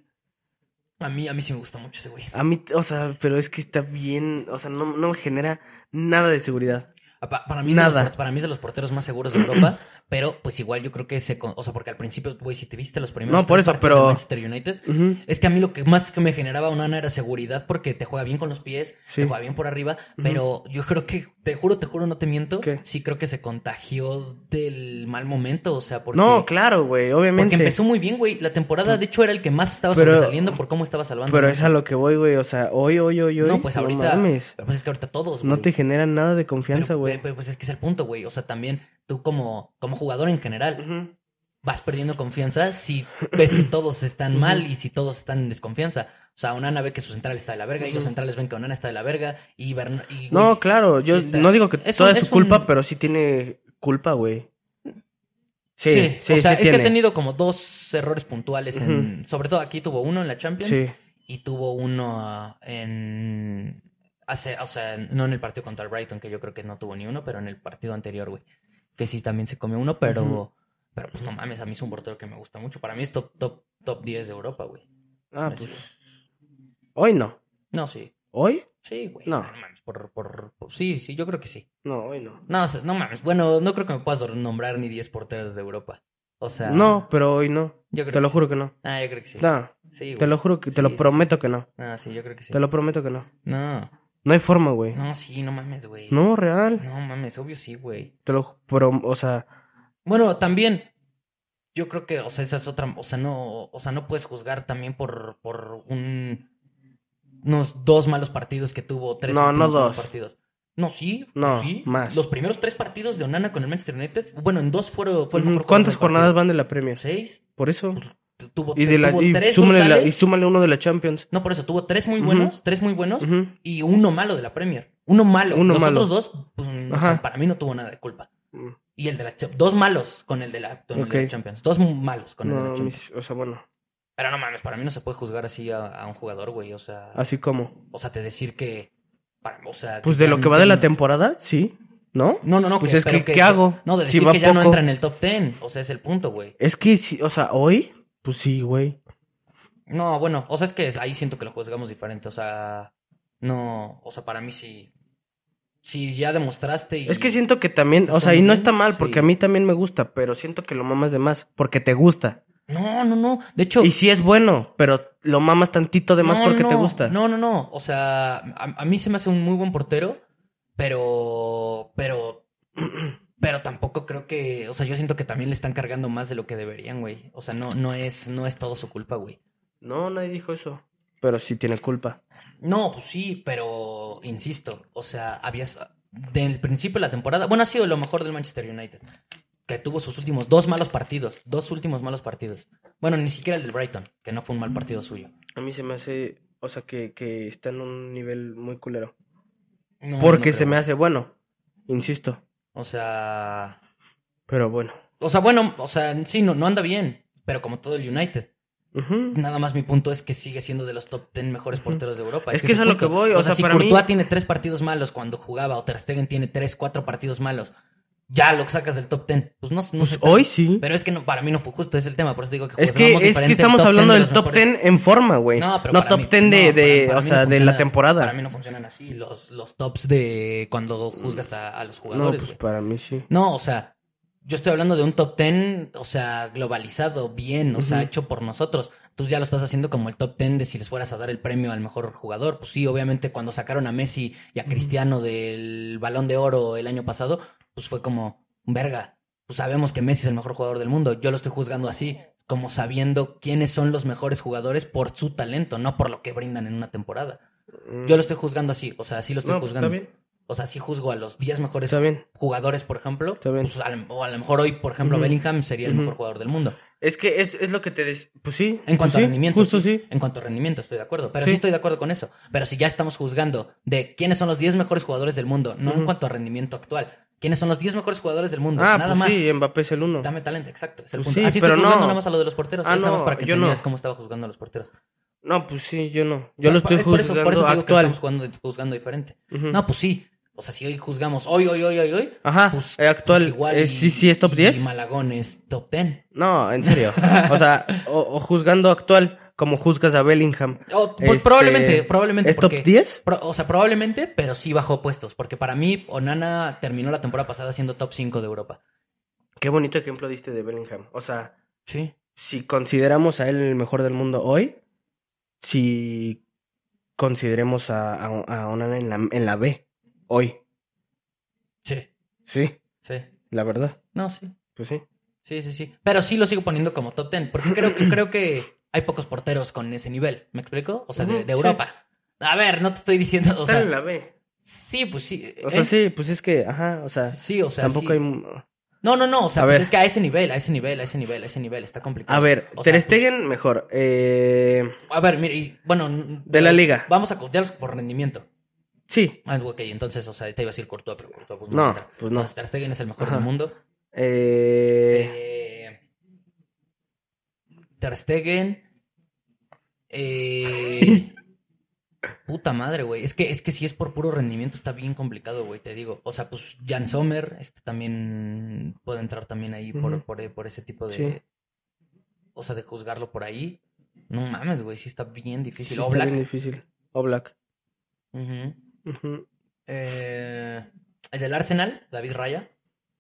Speaker 1: A mí, a mí sí me gusta mucho ese güey.
Speaker 2: A mí, o sea, pero es que está bien, o sea, no, no me genera nada de seguridad.
Speaker 1: Ah, pa- Para mí, es de los
Speaker 2: Nada.
Speaker 1: por- para mí es de los porteros más seguros de Europa, pero pues igual yo creo que se... con- O sea, porque al principio, güey, si te viste los primeros
Speaker 2: No, por
Speaker 1: tres
Speaker 2: eso,
Speaker 1: partidos
Speaker 2: pero-
Speaker 1: de Manchester United, es que a mí lo que más que me generaba Onana era seguridad porque te juega bien con los pies,
Speaker 2: Sí.
Speaker 1: te juega bien por arriba, pero yo creo que, te juro, te juro, no te miento,
Speaker 2: ¿Qué?
Speaker 1: sí creo que se contagió del mal momento, o sea, porque...
Speaker 2: No, claro, güey, obviamente.
Speaker 1: Porque empezó muy bien, güey. La temporada, de hecho, era el que más estaba
Speaker 2: Pero-
Speaker 1: sobresaliendo por cómo estaba salvando.
Speaker 2: Pero es a lo que voy, güey, o sea, hoy, hoy, hoy, hoy.
Speaker 1: No, pues ahorita.
Speaker 2: mames,
Speaker 1: pero pues es que ahorita todos, güey.
Speaker 2: no te genera nada de confianza,
Speaker 1: Pero,
Speaker 2: güey.
Speaker 1: pe- pe- Pues es que es el punto, güey. O sea, también tú como, como jugador en general
Speaker 2: Ujú.
Speaker 1: vas perdiendo confianza si ves que todos están mal y si todos están en desconfianza. O sea, Onana ve que su central está de la verga y los centrales ven que Onana está de la verga y Bern- y, güey,
Speaker 2: No,
Speaker 1: sí
Speaker 2: claro, yo
Speaker 1: está-
Speaker 2: no digo que
Speaker 1: Es
Speaker 2: toda
Speaker 1: un-
Speaker 2: es su
Speaker 1: es
Speaker 2: culpa,
Speaker 1: un-
Speaker 2: pero sí tiene culpa, güey. Sí, sí, sí,
Speaker 1: o sea, es
Speaker 2: tiene.
Speaker 1: que ha tenido como dos errores puntuales en... Sobre todo aquí tuvo uno en la Champions.
Speaker 2: Sí,
Speaker 1: y tuvo uno ah, en hace, o sea, no en el partido contra el Brighton, que yo creo que no tuvo ni uno, pero en el partido anterior, güey. Que sí también se comió uno, pero
Speaker 2: Ujú.
Speaker 1: pero pues no mames, a mí es un portero que me gusta mucho. Para mí es top top top 10 de Europa, güey.
Speaker 2: ah,
Speaker 1: Así.
Speaker 2: pues. Hoy no.
Speaker 1: No, sí.
Speaker 2: ¿Hoy?
Speaker 1: Sí, güey.
Speaker 2: No.
Speaker 1: mames, por, por, por- sí, sí, yo creo que sí.
Speaker 2: No, hoy no.
Speaker 1: No, o sea, no mames. Bueno, no creo que me puedas nombrar ni 10 porteros de Europa. O sea,
Speaker 2: No, pero hoy no.
Speaker 1: yo creo
Speaker 2: Te
Speaker 1: que
Speaker 2: lo
Speaker 1: sí.
Speaker 2: juro que no.
Speaker 1: Ah, yo creo que sí.
Speaker 2: No,
Speaker 1: Sí,
Speaker 2: te
Speaker 1: güey.
Speaker 2: lo juro que
Speaker 1: Sí,
Speaker 2: te lo
Speaker 1: sí,
Speaker 2: prometo que no.
Speaker 1: Ah, sí, yo creo que sí.
Speaker 2: Te lo prometo que no.
Speaker 1: No.
Speaker 2: No hay forma, güey.
Speaker 1: No, sí, no mames, güey.
Speaker 2: No, real.
Speaker 1: No mames, obvio sí, güey.
Speaker 2: Te lo ju- pero, o sea,
Speaker 1: Bueno, también. Yo creo que, o sea, esa es otra. O sea, no. O sea, no puedes juzgar también por. por un. unos dos malos partidos que tuvo, tres
Speaker 2: No,
Speaker 1: últimos
Speaker 2: no
Speaker 1: malos
Speaker 2: dos.
Speaker 1: partidos. No, sí, pues
Speaker 2: No,
Speaker 1: sí.
Speaker 2: más.
Speaker 1: Los primeros tres partidos de Onana con el Manchester United, bueno, en dos fueron, fue el mejor
Speaker 2: ¿cuántas
Speaker 1: jugador del
Speaker 2: jornadas
Speaker 1: partido.
Speaker 2: van de la Premier?
Speaker 1: Seis.
Speaker 2: Por eso.
Speaker 1: Tu- Tuvo,
Speaker 2: Y de la
Speaker 1: tuvo
Speaker 2: y
Speaker 1: tres
Speaker 2: súmale la-
Speaker 1: brutales.
Speaker 2: y súmale uno de la Champions.
Speaker 1: No, por eso, tuvo tres muy
Speaker 2: Ujú.
Speaker 1: buenos, tres muy buenos,
Speaker 2: Ujú.
Speaker 1: y uno malo de la Premier. Uno malo.
Speaker 2: Uno
Speaker 1: Los
Speaker 2: malo.
Speaker 1: otros dos, pues, o
Speaker 2: Ajá.
Speaker 1: sea, para mí no tuvo nada de culpa. Y el de la Cha- dos malos con el de la, con el de la
Speaker 2: Ok.
Speaker 1: Champions. Dos malos con el de la
Speaker 2: No,
Speaker 1: Champions.
Speaker 2: mis- o sea, bueno,
Speaker 1: Pero no mames, para mí no se puede juzgar así a, a un jugador, güey. O sea,
Speaker 2: así como.
Speaker 1: o sea, te decir que. para- o sea,
Speaker 2: Pues de
Speaker 1: ya
Speaker 2: lo que
Speaker 1: no-
Speaker 2: va de la temporada, sí, ¿no?
Speaker 1: No, no, no.
Speaker 2: Pues es
Speaker 1: pero
Speaker 2: que, ¿qué hago?
Speaker 1: No, de
Speaker 2: Si
Speaker 1: decir
Speaker 2: va
Speaker 1: que ya no
Speaker 2: poco.
Speaker 1: entra en el top ten. O sea, es el punto, güey.
Speaker 2: Es que sí, o sea, hoy, pues sí, güey.
Speaker 1: No, bueno, o sea, es que ahí siento que lo juzgamos diferente. O sea, no. O sea, para mí sí. Sí, ya demostraste y.
Speaker 2: Es que siento que también,
Speaker 1: ¿Estás
Speaker 2: o sea, y
Speaker 1: jugando
Speaker 2: no
Speaker 1: bien?
Speaker 2: está mal,
Speaker 1: Sí.
Speaker 2: porque a mí también me gusta, pero siento que lo mamas de más, porque te gusta.
Speaker 1: No, no, no. De hecho.
Speaker 2: Y sí es bueno, pero lo mamas tantito de más
Speaker 1: no,
Speaker 2: porque
Speaker 1: no,
Speaker 2: te
Speaker 1: no.
Speaker 2: gusta.
Speaker 1: No, no, no. O sea, a, a mí se me hace un muy buen portero, pero. Pero. Pero tampoco creo que. O sea, yo siento que también le están cargando más de lo que deberían, güey. O sea, no, no es, no es todo su culpa, güey.
Speaker 2: No, nadie dijo eso. Pero sí tiene culpa.
Speaker 1: No, pues sí, pero insisto, o sea, habías del principio de la temporada, bueno, ha sido lo mejor del Manchester United, que tuvo sus últimos dos malos partidos, dos últimos malos partidos. Bueno, ni siquiera el del Brighton, que no fue un mal partido suyo.
Speaker 2: A mí se me hace, o sea, que, que está en un nivel muy culero.
Speaker 1: Ah, No,
Speaker 2: Porque
Speaker 1: no
Speaker 2: se
Speaker 1: creo.
Speaker 2: me hace bueno, insisto.
Speaker 1: O sea,
Speaker 2: Pero bueno.
Speaker 1: o sea, bueno, o sea, sí, no, no anda bien, pero como todo el United.
Speaker 2: Ujú.
Speaker 1: Nada más mi punto es que sigue siendo de los top 10 mejores porteros de Europa.
Speaker 2: Es que
Speaker 1: ese
Speaker 2: eso es lo
Speaker 1: punto.
Speaker 2: que voy, o sea,
Speaker 1: si
Speaker 2: para
Speaker 1: Courtois
Speaker 2: mí-
Speaker 1: tiene tres partidos malos cuando jugaba, o Ter Stegen tiene tres, cuatro partidos malos, ya lo sacas del top 10. Pues no, no
Speaker 2: Pues
Speaker 1: se trata.
Speaker 2: hoy sí.
Speaker 1: Pero es que no, para mí no fue justo ese el tema, por eso digo que
Speaker 2: Es que,
Speaker 1: juzgamos
Speaker 2: es
Speaker 1: diferente
Speaker 2: que
Speaker 1: el
Speaker 2: estamos
Speaker 1: top 10
Speaker 2: hablando
Speaker 1: de
Speaker 2: del
Speaker 1: los
Speaker 2: top
Speaker 1: mejores.
Speaker 2: 10 en forma, güey. No,
Speaker 1: No, pero para
Speaker 2: top
Speaker 1: mí-
Speaker 2: 10 de,
Speaker 1: no, para-
Speaker 2: de,
Speaker 1: para
Speaker 2: o
Speaker 1: mí
Speaker 2: sea,
Speaker 1: no
Speaker 2: de
Speaker 1: funciona-
Speaker 2: la temporada.
Speaker 1: Para mí no funcionan así los, los tops de cuando juzgas a, a los
Speaker 2: no,
Speaker 1: jugadores.
Speaker 2: pues
Speaker 1: güey.
Speaker 2: para mí sí.
Speaker 1: No, o sea, yo estoy hablando de un top 10, o sea, globalizado, bien, o sea,
Speaker 2: Ujú.
Speaker 1: hecho por nosotros. Tú ya lo estás haciendo como el top 10 de si les fueras a dar el premio al mejor jugador. Pues sí, obviamente cuando sacaron a Messi y a Cristiano del Balón de Oro el año pasado, pues fue como, verga, pues sabemos que Messi es el mejor jugador del mundo. Yo lo estoy juzgando así, como sabiendo quiénes son los mejores jugadores por su talento, no por lo que brindan en una temporada. Mm. Yo lo estoy juzgando así, o sea, sí lo estoy
Speaker 2: No, pues,
Speaker 1: juzgando.
Speaker 2: Está bien.
Speaker 1: O sea, sí juzgo a los 10 mejores
Speaker 2: Está bien.
Speaker 1: jugadores, por ejemplo,
Speaker 2: Está bien.
Speaker 1: pues, a lo- o a lo mejor hoy, por ejemplo,
Speaker 2: Ujú.
Speaker 1: Bellingham sería el
Speaker 2: Ujú.
Speaker 1: mejor jugador del mundo.
Speaker 2: Es que es, es lo que te... des- Pues sí.
Speaker 1: En
Speaker 2: pues
Speaker 1: cuanto
Speaker 2: sí,
Speaker 1: a rendimiento.
Speaker 2: Justo sí.
Speaker 1: En cuanto a rendimiento, estoy de acuerdo. Pero
Speaker 2: Sí.
Speaker 1: sí. estoy de acuerdo con eso. Pero si ya estamos juzgando de quiénes son los 10 mejores jugadores del mundo, no
Speaker 2: Ujú.
Speaker 1: en cuanto a rendimiento actual. ¿Quiénes son los 10 mejores jugadores del mundo?
Speaker 2: Ah,
Speaker 1: nada
Speaker 2: pues
Speaker 1: más.
Speaker 2: sí, Mbappé es el uno.
Speaker 1: Dame talento, exacto. Es el
Speaker 2: Pues
Speaker 1: punto.
Speaker 2: sí,
Speaker 1: Así
Speaker 2: pero
Speaker 1: estoy juzgando
Speaker 2: no.
Speaker 1: nada más a lo de los porteros.
Speaker 2: Ah,
Speaker 1: es nada más
Speaker 2: no,
Speaker 1: para que
Speaker 2: yo
Speaker 1: entendieras
Speaker 2: no.
Speaker 1: cómo estaba juzgando a los porteros.
Speaker 2: No, pues sí, yo no. Yo lo
Speaker 1: Pa-
Speaker 2: estoy
Speaker 1: es por eso-
Speaker 2: juzgando
Speaker 1: Por eso, te digo
Speaker 2: actual.
Speaker 1: que estamos jugando- juzgando diferente.
Speaker 2: Ujú.
Speaker 1: No, pues sí. O sea, si hoy juzgamos hoy, hoy, hoy, hoy, hoy,
Speaker 2: Ajá,
Speaker 1: pues,
Speaker 2: eh, actual.
Speaker 1: pues igual
Speaker 2: eh,
Speaker 1: y-
Speaker 2: sí, sí, es top
Speaker 1: y
Speaker 2: 10.
Speaker 1: Malagón es top 10.
Speaker 2: No, en serio. O sea, o, o juzgando actual como juzgas a Bellingham.
Speaker 1: O, pues,
Speaker 2: Este,
Speaker 1: probablemente, probablemente.
Speaker 2: ¿Es top
Speaker 1: porque-
Speaker 2: 10?
Speaker 1: pro- o sea, probablemente, pero sí bajó puestos. Porque para mí, Onana terminó la temporada pasada siendo top 5 de Europa.
Speaker 2: Qué bonito ejemplo diste de Bellingham. O sea,
Speaker 1: Sí.
Speaker 2: si consideramos a él el mejor del mundo hoy, si consideremos a, a, a Onana en la, en la B hoy.
Speaker 1: Sí.
Speaker 2: Sí,
Speaker 1: Sí.
Speaker 2: la verdad.
Speaker 1: No, sí.
Speaker 2: Pues sí.
Speaker 1: Sí, sí, sí. Pero sí lo sigo poniendo como top 10. Porque creo que, creo que hay pocos porteros con ese nivel. ¿Me explico? O sea, de,
Speaker 2: Ujú,
Speaker 1: de
Speaker 2: sí.
Speaker 1: Europa. A ver, no te estoy diciendo. O
Speaker 2: Está
Speaker 1: sea,
Speaker 2: en la B.
Speaker 1: sí, pues sí.
Speaker 2: O sea,
Speaker 1: ¿eh?
Speaker 2: sí, pues es que, ajá, o sea,
Speaker 1: Sí, o sea,
Speaker 2: tampoco
Speaker 1: sí.
Speaker 2: hay... mu-
Speaker 1: No, no, no. O sea,
Speaker 2: A
Speaker 1: pues
Speaker 2: ver.
Speaker 1: es que a ese nivel, a ese nivel, a ese nivel, a ese nivel. Está complicado.
Speaker 2: A ver,
Speaker 1: O sea,
Speaker 2: Ter
Speaker 1: pues-
Speaker 2: Stegen mejor. Eh,
Speaker 1: A ver, mire, y, bueno. n- eh,
Speaker 2: De la liga.
Speaker 1: Vamos a contarlos por rendimiento.
Speaker 2: sí,
Speaker 1: Ah, ok, entonces, o sea, te iba a decir Courtois, pero Courtois pues,
Speaker 2: No,
Speaker 1: entra.
Speaker 2: pues no.
Speaker 1: Entonces, Ter Stegen es el mejor
Speaker 2: Ajá.
Speaker 1: del mundo.
Speaker 2: eh,
Speaker 1: Eh, Ter Stegen. eh, puta madre, güey. Es que, es que si es por puro rendimiento está bien complicado, güey, te digo. O sea, pues Jan Sommer este, también puede entrar también ahí por,
Speaker 2: Ujú.
Speaker 1: por, eh, por ese tipo de...
Speaker 2: Sí.
Speaker 1: O sea, de juzgarlo por ahí. No mames, güey, sí está bien difícil.
Speaker 2: sí
Speaker 1: O
Speaker 2: está
Speaker 1: Black.
Speaker 2: bien difícil. Oblak.
Speaker 1: Ujú.
Speaker 2: Ujú.
Speaker 1: Eh, el del Arsenal, David Raya.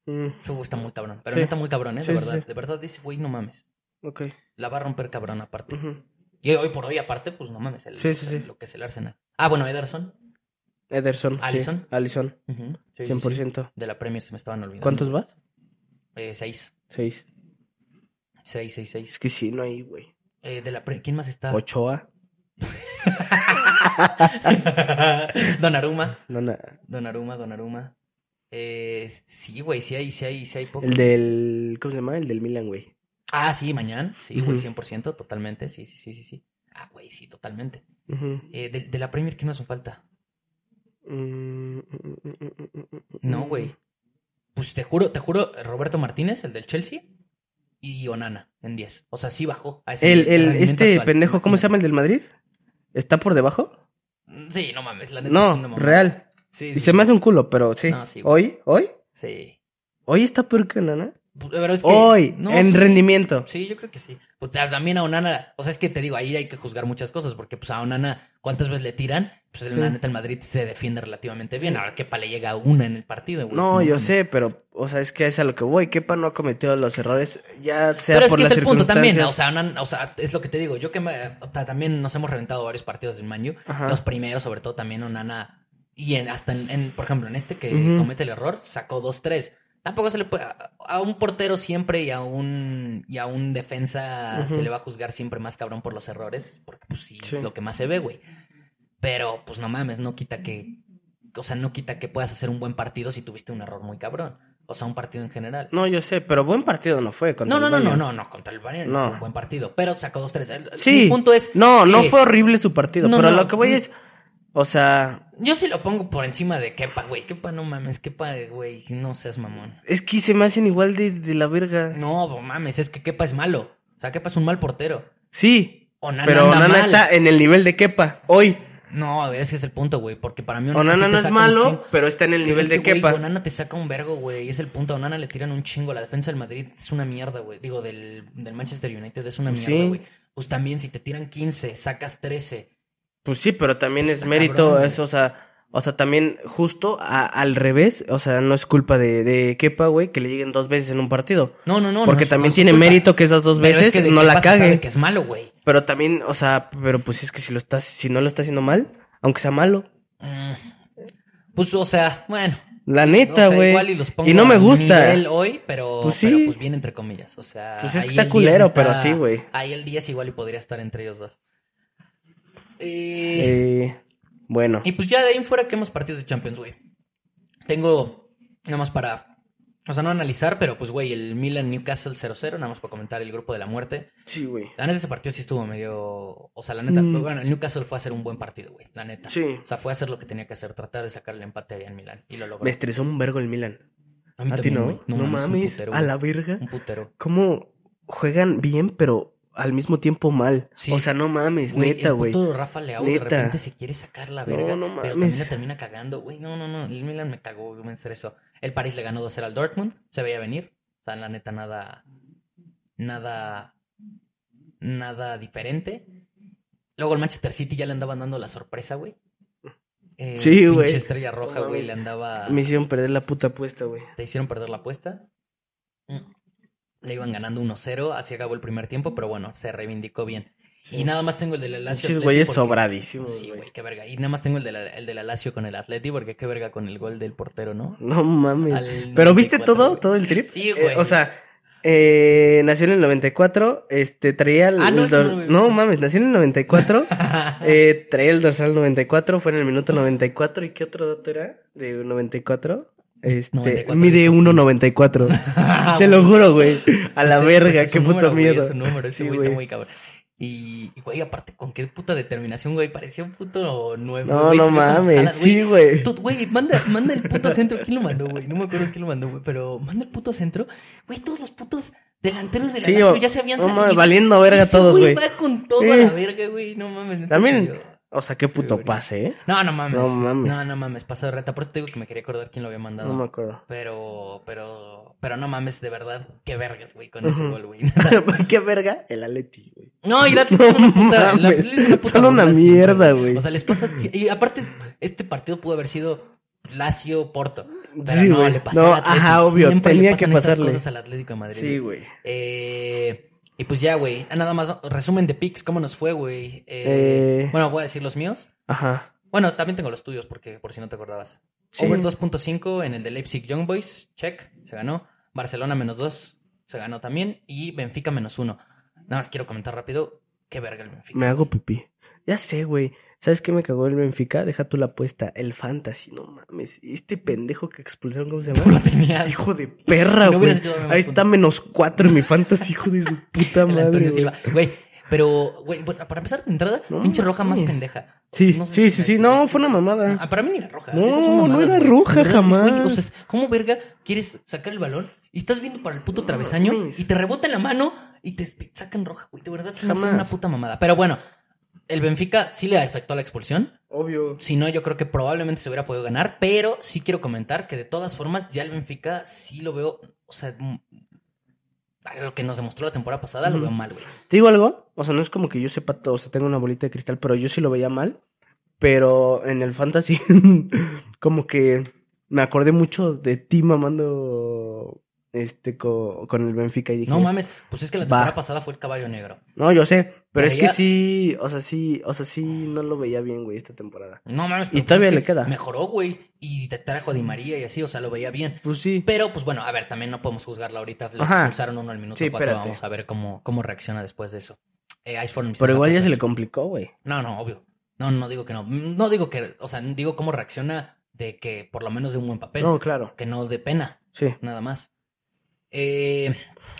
Speaker 2: Mm,
Speaker 1: Ese güey está muy cabrón. Pero
Speaker 2: Sí.
Speaker 1: neta muy cabrón, ¿eh? De
Speaker 2: Sí, sí,
Speaker 1: verdad.
Speaker 2: sí.
Speaker 1: De verdad, dice, güey, no mames.
Speaker 2: ok.
Speaker 1: La va a romper cabrón aparte.
Speaker 2: Ujú.
Speaker 1: Y hoy por hoy aparte, pues no mames. el-
Speaker 2: Sí, sí, sí.
Speaker 1: Lo que es el Arsenal. Ah, bueno, Ederson.
Speaker 2: Ederson.
Speaker 1: Alisson.
Speaker 2: Sí. Alisson.
Speaker 1: Ujú. Sí, sí,
Speaker 2: 100%.
Speaker 1: sí. De la Premier se me estaban olvidando.
Speaker 2: ¿Cuántos vas?
Speaker 1: Eh, seis.
Speaker 2: Seis.
Speaker 1: Seis, seis,
Speaker 2: Es
Speaker 1: seis.
Speaker 2: que sí, no hay, güey.
Speaker 1: Eh, de la Pre- ¿Quién más está?
Speaker 2: Ochoa.
Speaker 1: Don Aruma.
Speaker 2: No, na-
Speaker 1: Don Aruma, Don Aruma. Eh, sí, güey, sí hay, sí hay, sí hay poco.
Speaker 2: El del. ¿Cómo se llama? El del Milan, güey.
Speaker 1: Ah, sí, mañana. Sí, güey,
Speaker 2: Ujú.
Speaker 1: 100%, totalmente. Sí, sí, sí, sí, sí. Ah, güey, sí, totalmente.
Speaker 2: Ujú.
Speaker 1: Eh, de, de la Premier, ¿quién nos hace falta?
Speaker 2: Mm, mm, mm, mm, mm, mm, mm,
Speaker 1: No,
Speaker 2: mm.
Speaker 1: güey. Pues te juro, te juro, Roberto Martínez, el del Chelsea, y Onana en 10. O sea, sí bajó. a ese
Speaker 2: El,
Speaker 1: nivel de
Speaker 2: el,
Speaker 1: rendimiento
Speaker 2: este
Speaker 1: actual.
Speaker 2: pendejo, ¿cómo se llama el del Madrid? ¿Está por debajo?
Speaker 1: Mm, Sí, no mames, la neta. sí,
Speaker 2: No,
Speaker 1: mames.
Speaker 2: real.
Speaker 1: Sí,
Speaker 2: Y
Speaker 1: sí,
Speaker 2: se me hace un culo, pero sí.
Speaker 1: No, sí,
Speaker 2: hoy, hoy,
Speaker 1: sí.
Speaker 2: hoy está peor que Nana.
Speaker 1: Pero es que-
Speaker 2: Hoy,
Speaker 1: no,
Speaker 2: en
Speaker 1: sí.
Speaker 2: rendimiento.
Speaker 1: Sí, yo creo que sí. O sea, también a Onana, o sea, es que te digo, ahí hay que juzgar muchas cosas, porque pues a Onana, ¿cuántas veces le tiran? Pues la
Speaker 2: Sí.
Speaker 1: neta, el Madrid se defiende relativamente bien. Ahora, que pa le llega una en el partido, güey.
Speaker 2: No,
Speaker 1: Como-
Speaker 2: yo sé, pero, o sea, es que es a lo que voy. Kepa no ha cometido los errores, ya sea
Speaker 1: Pero es
Speaker 2: por
Speaker 1: que es
Speaker 2: las
Speaker 1: el punto también, o
Speaker 2: circunstancias.
Speaker 1: sea, Onana- o sea, es lo que te digo. Yo que me- o sea, también nos hemos reventado varios partidos del Manu.
Speaker 2: Ajá.
Speaker 1: Los primeros, sobre todo, también Onana. Y en, hasta en, en- por ejemplo, en este que
Speaker 2: Ujú.
Speaker 1: comete el error, sacó 2-3. Tampoco se le puede. A, a un portero siempre y a un, y a un defensa
Speaker 2: Ujú.
Speaker 1: se le va a juzgar siempre más cabrón por los errores, porque pues sí,
Speaker 2: Sí.
Speaker 1: es lo que más se ve, güey. Pero pues no mames, no quita que. O sea, no quita que puedas hacer un buen partido si tuviste un error muy cabrón. O sea, un partido en general.
Speaker 2: No, yo sé, pero buen partido no fue. contra
Speaker 1: No, no,
Speaker 2: el
Speaker 1: no, no,
Speaker 2: Bayern.
Speaker 1: no, no, contra el Bayern
Speaker 2: No.
Speaker 1: fue un buen partido, pero sacó dos, tres. El-
Speaker 2: Sí.
Speaker 1: Mi punto es,
Speaker 2: No, no
Speaker 1: que-
Speaker 2: fue horrible su partido,
Speaker 1: No,
Speaker 2: pero
Speaker 1: no.
Speaker 2: lo que voy es, o sea,
Speaker 1: yo sí lo pongo por encima de Kepa, güey. Kepa, no mames, Kepa, güey, no seas mamón.
Speaker 2: es que se me hacen igual de, de la verga.
Speaker 1: No, bo- mames, es que Kepa es malo. O sea, Kepa es un mal portero.
Speaker 2: Sí,
Speaker 1: Onana
Speaker 2: pero
Speaker 1: anda
Speaker 2: Onana
Speaker 1: mal.
Speaker 2: está en el nivel de Kepa hoy.
Speaker 1: No, ese es el punto, güey, porque para mí
Speaker 2: Onana
Speaker 1: sí te
Speaker 2: no es
Speaker 1: saca un chingo.
Speaker 2: malo, pero está en el
Speaker 1: Pero
Speaker 2: nivel
Speaker 1: es
Speaker 2: de
Speaker 1: que, güey,
Speaker 2: Kepa.
Speaker 1: Onana te saca un vergo, güey. Es el punto. A Onana le tiran un chingo. La defensa del Madrid es una mierda, güey. Digo, del, del Manchester United es una
Speaker 2: Pues
Speaker 1: mierda,
Speaker 2: sí.
Speaker 1: güey. Pues también, si te tiran 15, sacas 13.
Speaker 2: Pues sí, pero también es
Speaker 1: Está
Speaker 2: mérito
Speaker 1: cabrón,
Speaker 2: eso, o sea, o sea, también justo a- al revés, o sea, no es culpa de, de Kepa, güey, que le lleguen dos veces en un partido.
Speaker 1: No, no, no. no
Speaker 2: Porque
Speaker 1: es- no
Speaker 2: también
Speaker 1: es su
Speaker 2: tiene
Speaker 1: culpa.
Speaker 2: mérito que esas dos
Speaker 1: Pero
Speaker 2: veces
Speaker 1: es que de
Speaker 2: no
Speaker 1: qué
Speaker 2: la
Speaker 1: pasa sabe
Speaker 2: cague.
Speaker 1: que es malo, güey.
Speaker 2: Pero también, o sea, pero pues es que si lo estás, si no lo está haciendo mal, aunque sea malo.
Speaker 1: Mm. Pues, o sea, bueno.
Speaker 2: La
Speaker 1: o sea,
Speaker 2: neta, güey.
Speaker 1: igual y los pongo
Speaker 2: y no me
Speaker 1: a
Speaker 2: gusta.
Speaker 1: nivel hoy, pero
Speaker 2: Pues
Speaker 1: pues,
Speaker 2: sí.
Speaker 1: pero, pues bien entre comillas. O sea,
Speaker 2: Pues es
Speaker 1: ahí
Speaker 2: que está
Speaker 1: el 10
Speaker 2: culero, pero sí, güey.
Speaker 1: Ahí el 10 igual y podría estar entre ellos dos. Eh,
Speaker 2: Eh, bueno.
Speaker 1: Y pues ya de ahí en fuera, ¿qué más partidos de Champions, güey? Tengo nada más para. O sea, no analizar, pero pues, güey, el Milan Newcastle 0-0, nada más para comentar el grupo de la muerte.
Speaker 2: Sí, güey.
Speaker 1: La neta, ese partido sí estuvo medio. O sea, la neta,
Speaker 2: Mm.
Speaker 1: pues, bueno, el Newcastle fue a hacer un buen partido, güey. La neta.
Speaker 2: Sí.
Speaker 1: O sea, fue a hacer lo que tenía que hacer, tratar de sacar el empate allá en Milán. Y lo logró.
Speaker 2: Me estresó un vergo el Milan.
Speaker 1: A mí
Speaker 2: A ti
Speaker 1: también,
Speaker 2: no.
Speaker 1: güey.
Speaker 2: No,
Speaker 1: un
Speaker 2: mames.
Speaker 1: putero,
Speaker 2: a
Speaker 1: güey.
Speaker 2: la verga.
Speaker 1: Un putero.
Speaker 2: ¿Cómo juegan bien, pero al mismo tiempo mal?
Speaker 1: Sí.
Speaker 2: O sea, no mames,
Speaker 1: Güey,
Speaker 2: neta,
Speaker 1: el
Speaker 2: güey.
Speaker 1: puto Rafa Leao
Speaker 2: Neta.
Speaker 1: de repente se quiere sacar la
Speaker 2: No,
Speaker 1: verga,
Speaker 2: no
Speaker 1: pero
Speaker 2: mames.
Speaker 1: también la termina cagando, güey. No, no, no, el Milan me cagó, güey, me estresó. El París le ganó 2-0 al Dortmund, se veía venir. O sea, la neta nada nada nada diferente. Luego el Manchester City ya le andaban dando la sorpresa, güey. Eh,
Speaker 2: Sí,
Speaker 1: pinche
Speaker 2: güey.
Speaker 1: estrella roja,
Speaker 2: No
Speaker 1: güey,
Speaker 2: mames.
Speaker 1: le andaba
Speaker 2: Me hicieron perder la puta apuesta, güey.
Speaker 1: te hicieron perder la apuesta. Mm. Le iban ganando 1-0, así acabó el primer tiempo, pero bueno, se reivindicó bien.
Speaker 2: Sí.
Speaker 1: Y nada más tengo el del Lazio.
Speaker 2: Pinches
Speaker 1: Atleti
Speaker 2: güeyes
Speaker 1: porque-
Speaker 2: sobradísimos,
Speaker 1: Sí,
Speaker 2: güey.
Speaker 1: güey, qué verga. Y nada más tengo el de la, el de la Lazio con el Atleti, porque qué verga con el gol del portero, ¿no?
Speaker 2: No mames.
Speaker 1: Al
Speaker 2: Pero viste
Speaker 1: 94,
Speaker 2: todo,
Speaker 1: güey.
Speaker 2: todo el trip.
Speaker 1: Sí,
Speaker 2: Eh,
Speaker 1: güey.
Speaker 2: o sea, eh, nació en el 94, este, traía el.
Speaker 1: Ah, no,
Speaker 2: el
Speaker 1: eso no
Speaker 2: dor-
Speaker 1: lo había
Speaker 2: no,
Speaker 1: visto.
Speaker 2: mames, nació en el 94, eh, traía el dorsal 94, fue en el minuto 94, ¿y qué otro dato era? De 94. Este,
Speaker 1: 94,
Speaker 2: mide
Speaker 1: dijiste.
Speaker 2: 1.94.
Speaker 1: Ah,
Speaker 2: Te lo juro, güey. A la
Speaker 1: Ese-
Speaker 2: verga,
Speaker 1: ese pues, es
Speaker 2: qué
Speaker 1: su
Speaker 2: puto
Speaker 1: número, güey,
Speaker 2: miedo.
Speaker 1: Es un número, ese
Speaker 2: Sí,
Speaker 1: güey
Speaker 2: güey.
Speaker 1: está muy cabrón. Y, y, güey, aparte, con qué puta determinación, güey. Parecía un puto nuevo.
Speaker 2: No, no mames. Sí, güey.
Speaker 1: Tú, Güey, manda, manda el puto centro. ¿Quién lo mandó, güey? No me acuerdo quién lo mandó, güey. Pero manda el puto centro. Güey, todos los putos delanteros de la
Speaker 2: Sí,
Speaker 1: Lazio
Speaker 2: o-
Speaker 1: ya se habían
Speaker 2: no mames,
Speaker 1: salido.
Speaker 2: valiendo verga
Speaker 1: Ese
Speaker 2: todos, güey.
Speaker 1: va con todo a
Speaker 2: Eh.
Speaker 1: la verga, güey. No mames. neta,
Speaker 2: También-
Speaker 1: se vio.
Speaker 2: O sea, qué
Speaker 1: Sí,
Speaker 2: puto
Speaker 1: güey.
Speaker 2: pase, ¿eh?
Speaker 1: No, no mames.
Speaker 2: No mames.
Speaker 1: No, no mames. Pasado de reta. Por eso te digo que me quería acordar quién lo había mandado.
Speaker 2: No me acuerdo.
Speaker 1: Pero, pero, pero no mames, de verdad. Qué vergas, güey, con ese
Speaker 2: Ujú.
Speaker 1: gol, güey.
Speaker 2: qué verga, el Aleti, güey.
Speaker 1: No, y la-
Speaker 2: No
Speaker 1: son una puta,
Speaker 2: mames,
Speaker 1: la- es una puta
Speaker 2: son una
Speaker 1: burla siempre,
Speaker 2: mierda, güey.
Speaker 1: O sea, les pasa. Y aparte, este partido pudo haber sido Lazio Porto. Pero
Speaker 2: Sí,
Speaker 1: no,
Speaker 2: güey.
Speaker 1: le pasó
Speaker 2: No,
Speaker 1: al Atlético.
Speaker 2: ajá, obvio,
Speaker 1: Siempre
Speaker 2: tenía
Speaker 1: le pasan
Speaker 2: que
Speaker 1: estas
Speaker 2: pasarle.
Speaker 1: cosas al Atlético de Madrid.
Speaker 2: Sí, güey.
Speaker 1: Eh, y pues ya, güey. Nada más, ¿no? resumen de picks, ¿cómo nos fue, güey? Eh,
Speaker 2: Eh.
Speaker 1: Bueno, voy a decir los míos.
Speaker 2: Ajá.
Speaker 1: Bueno, también tengo los tuyos, porque por si no te acordabas.
Speaker 2: Sí.
Speaker 1: Over 2.5 en el de Leipzig Young Boys, check, se ganó. Barcelona menos 2, se ganó también. Y Benfica menos 1. Nada más quiero comentar rápido, qué verga el Benfica.
Speaker 2: Me hago pipí. Ya sé, güey. ¿Sabes qué me cagó el Benfica? Deja tú la apuesta. El Fantasy, no mames. Este pendejo que expulsaron, ¿cómo se
Speaker 1: Tú lo
Speaker 2: llama?
Speaker 1: tenías.
Speaker 2: Hijo de perra,
Speaker 1: Si no
Speaker 2: güey.
Speaker 1: hubieras hecho,
Speaker 2: Ahí está menos cuatro en mi Fantasy, hijo de su puta
Speaker 1: el Antonio
Speaker 2: madre. güey.
Speaker 1: Silva. Güey, pero, güey, bueno, para empezar de entrada,
Speaker 2: No
Speaker 1: pinche roja más
Speaker 2: mames.
Speaker 1: pendeja.
Speaker 2: Sí,
Speaker 1: No sé si
Speaker 2: sí, sí,
Speaker 1: la
Speaker 2: sí.
Speaker 1: viste.
Speaker 2: No, fue una mamada.
Speaker 1: Ah, para mí ni era roja.
Speaker 2: No,
Speaker 1: Esas son
Speaker 2: no
Speaker 1: mamadas,
Speaker 2: era
Speaker 1: güey.
Speaker 2: roja,
Speaker 1: De verdad, güey,
Speaker 2: jamás.
Speaker 1: o sea, ¿cómo verga quieres sacar el balón y estás viendo para el puto
Speaker 2: No
Speaker 1: travesaño
Speaker 2: mames.
Speaker 1: y te rebota en la mano y te esp- sacan roja, güey? De verdad, se me hace
Speaker 2: Jamás.
Speaker 1: una puta mamada. Pero bueno, el Benfica sí le afectó la expulsión.
Speaker 2: Obvio.
Speaker 1: Si no, yo creo que probablemente se hubiera podido ganar. Pero sí quiero comentar que de todas formas, ya el Benfica sí lo veo, o sea, m- lo que nos demostró la temporada pasada lo
Speaker 2: Ujú.
Speaker 1: veo mal, güey.
Speaker 2: ¿Te digo algo? O sea, no es como que yo sepa todo, o sea, tengo una bolita de cristal, pero yo sí lo veía mal. Pero en el fantasy, como que me acordé mucho de ti mamando este co- con el Benfica y dije,
Speaker 1: No mames, pues es que la
Speaker 2: Va.
Speaker 1: temporada pasada fue el caballo negro.
Speaker 2: no, yo sé, pero,
Speaker 1: Pero
Speaker 2: es que
Speaker 1: ya-
Speaker 2: sí, o sea, sí, o sea, sí no lo veía bien, güey, esta temporada.
Speaker 1: No mames. pero
Speaker 2: Y todavía
Speaker 1: pues es
Speaker 2: le
Speaker 1: que
Speaker 2: queda.
Speaker 1: Mejoró, güey. Y te trajo a Di María y así, o sea, lo veía bien.
Speaker 2: Pues sí.
Speaker 1: Pero, pues bueno, a ver, también no podemos juzgarla ahorita. Le
Speaker 2: Ajá.
Speaker 1: expulsaron uno al minuto
Speaker 2: Sí,
Speaker 1: cuatro.
Speaker 2: espérate.
Speaker 1: Vamos a ver cómo, cómo reacciona después de eso. Eh, Ice Forum,
Speaker 2: pero
Speaker 1: mis
Speaker 2: igual ya se le
Speaker 1: apuestas.
Speaker 2: complicó, güey.
Speaker 1: No, no, obvio. No, no digo que no. No digo que, o sea, digo cómo reacciona de que por lo menos de un buen papel.
Speaker 2: No, claro.
Speaker 1: Que no de pena,
Speaker 2: Sí.
Speaker 1: nada más. Eh,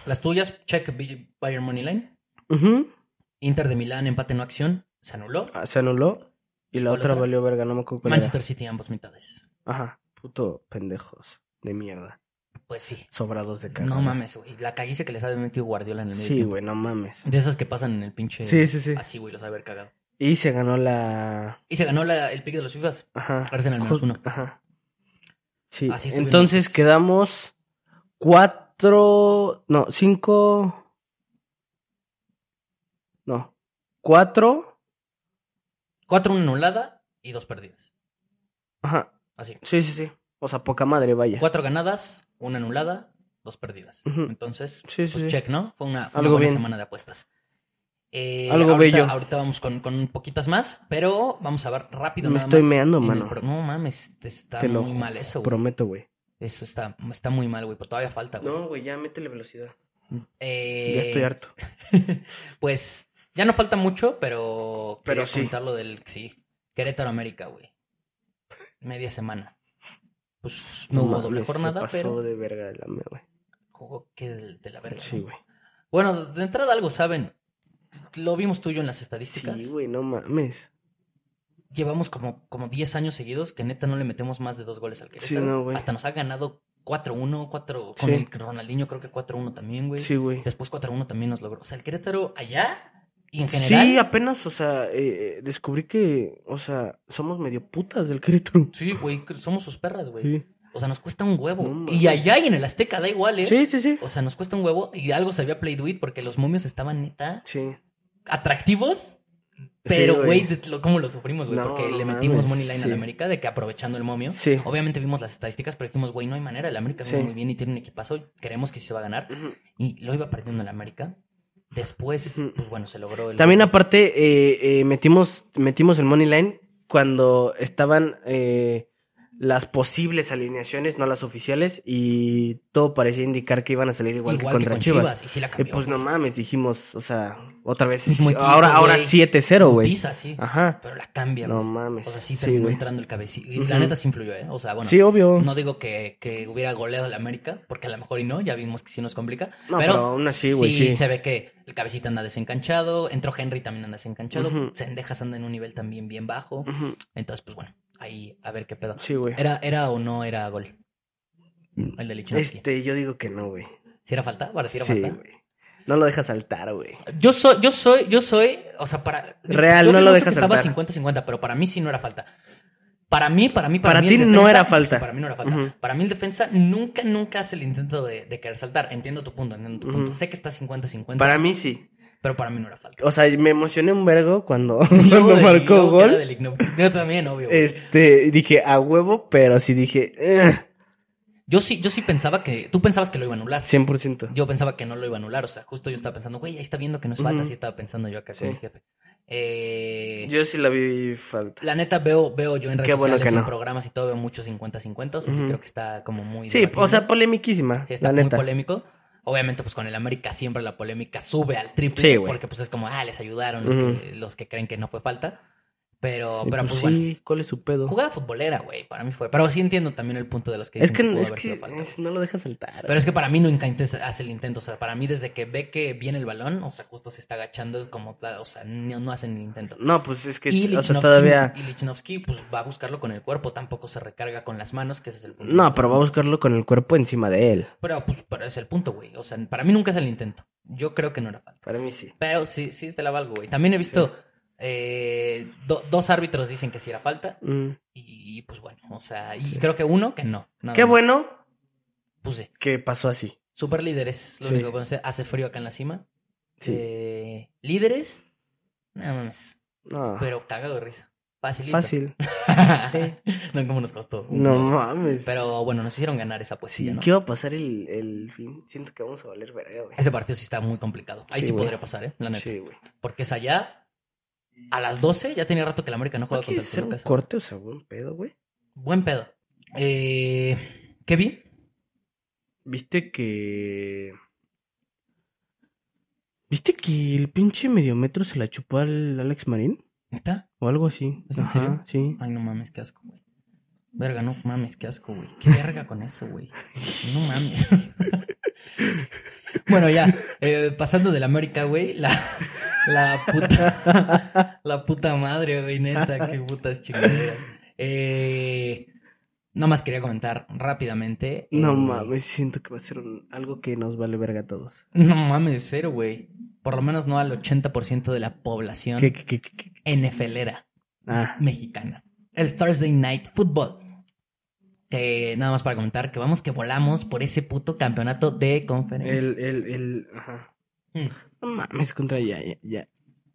Speaker 1: las tuyas, check B- Bayern Moneyline.
Speaker 2: Ujú.
Speaker 1: Inter de Milán, empate no acción, se anuló.
Speaker 2: Ah, Se anuló y la
Speaker 1: ¿Cuál
Speaker 2: otra
Speaker 1: otra?
Speaker 2: valió verga, no me acuerdo cuál era.
Speaker 1: Manchester City, ambos mitades.
Speaker 2: Ajá, puto pendejos de mierda.
Speaker 1: Pues sí.
Speaker 2: Sobrados de caca.
Speaker 1: No mames, güey. La caguiza que les había metido Guardiola en el medio.
Speaker 2: Sí,
Speaker 1: tiempo.
Speaker 2: güey, no mames.
Speaker 1: De esas que pasan en el pinche.
Speaker 2: Sí, sí, sí.
Speaker 1: Así, güey, los ha de haber cagado.
Speaker 2: Y se ganó la.
Speaker 1: Y se ganó la- el pick de los FIFAs.
Speaker 2: Ajá.
Speaker 1: Arsenal menos
Speaker 2: Ju-
Speaker 1: uno.
Speaker 2: Ajá. Sí.
Speaker 1: Así estuvimos.
Speaker 2: Entonces quedamos cuatro. No, cinco. No. Cuatro.
Speaker 1: Cuatro una anulada y dos perdidas.
Speaker 2: Ajá.
Speaker 1: Así.
Speaker 2: Sí, sí, sí. O sea, poca madre, vaya.
Speaker 1: Cuatro ganadas, una anulada, dos perdidas.
Speaker 2: Ujú.
Speaker 1: Entonces,
Speaker 2: Sí, sí,
Speaker 1: pues
Speaker 2: sí.
Speaker 1: check, ¿no? Fue una, fue una
Speaker 2: Algo
Speaker 1: buena
Speaker 2: bien.
Speaker 1: semana de apuestas. Eh,
Speaker 2: Algo
Speaker 1: ahorita,
Speaker 2: bello.
Speaker 1: Ahorita vamos con, con poquitas más, pero vamos a ver rápido.
Speaker 2: Me
Speaker 1: nada
Speaker 2: estoy
Speaker 1: más
Speaker 2: meando,
Speaker 1: en el
Speaker 2: mano.
Speaker 1: pro- No mames, te está
Speaker 2: Te lo
Speaker 1: muy mal eso, güey.
Speaker 2: Prometo, güey.
Speaker 1: Eso está, está muy mal, güey, pero todavía falta, güey.
Speaker 2: No, güey, ya métele velocidad.
Speaker 1: Eh,
Speaker 2: Ya estoy harto.
Speaker 1: Pues ya no falta mucho, pero.
Speaker 2: Pero
Speaker 1: quería
Speaker 2: sí.
Speaker 1: comentar lo del. Sí. Querétaro América, güey. Media semana. Pues no, hubo doble
Speaker 2: mames, se
Speaker 1: jornada,
Speaker 2: pasó
Speaker 1: pero.
Speaker 2: de verga de la mía, güey.
Speaker 1: Jugó que del- de, la verga.
Speaker 2: Sí,
Speaker 1: ¿no?
Speaker 2: güey.
Speaker 1: Bueno, de entrada algo saben. Lo vimos tú y yo en las estadísticas.
Speaker 2: Sí, güey, no mames.
Speaker 1: Llevamos como, como 10 años seguidos que neta no le metemos más de dos goles al Querétaro.
Speaker 2: no, güey.
Speaker 1: Hasta nos ha ganado 4-1, 4 con
Speaker 2: Sí.
Speaker 1: el Ronaldinho creo que 4-1 también, güey.
Speaker 2: Sí, güey.
Speaker 1: Después 4-1 también nos logró. O sea, el Querétaro allá y en general.
Speaker 2: Sí, apenas, o sea, eh, eh, descubrí que, o sea, somos medio putas del Querétaro.
Speaker 1: Sí, güey, que somos sus perras, güey.
Speaker 2: Sí,
Speaker 1: O sea, nos cuesta un huevo.
Speaker 2: No mames.
Speaker 1: y allá y en el Azteca da igual, ¿eh?
Speaker 2: sí, sí. Sí,
Speaker 1: O sea, nos cuesta un huevo y algo sabía Play Do It porque los momios estaban neta
Speaker 2: sí.
Speaker 1: atractivos. Pero,
Speaker 2: Sí,
Speaker 1: güey, de lo- cómo lo sufrimos, güey.
Speaker 2: No,
Speaker 1: porque le
Speaker 2: no
Speaker 1: metimos
Speaker 2: mames,
Speaker 1: money line
Speaker 2: sí.
Speaker 1: al América de que aprovechando el momio.
Speaker 2: Sí.
Speaker 1: Obviamente vimos las estadísticas, pero dijimos, güey, no hay manera. El América viene
Speaker 2: Sí.
Speaker 1: muy bien y tiene un equipazo. Queremos que sí se va a ganar.
Speaker 2: Ujú.
Speaker 1: Y lo iba perdiendo el América. Después,
Speaker 2: Ujú.
Speaker 1: pues bueno, se logró el.
Speaker 2: También aparte eh, eh, metimos, metimos el money line cuando estaban eh, las posibles alineaciones, no las oficiales, y todo parecía indicar que iban a salir igual, que contra Chivas.
Speaker 1: Y sí la
Speaker 2: Eh,
Speaker 1: cambió.
Speaker 2: pues no
Speaker 1: güey.
Speaker 2: mames, dijimos, o sea, otra vez.
Speaker 1: Mismo equipo,
Speaker 2: ahora ahora
Speaker 1: güey.
Speaker 2: 7-0, güey.
Speaker 1: Putiza, sí.
Speaker 2: Ajá.
Speaker 1: Pero la cambia,
Speaker 2: No
Speaker 1: güey.
Speaker 2: mames.
Speaker 1: O sea, sí
Speaker 2: sí,
Speaker 1: terminó
Speaker 2: güey.
Speaker 1: entrando el cabecillo. Y la
Speaker 2: Ujú.
Speaker 1: neta sí influyó, ¿eh? O sea, bueno.
Speaker 2: Sí, obvio.
Speaker 1: No digo que, que hubiera goleado a la América, porque a lo mejor y no, ya vimos que sí nos complica.
Speaker 2: No,
Speaker 1: pero,
Speaker 2: pero aún así, güey, sí.
Speaker 1: se ve que el cabecita anda desencanchado, entró Henry también anda desencanchado,
Speaker 2: Ujú.
Speaker 1: Sendejas anda en un nivel también bien bajo.
Speaker 2: Ujú.
Speaker 1: Entonces, pues bueno, ahí a ver qué pedo.
Speaker 2: Sí, güey.
Speaker 1: ¿Era, era o no era gol? El de Lichnowsky.
Speaker 2: Este, yo digo que no, güey.
Speaker 1: ¿Si era falta? ¿Para si era
Speaker 2: Sí,
Speaker 1: falta?
Speaker 2: güey. No lo deja saltar, güey.
Speaker 1: Yo soy, yo soy, yo soy, o sea, para.
Speaker 2: Real,
Speaker 1: yo
Speaker 2: no
Speaker 1: vi
Speaker 2: lo
Speaker 1: mucho que
Speaker 2: dejas
Speaker 1: Estaba
Speaker 2: saltar.
Speaker 1: 50-50, pero para mí sí no era falta. Para mí, para mí, para,
Speaker 2: Para
Speaker 1: mí.
Speaker 2: ti
Speaker 1: el
Speaker 2: no era falta.
Speaker 1: sí, Para mí no era falta.
Speaker 2: Ujú.
Speaker 1: Para mí el defensa nunca, nunca hace el intento de, de querer saltar. Entiendo tu punto, entiendo tu punto.
Speaker 2: Ujú.
Speaker 1: Sé que está 50-50,
Speaker 2: Para mí sí.
Speaker 1: pero para mí no era falta.
Speaker 2: O sea, me emocioné un vergo cuando,
Speaker 1: Y luego
Speaker 2: cuando
Speaker 1: del- y
Speaker 2: marcó
Speaker 1: luego que era
Speaker 2: gol.
Speaker 1: del igno- Yo también, obvio. güey.
Speaker 2: Este, dije a huevo, pero sí dije eh,
Speaker 1: Yo sí, yo sí pensaba que. Tú pensabas que lo iba a anular.
Speaker 2: 100%.
Speaker 1: Yo pensaba que no lo iba a anular. O sea, justo yo estaba pensando, güey, ahí está viendo que no es falta.
Speaker 2: Ujú.
Speaker 1: Así estaba pensando yo acá
Speaker 2: Sí.
Speaker 1: con mi jefe. Eh,
Speaker 2: Yo sí la vi falta.
Speaker 1: La neta veo, veo yo en redes
Speaker 2: Qué bueno
Speaker 1: sociales,
Speaker 2: que
Speaker 1: en
Speaker 2: no.
Speaker 1: programas y todo, veo muchos 50-50, o sea, sí
Speaker 2: Ujú.
Speaker 1: creo que está como muy...
Speaker 2: Sí,
Speaker 1: debatible.
Speaker 2: o sea, polemiquísima.
Speaker 1: Sí, está
Speaker 2: la
Speaker 1: muy
Speaker 2: neta.
Speaker 1: polémico. Obviamente, pues con el América siempre la polémica sube al triple,
Speaker 2: Sí, güey.
Speaker 1: porque pues es como, ah, les ayudaron los,
Speaker 2: Ujú.
Speaker 1: que, los que creen que no fue falta. Pero,
Speaker 2: Y
Speaker 1: pero pues,
Speaker 2: pues sí,
Speaker 1: bueno,
Speaker 2: ¿cuál es su pedo?
Speaker 1: jugada futbolera, güey, para mí fue. Pero sí entiendo también el punto de los que
Speaker 2: Es
Speaker 1: dicen
Speaker 2: que,
Speaker 1: pudo
Speaker 2: es
Speaker 1: haber
Speaker 2: que
Speaker 1: sido falta,
Speaker 2: es-
Speaker 1: güey.
Speaker 2: no lo deja saltar.
Speaker 1: Pero es que para mí nunca intes- hace el intento, o sea, para mí desde que ve que viene el balón, o sea, justo se está agachando, es como, o sea, no, no hacen el intento.
Speaker 2: No, pues es que,
Speaker 1: Y
Speaker 2: o sea,
Speaker 1: Lichnowsky,
Speaker 2: todavía.
Speaker 1: y Lichnowsky, pues va a buscarlo con el cuerpo, tampoco se recarga con las manos, que ese es el punto.
Speaker 2: No, pero va a buscarlo con el cuerpo encima de él.
Speaker 1: Pero, pues, pero es el punto, güey. O sea, para mí nunca es el intento. Yo creo que no era falta.
Speaker 2: Para mí sí.
Speaker 1: Pero sí, sí te la valgo, güey. También he visto eh, do- dos árbitros dicen que sí era falta.
Speaker 2: Mm.
Speaker 1: Y, pues bueno, o sea, y creo que uno que no. nada
Speaker 2: Qué
Speaker 1: más.
Speaker 2: bueno
Speaker 1: Pues sí.
Speaker 2: que pasó así.
Speaker 1: Super líderes, lo
Speaker 2: Sí.
Speaker 1: único que podemos hacer. Hace frío acá en la cima.
Speaker 2: Sí.
Speaker 1: Eh, líderes, nada más.
Speaker 2: No,
Speaker 1: Pero cagado de risa. Facilito.
Speaker 2: Ah. fácil.
Speaker 1: no, como nos costó.
Speaker 2: No mames.
Speaker 1: Pero bueno, nos hicieron ganar esa
Speaker 2: Sí,
Speaker 1: poesía, ¿no?
Speaker 2: ¿Qué va a pasar el, el fin? Siento que vamos a valer verga, güey.
Speaker 1: Ese partido sí está muy complicado. Ahí sí,
Speaker 2: Sí, güey.
Speaker 1: podría pasar, ¿eh? La neta.
Speaker 2: Sí, güey.
Speaker 1: Porque es allá, a las 12, ya tenía rato que el América no
Speaker 2: ¿No
Speaker 1: jugaba
Speaker 2: quieres
Speaker 1: contra el
Speaker 2: hacer un
Speaker 1: Toluca.
Speaker 2: corte o sea, buen pedo, güey?
Speaker 1: Buen pedo. Eh, ¿Qué vi?
Speaker 2: Viste que... ¿Viste que el pinche mediometro se la chupó al Alex Marín?
Speaker 1: ¿Neta?
Speaker 2: O algo así.
Speaker 1: ¿Es en serio?
Speaker 2: Sí.
Speaker 1: Ay, no mames, qué asco, güey. Verga, no mames, qué asco, güey. Qué verga con eso, güey. No mames. bueno, ya, eh, pasando del América, güey, la, la puta, la puta madre, güey, neta, qué putas chingaderas. Eh, nada más quería comentar rápidamente.
Speaker 2: No
Speaker 1: eh,
Speaker 2: mames, siento que va a ser un- algo que nos vale verga a todos.
Speaker 1: No mames, cero, güey. Por lo menos no al 80% de la población
Speaker 2: ¿Qué, qué, qué, qué, qué?
Speaker 1: NFLera.
Speaker 2: Ah,
Speaker 1: mexicana. El Thursday Night Football. Que nada más para comentar que vamos que volamos por ese puto campeonato de conferencia.
Speaker 2: el, el, el... Ajá.
Speaker 1: Mm.
Speaker 2: No mames, contra ya, ya, ya.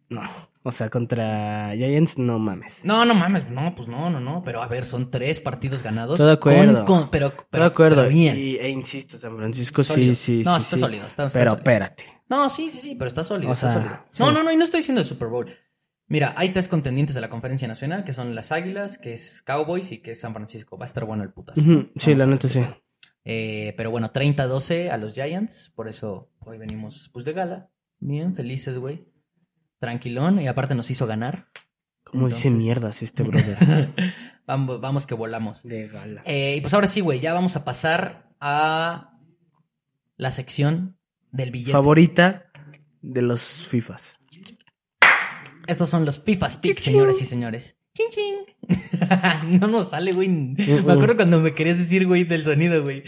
Speaker 2: No, o sea, contra Giants no mames.
Speaker 1: No, no mames, no, pues no, no, no. Pero a ver, son tres partidos ganados.
Speaker 2: Estoy de acuerdo.
Speaker 1: pero, pero,
Speaker 2: Pero de acuerdo.
Speaker 1: pero bien.
Speaker 2: Y, e insisto, San Francisco
Speaker 1: Sólido.
Speaker 2: sí, sí,
Speaker 1: No,
Speaker 2: sí,
Speaker 1: está
Speaker 2: sí.
Speaker 1: sólido. está- está
Speaker 2: Pero
Speaker 1: sólido.
Speaker 2: espérate.
Speaker 1: No, sí, sí, sí, pero está sólido,
Speaker 2: O
Speaker 1: está
Speaker 2: sea,
Speaker 1: sólido.
Speaker 2: sí.
Speaker 1: No, no, no, y no estoy diciendo el Super Bowl. Mira, hay tres contendientes de la conferencia nacional, que son las Águilas, que es Cowboys y que es San Francisco. Va a estar bueno el putazo.
Speaker 2: Ujú,
Speaker 1: Vamos
Speaker 2: sí, la
Speaker 1: a ver
Speaker 2: neta
Speaker 1: qué
Speaker 2: sí.
Speaker 1: pedo. Eh, pero bueno, 30-12 a los Giants, por eso hoy venimos pues de gala. Bien, felices, güey. Tranquilón, y aparte nos hizo ganar.
Speaker 2: Como dice
Speaker 1: Entonces-
Speaker 2: mierdas este brother.
Speaker 1: vamos, vamos que volamos.
Speaker 2: De gala.
Speaker 1: Eh, y pues ahora sí, güey, ya vamos a pasar a la sección del billete.
Speaker 2: Favorita de los FIFAs.
Speaker 1: Estos son los FIFA's Picks, señores y señores. Chin, chin. no nos sale, güey.
Speaker 2: Uh-uh.
Speaker 1: Me acuerdo cuando me querías decir, güey, del sonido, güey.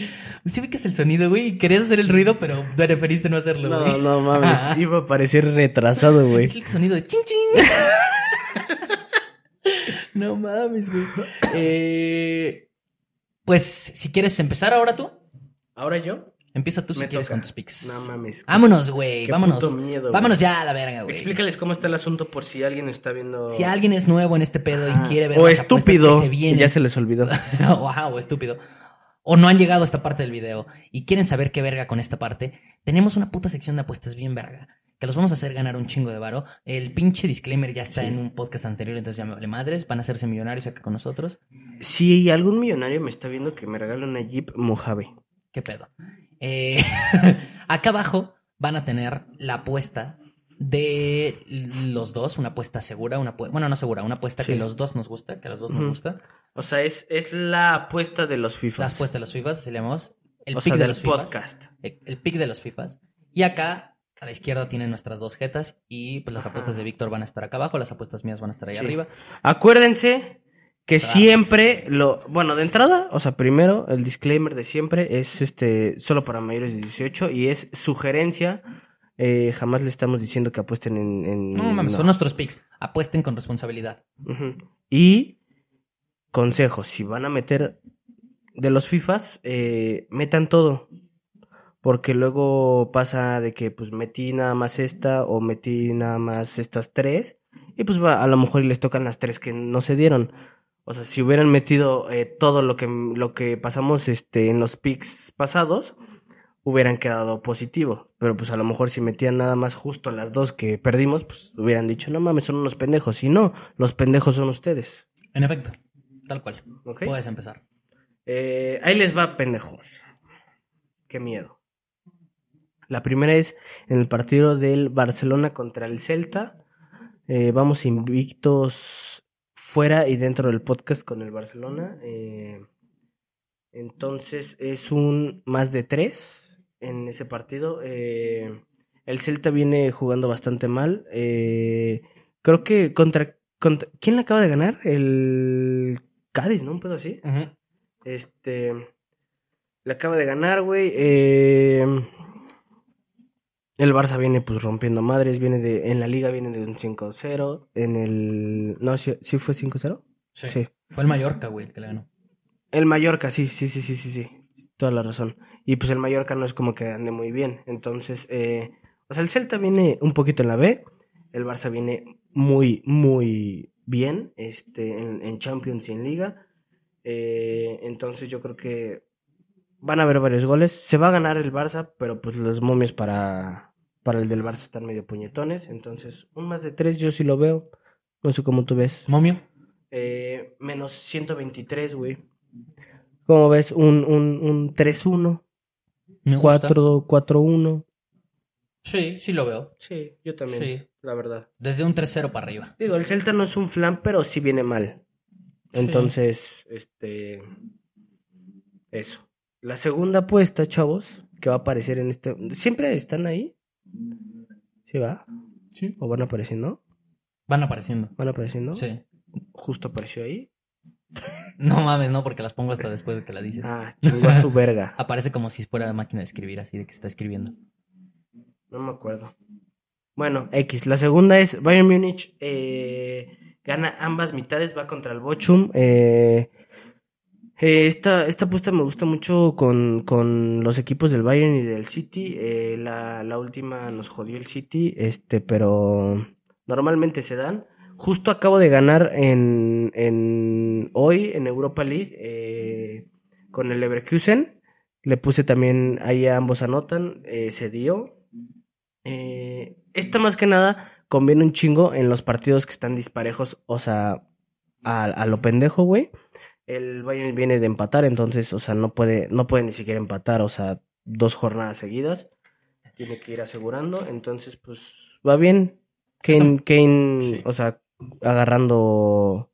Speaker 1: Sí vi que es el sonido, güey, y querías hacer el ruido, pero te preferiste no hacerlo, güey.
Speaker 2: No, no mames, iba a parecer retrasado, güey.
Speaker 1: Es el sonido de ching ching. no mames, güey. Eh, pues, si quieres empezar ahora tú,
Speaker 2: ¿Ahora yo?
Speaker 1: empieza tú si
Speaker 2: Me
Speaker 1: quieres
Speaker 2: toca.
Speaker 1: con tus picks.
Speaker 2: No mames.
Speaker 1: Vámonos, güey,
Speaker 2: Qué
Speaker 1: vámonos.
Speaker 2: puto miedo, güey.
Speaker 1: vámonos ya a la verga, güey.
Speaker 2: Explícales cómo está el asunto por si alguien está viendo.
Speaker 1: Si alguien es nuevo en este pedo
Speaker 2: Ah,
Speaker 1: y quiere ver
Speaker 2: O
Speaker 1: las apuestas
Speaker 2: estúpido.
Speaker 1: que se vienen,
Speaker 2: ya se les olvidó.
Speaker 1: o, ajá, o estúpido, o no han llegado a esta parte del video y quieren saber qué verga con esta parte, tenemos una puta sección de apuestas bien verga. Que los vamos a hacer ganar un chingo de varo. El pinche disclaimer ya está
Speaker 2: Sí.
Speaker 1: en un podcast anterior, entonces ya me vale madres. Van a hacerse millonarios acá con nosotros.
Speaker 2: Si algún millonario me está viendo que me regale una Jeep Mojave.
Speaker 1: ¿Qué pedo? Eh, acá abajo van a tener la apuesta de los dos. Una apuesta segura, una apue- bueno, no segura, una apuesta
Speaker 2: Sí.
Speaker 1: que los dos nos gusta, que a los dos
Speaker 2: Ujú.
Speaker 1: nos gusta.
Speaker 2: O sea, es, es la apuesta de los
Speaker 1: La
Speaker 2: FIFAs.
Speaker 1: apuesta de los FIFAs, así le llamamos. El
Speaker 2: o
Speaker 1: pick
Speaker 2: sea,
Speaker 1: de
Speaker 2: del
Speaker 1: los FIFAs.
Speaker 2: podcast.
Speaker 1: eh, el pick de los FIFAs. Y acá, a la izquierda, tienen nuestras dos jetas. Y pues las
Speaker 2: Ajá.
Speaker 1: apuestas de Víctor van a estar acá abajo, las apuestas mías van a estar ahí
Speaker 2: Sí.
Speaker 1: arriba.
Speaker 2: Acuérdense que
Speaker 1: Claro.
Speaker 2: siempre lo. Bueno, de entrada, o sea, primero, el disclaimer de siempre es este solo para mayores de 18 y es sugerencia. Eh, jamás le estamos diciendo que apuesten en. en-
Speaker 1: No mames,
Speaker 2: no.
Speaker 1: Mm, son nuestros picks. Apuesten con responsabilidad.
Speaker 2: Ujú. Y consejos, si van a meter de los FIFAs, eh, metan todo. Porque luego pasa de que pues metí nada más esta o metí nada más estas tres. Y pues va, a lo mejor y les tocan las tres que no se dieron. O sea, si hubieran metido eh, todo lo que, lo que pasamos este, en los picks pasados, hubieran quedado positivo. Pero pues a lo mejor si metían nada más justo las dos que perdimos, pues hubieran dicho, no mames, son unos pendejos. Y no, los pendejos son ustedes.
Speaker 1: En efecto, tal cual.
Speaker 2: ¿Ok?
Speaker 1: Puedes empezar.
Speaker 2: Eh, ahí les va, pendejos. Qué miedo. La primera es en el partido del Barcelona contra el Celta. Eh, vamos invictos fuera y dentro del podcast con el Barcelona. Eh, entonces es un más de tres en ese partido. Eh, el Celta viene jugando bastante mal. Eh, creo que contra, contra... ¿Quién le acaba de ganar? El Cádiz, ¿no? Un pedo así. Este. Le acaba de ganar, güey. Eh, el Barça viene pues rompiendo madres. Viene de. En la liga viene de un 5-0. En el. No, sí, sí fue 5-0. Sí.
Speaker 1: Fue el Mallorca, güey, el que le ganó.
Speaker 2: El Mallorca, sí, sí, sí, sí, sí, sí. Toda la razón. Y pues el Mallorca no es como que ande muy bien. Entonces, eh, o sea, el Celta viene un poquito en la B. El Barça viene muy, muy bien este, en, en Champions y en Liga. Eh, entonces yo creo que van a haber varios goles. Se va a ganar el Barça, pero pues los momios para, para el del Barça están medio puñetones. Entonces, un más de tres yo sí lo veo. No sé cómo tú ves.
Speaker 1: ¿Momio?
Speaker 2: Eh, menos 123, güey. ¿Cómo ves? Un, un, un 3-1.
Speaker 1: Me gusta.
Speaker 2: 4 4-1.
Speaker 1: Sí, sí lo veo.
Speaker 2: Sí, yo también.
Speaker 1: Sí.
Speaker 2: La verdad.
Speaker 1: Desde un 3-0 para arriba.
Speaker 2: Digo, el Celta no es un flan, pero sí viene mal.
Speaker 1: Sí.
Speaker 2: Entonces, este. Eso. La segunda apuesta, chavos, que va a aparecer en este. ¿Siempre están ahí? ¿Sí va?
Speaker 1: Sí.
Speaker 2: ¿O van apareciendo?
Speaker 1: Van apareciendo.
Speaker 2: ¿Van apareciendo?
Speaker 1: Sí.
Speaker 2: Justo apareció ahí.
Speaker 1: No mames, no, porque las pongo hasta después de que las dices.
Speaker 2: Ah, chingó a su verga.
Speaker 1: Aparece como si fuera máquina de escribir, así de que está escribiendo.
Speaker 2: No me acuerdo. Bueno, X. La segunda es Bayern Múnich. eh, gana ambas mitades, va contra el Bochum. eh, eh, esta, esta apuesta me gusta mucho con, con los equipos del Bayern y del City. eh, la, la última nos jodió el City, este, pero normalmente se dan. Justo acabo de ganar en, en hoy en Europa League eh, con el Leverkusen. Le puse también ahí a ambos anotan, eh, se dio. Eh, esta más que nada conviene un chingo en los partidos que están disparejos, o sea, a, a lo pendejo, güey. El Bayern viene de empatar, entonces, o sea, no puede, no puede ni siquiera empatar, o sea, dos jornadas seguidas. Tiene que ir asegurando, entonces, pues, va bien. Kane, Kane,
Speaker 1: sí.
Speaker 2: o sea, agarrando,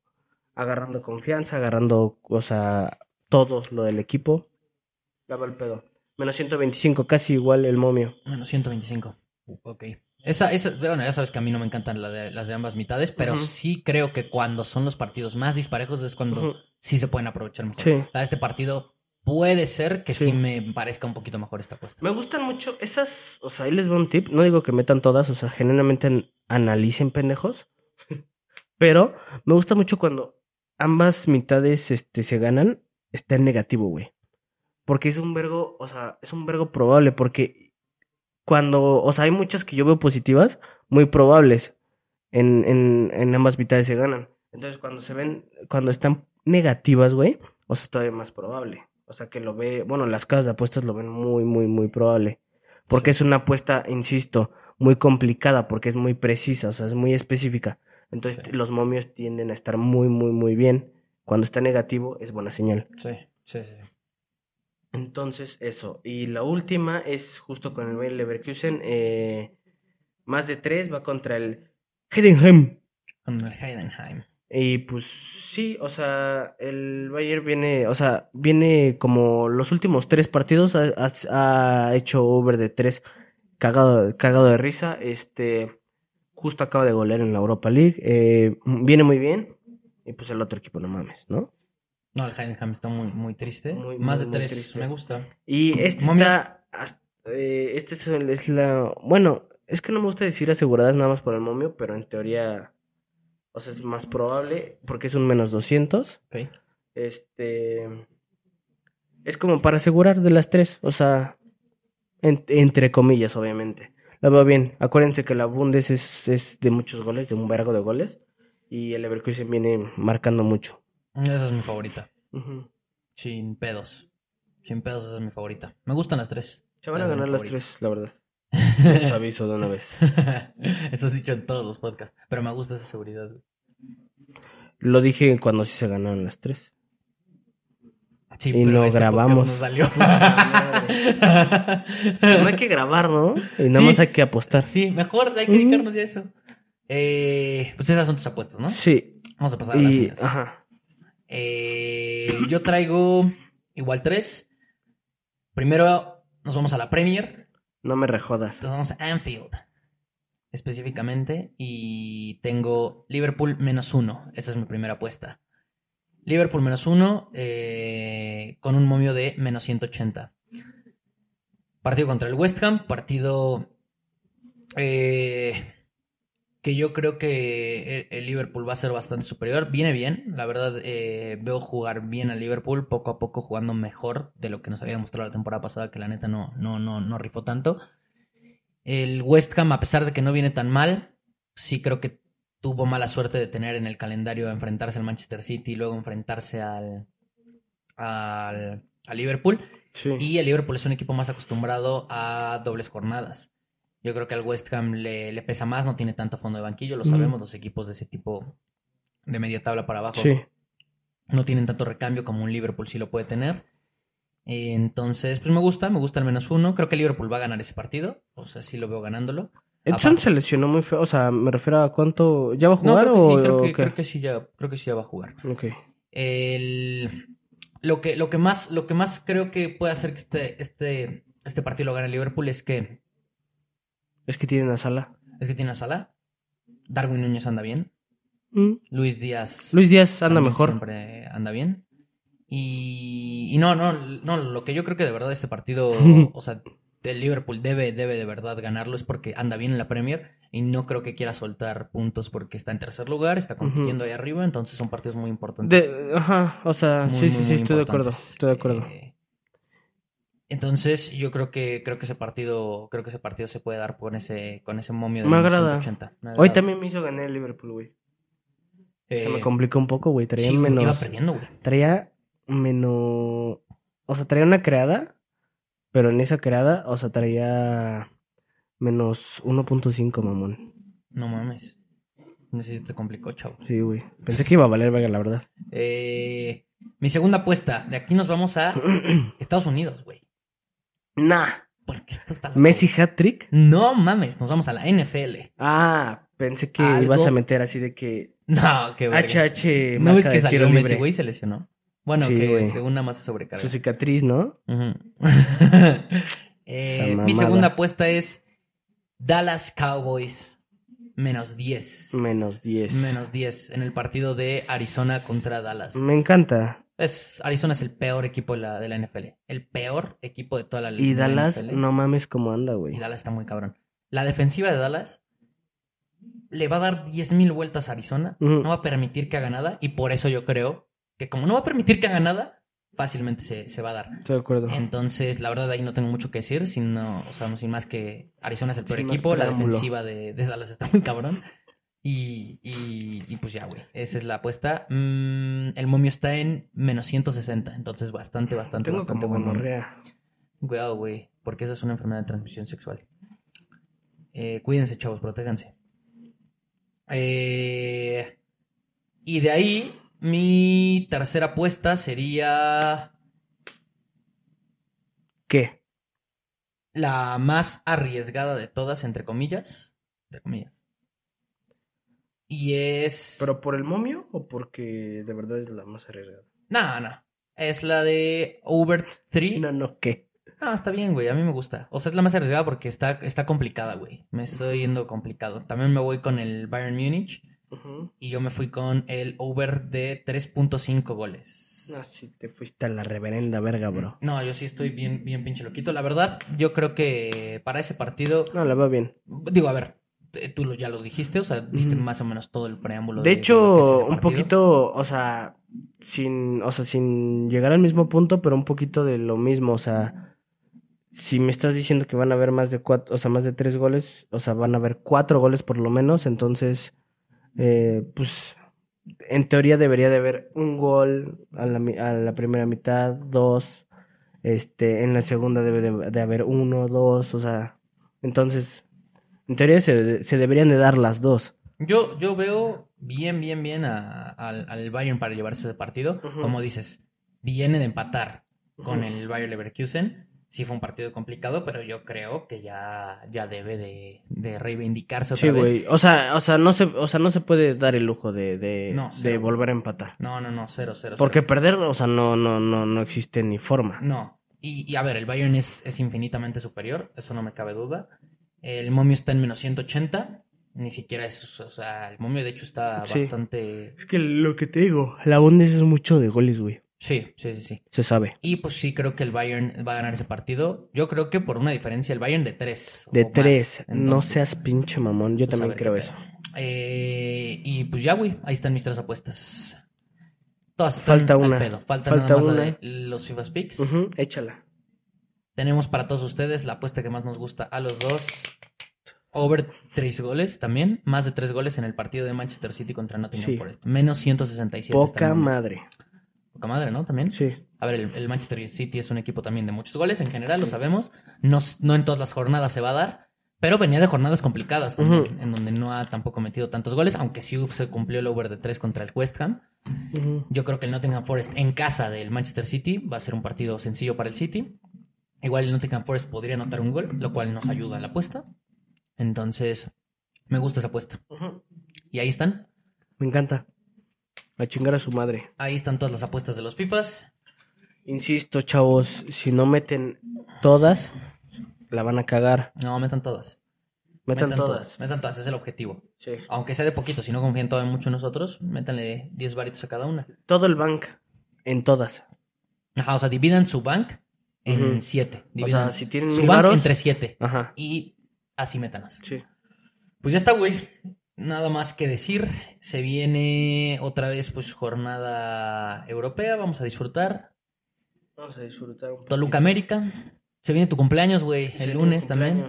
Speaker 2: agarrando confianza, agarrando, o sea, todo lo del equipo. La va el pedo. Menos 125, casi igual el momio.
Speaker 1: Menos 125. Ok. Esa, esa, bueno, ya sabes que a mí no me encantan la de- las de ambas mitades, pero
Speaker 2: Ujú.
Speaker 1: sí creo que cuando son los partidos más disparejos es cuando
Speaker 2: Ujú.
Speaker 1: sí se pueden aprovechar mejor.
Speaker 2: Sí.
Speaker 1: La de este partido puede ser que sí.
Speaker 2: Sí.
Speaker 1: me parezca un poquito mejor esta apuesta.
Speaker 2: Me gustan mucho esas, o sea, ahí les voy un tip, no digo que metan todas, o sea, generalmente an- analicen pendejos, pero me gusta mucho cuando ambas mitades este, se ganan, está en negativo, güey. Porque es un vergo, o sea, es un vergo probable, porque cuando, o sea, hay muchas que yo veo positivas, muy probables, en, en, en ambas mitades se ganan. Entonces, cuando se ven, cuando están negativas, güey, o sea, es todavía más probable. O sea, que lo ve, bueno, las casas de apuestas lo ven muy, muy, muy probable. Porque es una apuesta, insisto, muy complicada, porque es muy precisa, o sea, es muy específica. Entonces,
Speaker 1: Sí.
Speaker 2: los momios tienden a estar muy, muy, muy bien. Cuando está negativo, es buena señal.
Speaker 1: Sí, sí, sí. sí.
Speaker 2: Entonces, eso. Y la última es justo con el Bayer Leverkusen. eh, más de tres va contra el Heidenheim.
Speaker 1: Con el Heidenheim.
Speaker 2: Y pues sí, o sea, el Bayern viene, o sea, viene como los últimos tres partidos ha, ha- ha hecho over de tres, cagado, cagado de risa, este, justo acaba de golear en la Europa League, eh, viene muy bien, y pues el otro equipo no mames, ¿no?
Speaker 1: No, el Heidenheim está muy, muy triste.
Speaker 2: Muy,
Speaker 1: Más
Speaker 2: muy,
Speaker 1: de
Speaker 2: muy
Speaker 1: tres.
Speaker 2: triste.
Speaker 1: Me gusta.
Speaker 2: Y este
Speaker 1: Momia.
Speaker 2: está, hasta- eh, este es, el- es la, bueno, es que no me gusta decir aseguradas nada más por el momio, pero en teoría, o sea, es más probable, porque es un menos 200.
Speaker 1: Ok.
Speaker 2: Este. Es como para asegurar de las tres. O sea. en- entre comillas, obviamente. La veo bien. Acuérdense que la Bundes es, es de muchos goles, de un vergo de goles. Y el Leverkusen viene marcando mucho.
Speaker 1: Esa es mi favorita.
Speaker 2: Ujú.
Speaker 1: Sin pedos. Sin pedos, esa es mi favorita. Me gustan las tres.
Speaker 2: Se van a
Speaker 1: Esa es mi
Speaker 2: ganar las
Speaker 1: favorita.
Speaker 2: tres, la verdad. Les aviso de una vez.
Speaker 1: Eso has dicho en todos los podcasts. Pero me gusta esa seguridad. güey.
Speaker 2: Lo dije cuando sí se ganaron las tres.
Speaker 1: Sí,
Speaker 2: Y lo
Speaker 1: ese podcast No
Speaker 2: grabamos.
Speaker 1: salió.
Speaker 2: Puta Pero hay que grabar, ¿no? Y nada
Speaker 1: Sí.
Speaker 2: más hay que apostar.
Speaker 1: sí, mejor hay que dedicarnos ya a eso. Eh, pues esas son tus apuestas, ¿no?
Speaker 2: Sí.
Speaker 1: Vamos a pasar a las
Speaker 2: Y.
Speaker 1: mías.
Speaker 2: Ajá.
Speaker 1: Eh, yo traigo igual tres. Primero nos vamos a la Premier.
Speaker 2: No me rejodas.
Speaker 1: Nos vamos a Anfield. Específicamente. Y tengo Liverpool menos uno. Esa es mi primera apuesta. Liverpool menos uno. eh, con un momio de menos 180. Partido contra el West Ham. Partido. eh, que yo creo que el- el Liverpool va a ser bastante superior. Viene bien, la verdad eh, veo jugar bien al Liverpool, poco a poco jugando mejor de lo que nos había demostrado la temporada pasada, que la neta no, no, no, no rifó tanto. El West Ham, a pesar de que no viene tan mal, sí creo que tuvo mala suerte de tener en el calendario enfrentarse al Manchester City y luego enfrentarse al, al, al Liverpool.
Speaker 2: Sí.
Speaker 1: Y el Liverpool es un equipo más acostumbrado a dobles jornadas. Yo creo que al West Ham le, le pesa más, no tiene tanto fondo de banquillo, lo
Speaker 2: Ujú.
Speaker 1: sabemos, los equipos de ese tipo de media tabla para abajo
Speaker 2: Sí.
Speaker 1: no tienen tanto recambio como un Liverpool sí lo puede tener. Eh, Entonces, pues me gusta, me gusta al menos uno. Creo que el Liverpool va a ganar ese partido, o sea, sí lo veo ganándolo.
Speaker 2: Edson
Speaker 1: Aparte-
Speaker 2: se lesionó muy feo. O sea, me refiero a cuánto. ¿Ya va a
Speaker 1: No,
Speaker 2: jugar
Speaker 1: creo que
Speaker 2: o,
Speaker 1: sí, creo
Speaker 2: o
Speaker 1: que,
Speaker 2: qué?
Speaker 1: creo que sí ya, creo que sí ya va a jugar.
Speaker 2: Ok.
Speaker 1: El, lo, que, lo, que más, lo que más creo que puede hacer que este, este, este partido lo gane el Liverpool es que
Speaker 2: Es que tienen a sala.
Speaker 1: Es que tiene a Salah. Darwin Núñez anda bien. Luis Díaz.
Speaker 2: Mm, Luis Díaz anda
Speaker 1: también
Speaker 2: mejor.
Speaker 1: Siempre anda bien. Y, y no, no, no, lo que yo creo que de verdad este partido, o sea, el Liverpool debe, debe de verdad ganarlo es porque anda bien en la Premier y no creo que quiera soltar puntos porque está en tercer lugar, está compitiendo ahí arriba, entonces son partidos muy importantes.
Speaker 2: De- ajá, o sea,
Speaker 1: Muy,
Speaker 2: sí,
Speaker 1: muy,
Speaker 2: sí,
Speaker 1: muy
Speaker 2: sí, estoy de acuerdo.
Speaker 1: importantes.
Speaker 2: Estoy de acuerdo.
Speaker 1: Eh, entonces, yo creo que creo que ese partido, creo que ese partido se puede dar con ese con ese momio de
Speaker 2: Me agrada.
Speaker 1: 1980. Me
Speaker 2: Hoy
Speaker 1: agrada.
Speaker 2: también me hizo ganar el Liverpool, güey.
Speaker 1: Eh,
Speaker 2: Se me complicó un poco, güey. Traía
Speaker 1: sí, güey, iba
Speaker 2: menos.
Speaker 1: perdiendo, güey.
Speaker 2: Traía menos. O sea, traía una creada. Pero en esa creada, o sea, traía menos 1.5, mamón.
Speaker 1: No mames. No sé si te complicó, chavo.
Speaker 2: Sí, güey. Pensé que iba a valer verga, la verdad.
Speaker 1: Eh, mi segunda apuesta. De aquí nos vamos a Estados Unidos, güey.
Speaker 2: Nah.
Speaker 1: Porque esto está loco,
Speaker 2: Messi
Speaker 1: güey.
Speaker 2: hat trick.
Speaker 1: No mames, nos vamos a la NFL.
Speaker 2: Ah, pensé que
Speaker 1: Algo.
Speaker 2: ibas a meter así de que
Speaker 1: No, qué verga.
Speaker 2: HH
Speaker 1: ¿No ves
Speaker 2: marca
Speaker 1: que
Speaker 2: de tiro
Speaker 1: salió Messi,
Speaker 2: libre.
Speaker 1: güey? y Se lesionó. Bueno,
Speaker 2: Sí,
Speaker 1: que
Speaker 2: güey.
Speaker 1: según nada más se sobrecarga.
Speaker 2: Su cicatriz, ¿no?
Speaker 1: Ujú. Eh,
Speaker 2: Esa
Speaker 1: mi
Speaker 2: mamada.
Speaker 1: segunda apuesta es Dallas Cowboys menos 10.
Speaker 2: Menos 10.
Speaker 1: Menos 10 en el partido de Arizona contra Dallas.
Speaker 2: Me encanta.
Speaker 1: Es, Arizona es el peor equipo de la, de la NFL. El peor equipo de toda la
Speaker 2: Y
Speaker 1: de la
Speaker 2: Dallas,
Speaker 1: NFL.
Speaker 2: no mames cómo anda, güey.
Speaker 1: Y Dallas está muy cabrón. La defensiva de Dallas le va a dar 10.000 vueltas a Arizona.
Speaker 2: Ujú.
Speaker 1: No va a permitir que haga nada. Y por eso yo creo que como no va a permitir que haga nada, fácilmente se, se va a dar.
Speaker 2: Estoy de acuerdo.
Speaker 1: Entonces, la verdad, ahí no tengo mucho que decir. Sino, o sea, sin más que Arizona es el peor
Speaker 2: Sin más
Speaker 1: equipo. La
Speaker 2: preámbulo.
Speaker 1: defensiva de, de Dallas está muy cabrón. Y, y- y pues ya, güey. Esa es la apuesta. Mm, el momio está en menos 160. Entonces, bastante, bastante,
Speaker 2: Tengo
Speaker 1: bastante
Speaker 2: como
Speaker 1: buen momio.
Speaker 2: gonorrea.
Speaker 1: Cuidado, güey. Porque esa es una enfermedad de transmisión sexual. Eh, cuídense, chavos. Protéganse. Eh, y de ahí, mi tercera apuesta sería...
Speaker 2: ¿Qué?
Speaker 1: la más arriesgada de todas, entre comillas. Entre comillas. Y es.
Speaker 2: por el momio o porque de verdad es la más arriesgada?
Speaker 1: No, no. Es la de Over 3.
Speaker 2: No,
Speaker 1: No.
Speaker 2: no, ¿qué?
Speaker 1: está bien, güey. A mí me gusta. O sea, es la más arriesgada porque está, está complicada, güey. Me estoy yendo complicado. También me voy con el Bayern Múnich. Y yo me fui con el over de 3.5 goles.
Speaker 2: No, si te fuiste a la reverenda verga, bro.
Speaker 1: No, yo sí estoy bien, bien pinche loquito. La verdad, yo creo que para ese partido
Speaker 2: No, la va bien.
Speaker 1: Digo, a ver, eh, tú lo- ya lo dijiste, o sea, diste
Speaker 2: Ujú.
Speaker 1: más o menos todo el preámbulo.
Speaker 2: De
Speaker 1: lo que es ese
Speaker 2: hecho, un
Speaker 1: partido.
Speaker 2: poquito, o sea, sin, o sea, sin llegar al mismo punto, pero un poquito de lo mismo, o sea, si me estás diciendo que van a haber más de cuatro, o sea, más de tres goles, o sea, van a haber cuatro goles por lo menos, entonces, eh, pues, en teoría debería de haber un gol a la, mi- a la primera mitad, dos, este, en la segunda debe de, de haber uno, dos, o sea, entonces, en teoría se, se deberían de dar las dos.
Speaker 1: Yo, yo veo bien, bien, bien a- al, al Bayern para llevarse ese partido.
Speaker 2: Ujú.
Speaker 1: Como dices, viene de empatar con
Speaker 2: Ujú.
Speaker 1: el Bayern Leverkusen. Sí fue un partido complicado, pero yo creo que ya, ya debe de, de reivindicarse otra
Speaker 2: Sí,
Speaker 1: vez.
Speaker 2: güey. O sea, o sea, no se, o sea, no se puede dar el lujo de, de,
Speaker 1: No,
Speaker 2: de
Speaker 1: cero.
Speaker 2: volver a empatar.
Speaker 1: No, no, no, cero, cero.
Speaker 2: Porque
Speaker 1: cero.
Speaker 2: perder, o sea, no, no, no, no existe ni forma.
Speaker 1: No. Y, y a ver, el Bayern es, es infinitamente superior, eso no me cabe duda. El momio está en menos 180. Ni siquiera es, o sea, el momio de hecho está
Speaker 2: Sí.
Speaker 1: bastante...
Speaker 2: Es que lo que te digo, la Bundes es mucho de goles, güey.
Speaker 1: Sí, sí, sí, sí.
Speaker 2: Se sabe.
Speaker 1: Y pues sí creo que el Bayern va a ganar ese partido. Yo creo que por una diferencia, el Bayern de tres.
Speaker 2: De
Speaker 1: o más.
Speaker 2: tres. no
Speaker 1: Entonces,
Speaker 2: seas pinche mamón. Yo
Speaker 1: pues, a
Speaker 2: también
Speaker 1: ver
Speaker 2: creo
Speaker 1: qué
Speaker 2: eso.
Speaker 1: pedo. Eh, y pues ya, güey, ahí están mis tres apuestas. Todas están
Speaker 2: Falta
Speaker 1: al
Speaker 2: una.
Speaker 1: pedo. Falta,
Speaker 2: Falta
Speaker 1: nada más la
Speaker 2: una.
Speaker 1: de los FIFA Picks.
Speaker 2: Ujú, échala.
Speaker 1: Tenemos para todos ustedes la apuesta que más nos gusta a los dos. Over tres goles también. Más de tres goles en el partido de Manchester City contra Nottingham
Speaker 2: Sí.
Speaker 1: Forest. Menos 167. está
Speaker 2: Poca
Speaker 1: en-
Speaker 2: madre.
Speaker 1: Poca madre, ¿no? También.
Speaker 2: Sí.
Speaker 1: A ver, el, el Manchester City es un equipo también de muchos goles, en general, lo sabemos. No, s- no en todas las jornadas se va a dar, pero venía de jornadas complicadas también,
Speaker 2: Ujú.
Speaker 1: en donde no ha tampoco metido tantos goles, aunque sí se cumplió el over de 3 contra el West Ham.
Speaker 2: Ujú.
Speaker 1: Yo creo que el Nottingham Forest en casa del Manchester City va a ser un partido sencillo para el City. Igual el Nottingham Forest podría anotar un gol, lo cual nos ayuda a la apuesta. Entonces, me gusta esa apuesta.
Speaker 2: Ujú.
Speaker 1: Y ahí están.
Speaker 2: Me encanta. A chingar a su madre.
Speaker 1: Ahí están todas las apuestas de los FIFAs.
Speaker 2: Insisto, chavos, si no meten todas, la van a cagar.
Speaker 1: No, metan todas.
Speaker 2: Metan, todas.
Speaker 1: Metan todas, es el objetivo.
Speaker 2: Sí.
Speaker 1: aunque sea de poquito, si no confían todavía mucho en nosotros, métanle 10 varitos a cada una.
Speaker 2: Todo el bank. En todas.
Speaker 1: Ajá, o sea, dividan su bank en
Speaker 2: Ujú.
Speaker 1: 7.
Speaker 2: O sea, si tienen
Speaker 1: su
Speaker 2: mil
Speaker 1: bank
Speaker 2: varos-
Speaker 1: entre 7.
Speaker 2: Ajá.
Speaker 1: Y así métanos.
Speaker 2: Sí.
Speaker 1: Pues ya está, güey. Nada más que decir. Se viene otra vez, pues, jornada europea. Vamos a disfrutar.
Speaker 2: Vamos a disfrutar un
Speaker 1: Toluca América. Se viene tu cumpleaños, güey. El lunes también.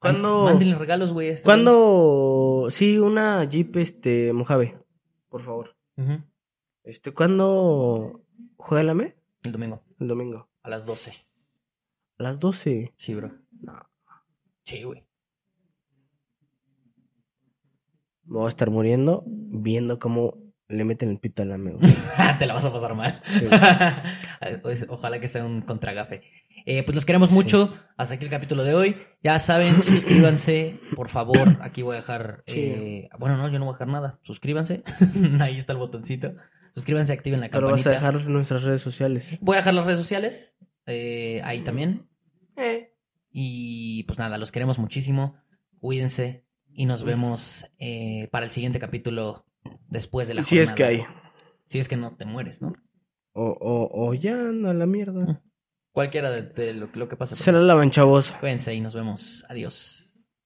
Speaker 2: ¿Cuándo?
Speaker 1: Mándenle regalos, güey. a este
Speaker 2: ¿Cuándo? Sí, una Jeep, este, Mojave. Por favor.
Speaker 1: güey. Ujú.
Speaker 2: Este, ¿cuándo juega la ME?
Speaker 1: El domingo,
Speaker 2: El domingo.
Speaker 1: a las 12.
Speaker 2: A las 12.
Speaker 1: Sí, bro.
Speaker 2: No.
Speaker 1: Sí, güey.
Speaker 2: Me voy a estar muriendo viendo cómo le meten el pito a la ME.
Speaker 1: Te la vas a pasar mal.
Speaker 2: Sí.
Speaker 1: Pues, Ojalá que sea un contragafe. Eh, pues los queremos mucho. Hasta aquí el capítulo de hoy. Ya saben, suscríbanse, por favor. Aquí voy a dejar.
Speaker 2: Sí.
Speaker 1: eh, bueno, no, yo no voy a dejar nada. Suscríbanse. Ahí está el botoncito. Suscríbanse, activen la
Speaker 2: Pero
Speaker 1: campanita.
Speaker 2: vas a dejar nuestras redes sociales.
Speaker 1: Voy a dejar las redes sociales. eh, ahí también. Eh. Y pues nada, los queremos muchísimo. Cuídense. Y nos vemos eh, para el siguiente capítulo después de la
Speaker 2: Si es
Speaker 1: jornada.
Speaker 2: que hay.
Speaker 1: Si es que no te mueres, ¿no?
Speaker 2: O, o, o ya, no, a la
Speaker 1: Mm.
Speaker 2: mierda.
Speaker 1: Cualquiera de, de lo, lo que pasa.
Speaker 2: Se la lavan, chavos.
Speaker 1: Cuídense y nos vemos. Adiós.